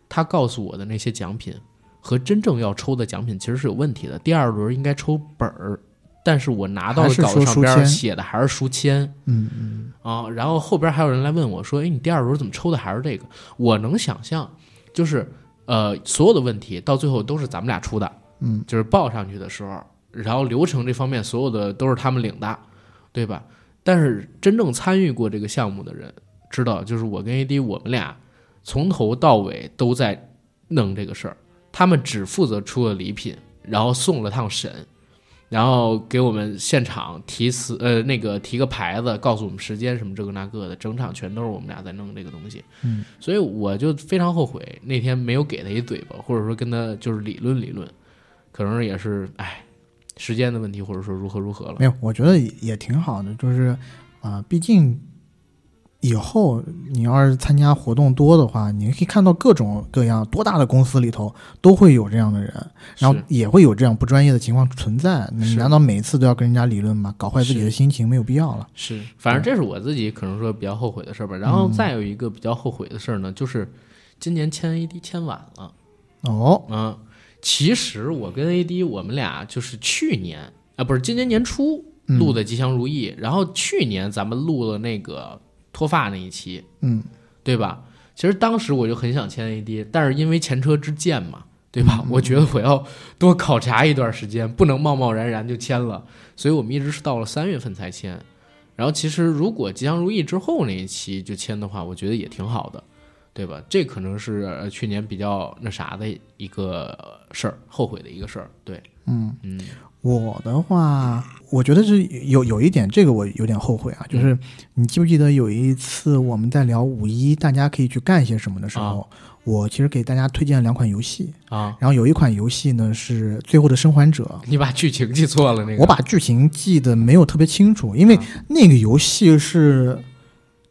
Speaker 3: 他告诉我的那些奖品和真正要抽的奖品其实是有问题的。第二轮应该抽本儿，但是我拿到的稿子上边写的还是书签
Speaker 1: 嗯嗯
Speaker 3: 啊，然后后边还有人来问我说：“哎，你第二轮怎么抽的还是这个？”我能想象，就是呃，所有的问题到最后都是咱们俩出的，
Speaker 1: 嗯，
Speaker 3: 就是报上去的时候，然后流程这方面所有的都是他们领的，对吧？但是真正参与过这个项目的人知道，就是我跟 AD 我们俩从头到尾都在弄这个事儿，他们只负责出了礼品，然后送了趟审，然后给我们现场提词呃那个提个牌子，告诉我们时间什么这个那个的，整场全都是我们俩在弄这个东西。
Speaker 1: 嗯，
Speaker 3: 所以我就非常后悔那天没有给他一嘴巴，或者说跟他就是理论理论，可能也是哎时间的问题，或者说如何如何了。
Speaker 1: 没有，我觉得也挺好的，就是啊、毕竟以后你要是参加活动多的话，你可以看到各种各样多大的公司里头都会有这样的人，然后
Speaker 3: 是
Speaker 1: 也会有这样不专业的情况存在。你
Speaker 3: 是
Speaker 1: 难道每一次都要跟人家理论吗？搞坏自己的
Speaker 3: 是
Speaker 1: 心情没有必要了。
Speaker 3: 是，反正这是我自己可能说比较后悔的事儿吧。然后再有一个比较后悔的事儿呢，就是今年签 AD 签晚了。
Speaker 1: 哦，
Speaker 3: 嗯，其实我跟 AD 我们俩就是去年啊，不是今年年初
Speaker 1: 嗯
Speaker 3: 录的《吉祥如意》然后去年咱们录了那个脱发那一期，
Speaker 1: 嗯，
Speaker 3: 对吧？其实当时我就很想签 AD，但是因为前车之鉴嘛，对
Speaker 1: 嗯
Speaker 3: 吧？我觉得我要多考察一段时间，不能贸贸然然就签了，所以我们一直是到了三月份才签。然后其实如果吉祥如意之后那一期就签的话，我觉得也挺好的，对吧？这可能是呃去年比较那啥的一个呃事儿，后悔的一个事儿。对，
Speaker 1: 嗯
Speaker 3: 嗯，
Speaker 1: 我的话，我觉得是有有一点，这个我有点后悔啊，就是你记不记得有一次我们在聊五一，大家可以去干些什么的时候，我其实给大家推荐了两款游戏，
Speaker 3: 啊，
Speaker 1: 然后有一款游戏呢是《最后的生还者》。
Speaker 3: 你把剧情记错了那个。
Speaker 1: 我把剧情记得没有特别清楚，因为
Speaker 3: 啊
Speaker 1: 那个游戏是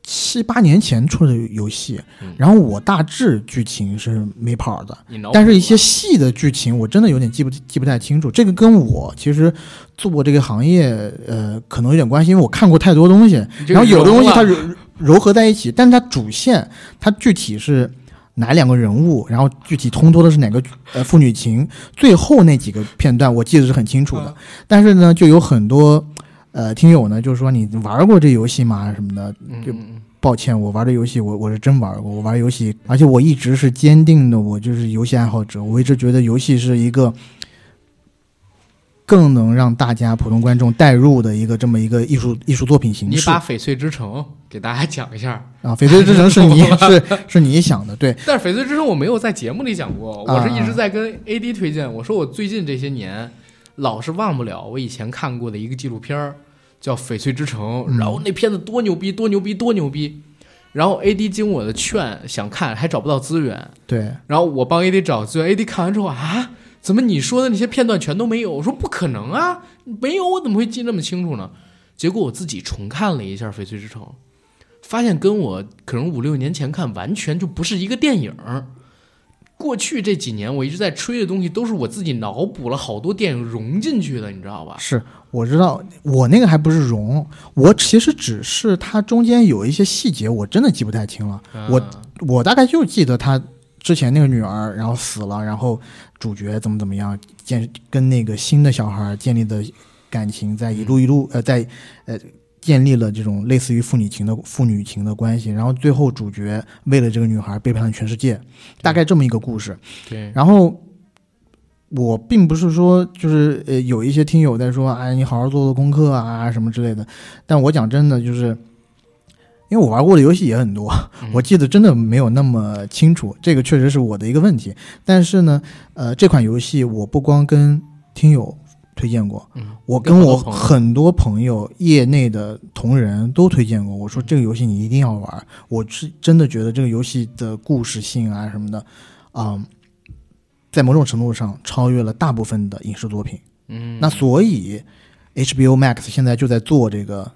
Speaker 1: 七八年前出的游戏
Speaker 3: 嗯，
Speaker 1: 然后我大致剧情是没跑的，
Speaker 3: 你脑补
Speaker 1: 但是一些
Speaker 3: 了
Speaker 1: 细的剧情我真的有点记不记不太清楚。这个跟我其实做这个行业，呃，可能有点关系，因为我看过太多东西，
Speaker 3: 你这
Speaker 1: 然后有
Speaker 3: 个
Speaker 1: 的东西它
Speaker 3: 融
Speaker 1: 揉揉合在一起，但是它主线它具体是。哪两个人物，然后具体烘托的是哪个呃父女情，最后那几个片段我记得是很清楚的
Speaker 3: 嗯。
Speaker 1: 但是呢，就有很多呃听友呢，就是说你玩过这游戏吗？什么的，
Speaker 3: 了嗯
Speaker 1: 就
Speaker 3: 嗯嗯
Speaker 1: 抱歉，我玩的游戏我我是真玩过，我玩游戏，而且我一直是坚定的，我就是游戏爱好者，我一直觉得游戏是一个更能让大家普通观众代入的一个这么一个艺术艺术作品形
Speaker 3: 你
Speaker 1: 式
Speaker 3: 把
Speaker 1: 啊。
Speaker 3: 《翡翠之城》给大家讲一下。
Speaker 1: 《翡啊翠之城》是你是是你想的，对，
Speaker 3: 但是翡翠之声我没有在节目里讲过，
Speaker 1: 啊
Speaker 3: 我是一直在跟 AD 推荐，我说我最近这些年老是忘不了我以前看过的一个纪录片儿，叫《翡翠之城》，
Speaker 1: 嗯
Speaker 3: 然后那片子多牛逼，多牛逼，多牛逼。然后 AD 经我的劝想看，还找不到资源，
Speaker 1: 对，
Speaker 3: 然后我帮 AD 找资源，AD 看完之后啊，怎么你说的那些片段全都没有？我说不可能啊，没有我怎么会记那么清楚呢？结果我自己重看了一下《翡翠之城》，发现跟我可能五六年前看完全就不是一个电影儿。过去这几年我一直在吹的东西，都是我自己脑补了好多电影融进去的，你知道吧？
Speaker 1: 是我知道，我那个还不是融，我其实只是它中间有一些细节，我真的记不太清了。
Speaker 3: 嗯
Speaker 1: 我我大概就记得他之前那个女儿，然后死了，然后主角怎么怎么样建跟那个新的小孩建立的感情，在一路一路呃，在呃建立了这种类似于父女情的父女情的关系，然后最后主角为了这个女孩背叛了全世界，大概这么一个故事。
Speaker 3: 对，
Speaker 1: 然后我并不是说就是呃有一些听友在说，哎，你好好做做功课啊什么之类的。但我讲真的，就是因为我玩过的游戏也很多，
Speaker 3: 嗯
Speaker 1: 我记得真的没有那么清楚，这个确实是我的一个问题。但是呢，呃，这款游戏我不光跟听友。推荐过，
Speaker 3: 嗯
Speaker 1: 我跟我
Speaker 3: 跟好多朋友
Speaker 1: 很多朋友、业内的同仁都推荐过。我
Speaker 3: 嗯
Speaker 1: 说这个游戏你一定要玩，我是真的觉得这个游戏的故事性啊什么的，啊、在某种程度上超越了大部分的影视作品。
Speaker 3: 嗯，
Speaker 1: 那所以 HBO Max 现在就在做这个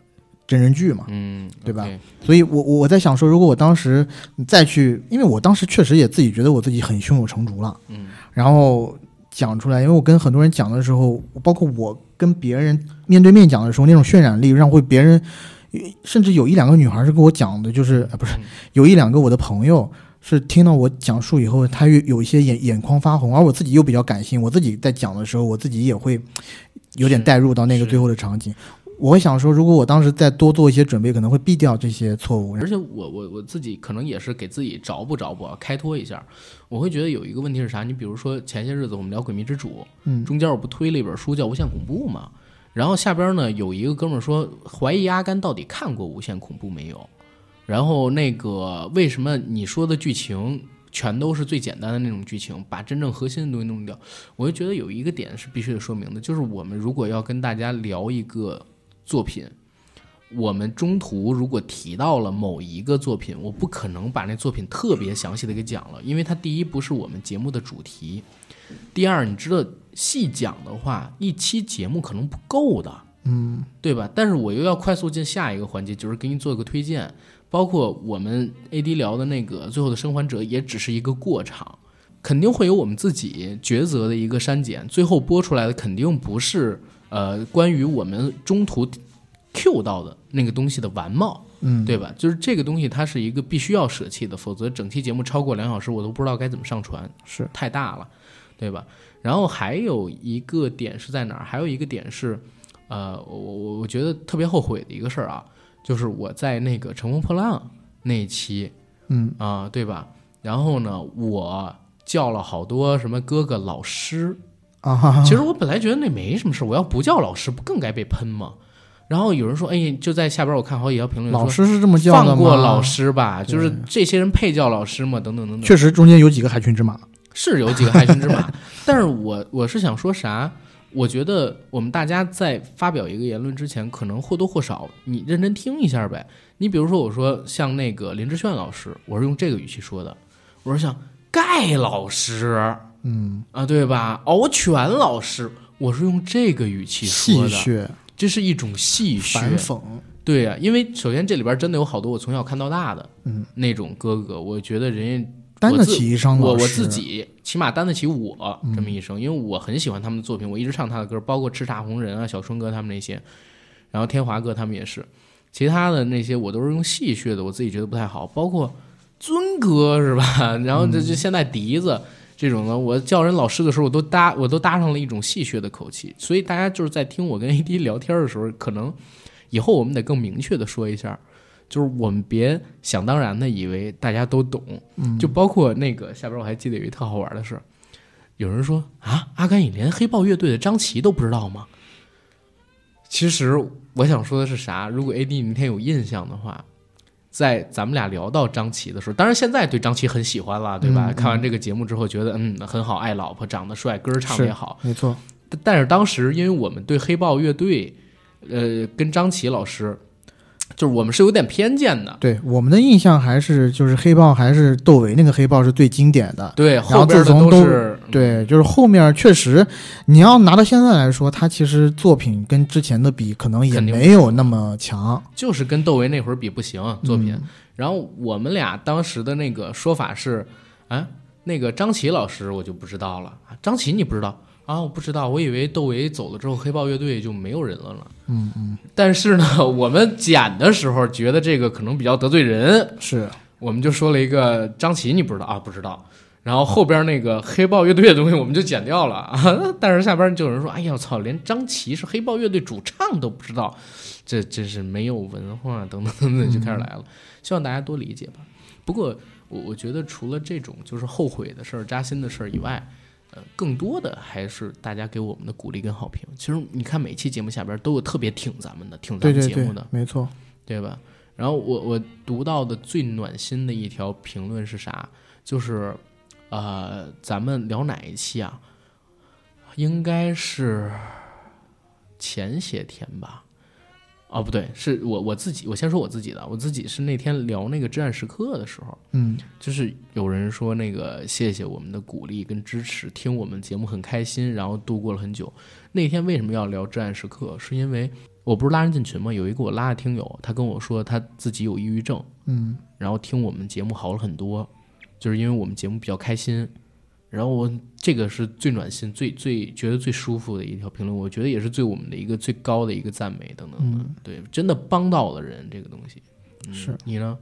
Speaker 1: 真人剧嘛，
Speaker 3: 嗯，
Speaker 1: 对吧
Speaker 3: OK？
Speaker 1: 所以我我我在想说，如果我当时再去，因为我当时确实也自己觉得我自己很胸有成竹了，
Speaker 3: 嗯，
Speaker 1: 然后讲出来，因为我跟很多人讲的时候，包括我跟别人面对面讲的时候，那种渲染力让会别人，甚至有一两个女孩是跟我讲的，就是呃不是
Speaker 3: 嗯
Speaker 1: 有一两个我的朋友。是听到我讲述以后，她有有一些眼眼眶发红，而我自己又比较感性，我自己在讲的时候，我自己也会有点带入到那个
Speaker 3: 是
Speaker 1: 最后的场景。我会想说，如果我当时再多做一些准备，可能会避掉这些错误。
Speaker 3: 而且我我我自己可能也是给自己着不着不啊开脱一下，我会觉得有一个问题是啥？你比如说前些日子我们聊《鬼迷之主》，
Speaker 1: 嗯
Speaker 3: 中间我不推了一本书叫《无限恐怖》嘛，然后下边呢有一个哥们儿说怀疑阿甘到底看过《无限恐怖》没有，然后那个为什么你说的剧情全都是最简单的那种剧情，把真正核心的东西弄掉？我就觉得有一个点是必须得说明的，就是我们如果要跟大家聊一个作品。我们中途如果提到了某一个作品，我不可能把那作品特别详细的给讲了，因为它第一不是我们节目的主题，第二你知道细讲的话，一期节目可能不够的，嗯，对吧？但是我又要快速进下一个环节，就是给你做一个推荐，包括我们 AD 聊的那个《最后的生还者》也只是一个过场，肯定会有我们自己抉择的一个删减，最后播出来的肯定不是呃关于我们中途 Q 到的那个东西的完貌，
Speaker 1: 嗯，
Speaker 3: 对吧？就是这个东西，它是一个必须要舍弃的，否则整期节目超过两小时，我都不知道该怎么上传，
Speaker 1: 是
Speaker 3: 太大了，对吧？然后还有一个点是在哪儿？还有一个点是，呃，我我我觉得特别后悔的一个事儿啊，就是我在那个《乘风破浪》那一期
Speaker 1: 嗯
Speaker 3: 啊、对吧？然后呢，我叫了好多什么哥哥、老师，
Speaker 1: 啊哈哈
Speaker 3: 其实我本来觉得那没什么事儿，我要不叫老师，不更该被喷吗？然后有人说，哎，就在下边我看好几条评论说，
Speaker 1: 老师是这么叫的吗？
Speaker 3: 放过老，师吧，就是这些人配叫老师吗？等等等等，
Speaker 1: 确实中间有几个害群之马。
Speaker 3: 是有几个害群之马， 但是我我是想说啥？我觉得我们大家在发表一个言论之前，可能或多或少你认真听一下呗。你比如说，我说像那个林志炫老师，我是用这个语气说的，我说像盖老师
Speaker 1: 嗯，
Speaker 3: 啊，对吧？敖犬老师，我是用这个语气
Speaker 1: 戏
Speaker 3: 说的，
Speaker 1: 谑、
Speaker 3: 这是一种戏
Speaker 1: 反
Speaker 3: 谑，
Speaker 1: 讽，
Speaker 3: 对呀、因为首先这里边真的有好多我从小看到大的，
Speaker 1: 嗯，
Speaker 3: 那种哥哥，我觉得人家
Speaker 1: 担
Speaker 3: 我
Speaker 1: 得
Speaker 3: 自
Speaker 1: 起一伤
Speaker 3: 我
Speaker 1: 老师。
Speaker 3: 我自己起码担得起我这么一生，因为我很喜欢他们的作品，我一直唱他的歌，包括叱咤红人啊、小春哥他们那些，然后天华哥他们也是，其他的那些我都是用戏谑的，我自己觉得不太好，包括尊哥是吧？ 然后这
Speaker 1: 嗯
Speaker 3: 这现在笛子。这种呢，我叫人老师的时候，我都搭我都搭上了一种戏谑的口气，所以大家就是在听我跟 AD 聊天的时候，可能以后我们得更明确的说一下，就是我们别想当然的以为大家都懂，就包括那个下边我还记得有一特好玩的事儿，有人说啊，阿甘你连黑豹乐队的张琪都不知道吗？其实我想说的是啥？如果 AD 你那天有印象的话，在咱们俩聊到张琪的时候，当然现在对张琪很喜欢了，对吧？看完这个节目之后，觉得嗯很好，爱老婆，长得帅，歌儿唱的也好，
Speaker 1: 没错，
Speaker 3: 但但是当时因为我们对黑豹乐队，呃，跟张琪老师，就是我们是有点偏见的。
Speaker 1: 对我们的印象还是就是黑豹还是窦唯那个黑豹是最经典的。
Speaker 3: 对，
Speaker 1: 后
Speaker 3: 后边的
Speaker 1: 自从
Speaker 3: 都
Speaker 1: 都
Speaker 3: 是
Speaker 1: 对，就是后面确实，你要拿到现在来说，他其实作品跟之前的比，可能也
Speaker 3: 肯定不
Speaker 1: 没有那么强。
Speaker 3: 就是跟窦唯那会儿比不行
Speaker 1: 嗯
Speaker 3: 作品。然后我们俩当时的那个说法是，啊，那个张琪老师我就不知道了，啊张琪你不知道啊？我不知道，我以为窦唯走了之后，黑豹乐队就没有人了呢。嗯嗯。但是呢，我们剪的时候觉得这个可能比较得罪人，
Speaker 1: 是，
Speaker 3: 我们就说了一个张琪你不知道啊？不知道。然后后边那个黑豹乐队的东西我们就剪掉了 啊，但是下边就有人说：“哎呀，我操，连张琪是黑豹乐队主唱都不知道，这真是没有文化，等等等等，就开始来了。
Speaker 1: 嗯
Speaker 3: 希望大家多理解吧。不过我我觉得除了这种就是后悔的事儿、扎心的事儿以外，呃，更多的还是大家给我们的鼓励跟好评。其实你看每期节目下边都有特别挺咱们的、挺咱
Speaker 1: 对
Speaker 3: 们
Speaker 1: 对
Speaker 3: 节
Speaker 1: 对
Speaker 3: 目的，，
Speaker 1: 没错。
Speaker 3: 对吧？然后我我读到的最暖心的一条评论是啥？就是，呃，咱们聊哪一期啊？应该是前些天吧。哦，不对，是我我自己，我先说我自己的，我自己是那天聊那个《至暗时刻》的时候，
Speaker 1: 嗯，
Speaker 3: 就是有人说那个谢谢我们的鼓励跟支持，听我们节目很开心，然后度过了很久。那天为什么要聊《至暗时刻》？是因为我不是拉人进群吗？有一个我拉的听友，他跟我说他自己有抑郁症，
Speaker 1: 嗯，
Speaker 3: 然后听我们节目好了很多，就是因为我们节目比较开心。然后我这个是最暖心、最最觉得最舒服的一条评论，我觉得也是对我们的一个最高的一个赞美等等的。对，真的帮到了人这个东西。嗯、
Speaker 1: 嗯是
Speaker 3: 你呢？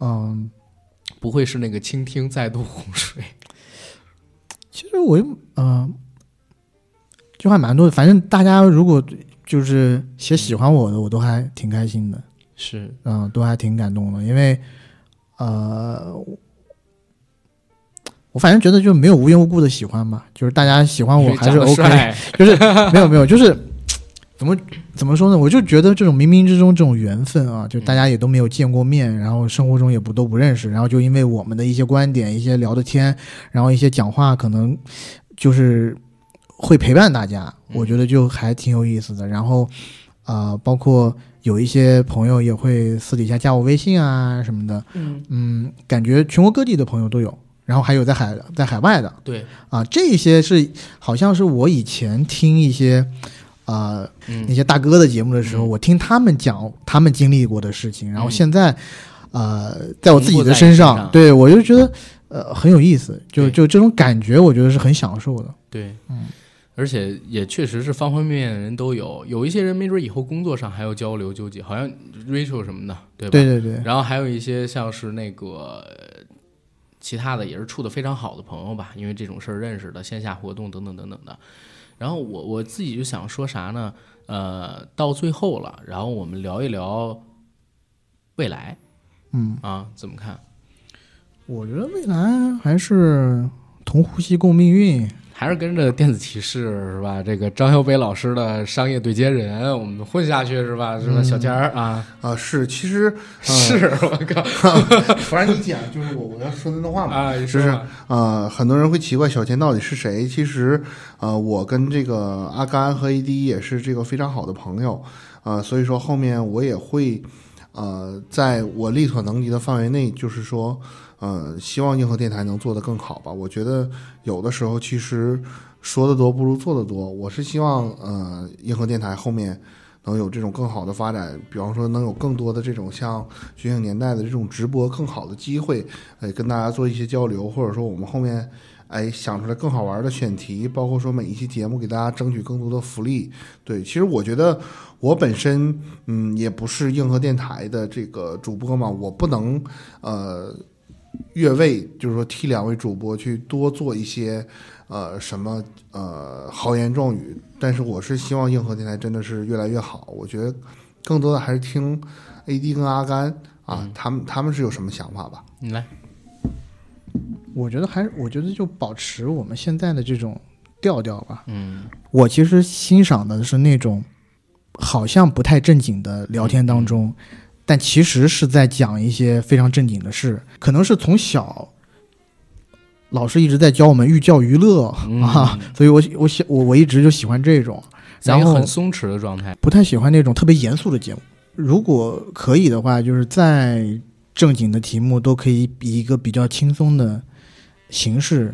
Speaker 1: 嗯，
Speaker 3: 不会是那个倾听再度洪水？
Speaker 1: 其实我又，嗯、这话呃蛮多的。反正大家如果就是写喜欢我的，我都还挺开心的，
Speaker 3: 是
Speaker 1: 嗯，都还挺感动的，因为呃，我反正觉得就没有无缘无故的喜欢吧，就是大家喜啊欢我还是
Speaker 3: 长得
Speaker 1: OK，
Speaker 3: 帅啊
Speaker 1: 就是 没有没有，就是怎么怎么说呢？我就觉得这种冥冥之中这种缘分啊，就大家也都没有见过面，然后生活中也不都不认识，然后就因为我们的一些观点、一些聊的天，然后一些讲话，可能就是会陪伴大家，
Speaker 3: 嗯
Speaker 1: 我觉得就还挺有意思的。然后啊、呃包括有一些朋友也会私底下加我微信啊什么的，
Speaker 3: 嗯，
Speaker 1: 嗯，感觉全国各地的朋友都有。然后还有在海在海外的，
Speaker 3: 对，
Speaker 1: 啊，这些是好像是我以前听一些啊、呃那
Speaker 3: 嗯
Speaker 1: 些大哥的节目的时候，
Speaker 3: 嗯
Speaker 1: 我听他们讲他们经历过的事情，然后
Speaker 3: 嗯
Speaker 1: 现在呃，在我自己
Speaker 3: 重复
Speaker 1: 的
Speaker 3: 在
Speaker 1: 身
Speaker 3: 你身
Speaker 1: 上，
Speaker 3: 上
Speaker 1: 对我就觉得呃很有意思，就
Speaker 3: 对
Speaker 1: 就这种感觉，我觉得是很享受的。
Speaker 3: 对，
Speaker 1: 嗯，
Speaker 3: 而且也确实是方方面面的人都有，有一些人没准以后工作上还要交流纠结，好像 Rachel 什么的，对吧？
Speaker 1: 对对对，
Speaker 3: 然后还有一些像是那个呃其他的也是处的非常好的朋友吧，因为这种事儿认识的线下活动等等等等的。然后我我自己就想说啥呢？呃，到最后了，然后我们聊一聊未来
Speaker 1: 嗯，
Speaker 3: 啊，怎么看？
Speaker 1: 我觉得未来还是同呼吸共命运，
Speaker 3: 还是跟着电子骑士是吧？这个张小北老师的商业对接人，我们混下去是吧？是
Speaker 1: 嗯
Speaker 3: 吧？小天儿啊，
Speaker 2: 啊，是，其实
Speaker 3: 是我靠
Speaker 2: 反正你讲就是我我要说那段话嘛。
Speaker 3: 啊，
Speaker 2: 是
Speaker 3: 是吧
Speaker 2: 呃，很多人会奇怪小钱到底是谁。其实，呃，我跟这个阿甘和 AD 也是这个非常好的朋友，呃，所以说后面我也会，呃，在我力所能及的范围内，就是说，呃，希望硬核电台能做得更好吧。我觉得有的时候其实说的多不如做的多。我是希望，呃，硬核电台后面。能有这种更好的发展，比方说能有更多的这种像觉醒年代的这种直播更好的机会，哎，跟大家做一些交流，或者说我们后面哎想出来更好玩的选题，包括说每一期节目给大家争取更多的福利。对，其实我觉得我本身嗯也不是硬核电台的这个主播嘛，我不能呃越位，就是说替两位主播去多做一些呃什么呃豪言壮语，但是我是希望硬核电台真的是越来越好，我觉得更多的还是听 AD 跟阿甘。啊，他们他们是有什么想法吧？
Speaker 3: 你来，
Speaker 1: 我觉得还是我觉得就保持我们现在的这种调调吧。
Speaker 3: 嗯，
Speaker 1: 我其实欣赏的是那种好像不太正经的聊天当中，
Speaker 3: 嗯
Speaker 1: 但其实是在讲一些非常正经的事。可能是从小老师一直在教我们寓教于乐、
Speaker 3: 嗯
Speaker 1: 啊，所以我喜我喜我我一直就喜欢这种，
Speaker 3: 在一
Speaker 1: 然
Speaker 3: 个
Speaker 1: 后
Speaker 3: 很松弛的状态，
Speaker 1: 不太喜欢那种特别严肃的节目。如果可以的话，就是再正经的题目都可以以一个比较轻松的形式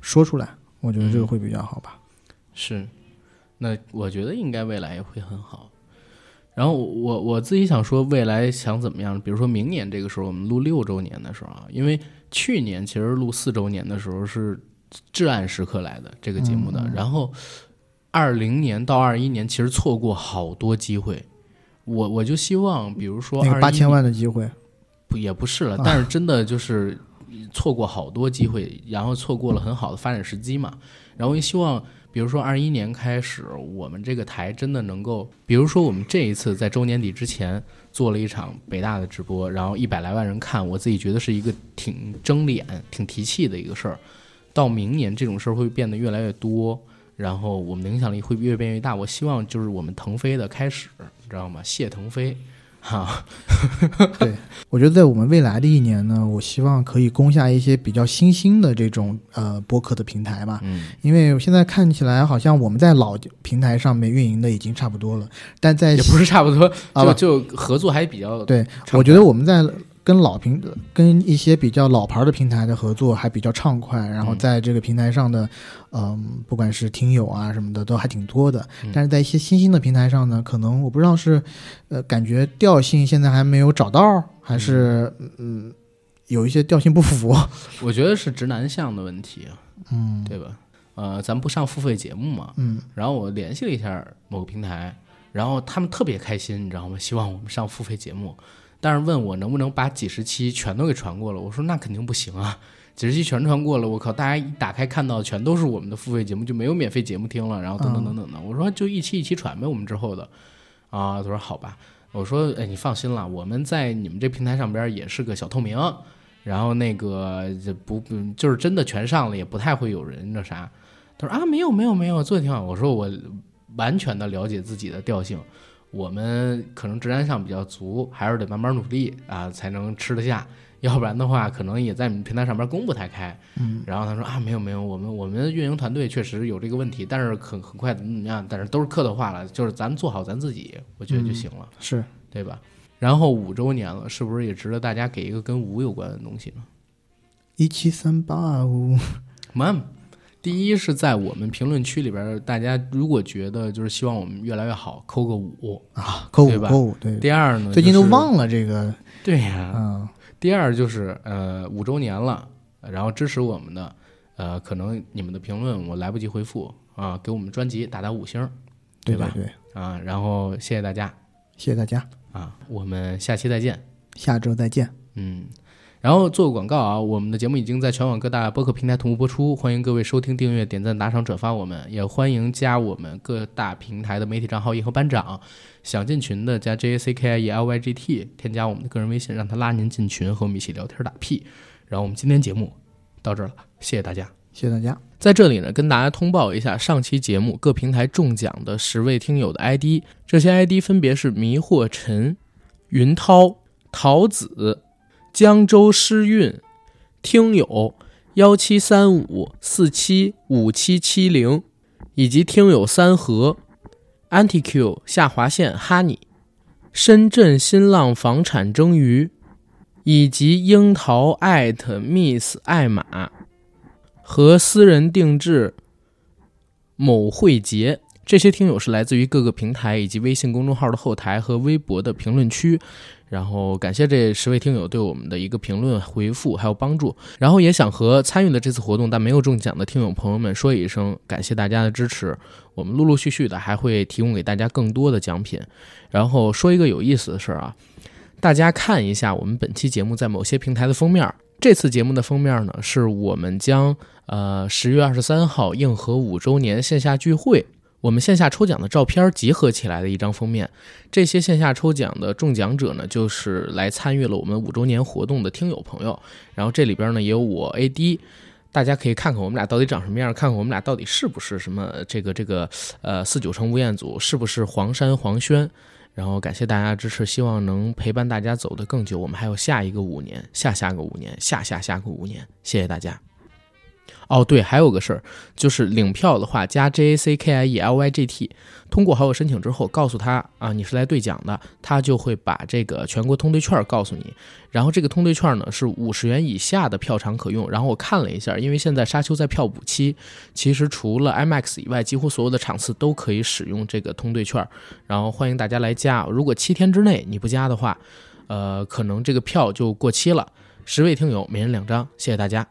Speaker 1: 说出来，我觉得这个会比较好吧。
Speaker 3: 是，那我觉得应该未来也会很好。然后我我我自己想说，未来想怎么样？比如说明年这个时候，我们录六周年的时候啊，因为去年其实录四周年的时候是至暗时刻来的这个节目
Speaker 1: 嗯
Speaker 3: 的。然后二零年到二一年，其实错过好多机会。我我就希望，比如说
Speaker 1: 那个
Speaker 3: 21
Speaker 1: 八千万的机会，
Speaker 3: 不也不是了
Speaker 1: 啊，
Speaker 3: 但是真的就是错过好多机会，然后错过了很好的发展时机嘛。然后也希望，比如说二一年开始，我们这个台真的能够，比如说我们这一次在周年底之前做了一场北大的直播，然后一百来万人看，我自己觉得是一个挺争脸、挺提气的一个事儿。到明年这种事儿会变得越来越多，然后我们的影响力会越变越大。我希望就是我们腾飞的开始，你知道吗？谢腾飞，哈、
Speaker 1: 我觉得在我们未来的一年呢，我希望可以攻下一些比较新兴的这种呃播客的平台吧。
Speaker 3: 嗯，
Speaker 1: 因为现在看起来好像我们在老平台上面运营的已经差不多了，但在
Speaker 3: 也不是差不多，
Speaker 1: 啊
Speaker 3: 就
Speaker 1: 不
Speaker 3: 就合作还比较
Speaker 1: 对，
Speaker 3: 畅
Speaker 1: 我觉得我们在跟老平跟一些比较老牌的平台的合作还比较畅快，然后
Speaker 3: 嗯
Speaker 1: 在这个平台上的，嗯、不管是听友啊什么的都还挺多的。
Speaker 3: 嗯
Speaker 1: 但是在一些新兴的平台上呢，可能我不知道是，呃，感觉调性现在还没有找到，还是嗯有一些调性不符。
Speaker 3: 我觉得是直男向的问题，嗯，对吧？呃，咱们不上付费节目嘛，
Speaker 1: 嗯，
Speaker 3: 然后我联系了一下某个平台，然后他们特别开心，你知道吗？希望我们上付费节目，但是问我能不能把几十期全都给传过了，我说那肯定不行啊。几十期全传过了，我靠，大家一打开看到全都是我们的付费节目，就没有免费节目听了，然后等等等等的。我说就一期一期传呗，我们之后的啊，他说好吧。我说哎，你放心啦，我们在你们这平台上边也是个小透明，然后那个就不不就是真的全上了，也不太会有人那啥。他说啊，没有没有没有，做的挺好。我说我完全的了解自己的调性，我们可能直男相比较足，还是得慢慢努力啊，才能吃得下。要不然的话，可能也在你们平台上边公布太开。嗯，然后他说啊，没有没有，我们我们运营团队确实有这个问题，但是很很快怎么怎么样，但是都是客套话了，就是咱们做好咱自己，我觉得就行了，
Speaker 1: 是
Speaker 3: 对吧？然后五周年了，是不是也值得大家给一个跟五有关的东西呢？
Speaker 1: 一七三八五，
Speaker 3: 慢，第一是在我们评论区里边，大家如果觉得就是希望我们越来越好，扣个五。
Speaker 1: 啊，扣
Speaker 3: 对
Speaker 1: 五
Speaker 3: 吧
Speaker 1: 扣五，对，
Speaker 3: 第二呢，
Speaker 1: 最近都
Speaker 3: 就是啊
Speaker 1: 忘了这个，
Speaker 3: 对呀、
Speaker 1: 嗯，
Speaker 3: 第二就是呃五周年了，然后支持我们的，呃，可能你们的评论我来不及回复啊，给我们专辑打打五星儿
Speaker 1: 对
Speaker 3: 对吧
Speaker 1: 对，
Speaker 3: 啊，然后谢谢大家
Speaker 1: 谢谢大家，
Speaker 3: 啊，我们下期再见，
Speaker 1: 下周再见，
Speaker 3: 嗯。然后做个广告啊，我们的节目已经在全网各大播客平台同步播出，欢迎各位收听、订阅、点赞、打赏、转发我们，也欢迎加我们各大平台的媒体账号“银河班长”，想进群的加 J A C K I E L Y G T，添加我们的个人微信，让他拉您进群，和我们一起聊天打屁。然后我们今天节目到这儿了，谢谢大家。
Speaker 1: 谢谢大家，
Speaker 3: 在这里呢，跟大家通报一下上期节目各平台中奖的十位听友的 ID，这些 ID 分别是迷惑尘、云涛、桃子、江州诗韵、听友幺七三五四七五七七零，以及听友三和、AntiQ 下划线哈尼、深圳新浪房产蒸鱼，以及樱桃艾特 Miss 艾玛。和私人定制某会节。这些听友是来自于各个平台以及微信公众号的后台和微博的评论区，然后感谢这十位听友对我们的一个评论回复还有帮助，然后也想和参与了这次活动但没有中奖的听友朋友们说一声感谢大家的支持，我们陆陆续续的还会提供给大家更多的奖品。然后说一个有意思的事儿啊，大家看一下我们本期节目在某些平台的封面儿，这次节目的封面儿呢是我们将呃，十月二十三号硬核五周年线下聚会，我们线下抽奖的照片集合起来的一张封面。这些线下抽奖的中奖者呢，就是来参与了我们五周年活动的听友朋友。然后这里边呢也有我 AD。大家可以看看我们俩到底长什么样，看看我们俩到底是不是什么这个这个呃四九城吴彦祖，是不是黄山黄轩？然后感谢大家支持，希望能陪伴大家走得更久。我们还有下一个五年，下下个五年，下下下个五年，谢谢大家。哦，对，还有个事儿，就是领票的话加 J A C K I E L Y G T，通过好友申请之后，告诉他啊你是来兑奖的，他就会把这个全国通兑券告诉你。然后这个通兑券呢是五十元以下的票场可用。然后我看了一下，因为现在沙丘在票补期，其实除了 IMAX 以外，几乎所有的场次都可以使用这个通兑券。然后欢迎大家来加，如果七天之内你不加的话，呃，可能这个票就过期了。十位听友每人两张，谢谢大家。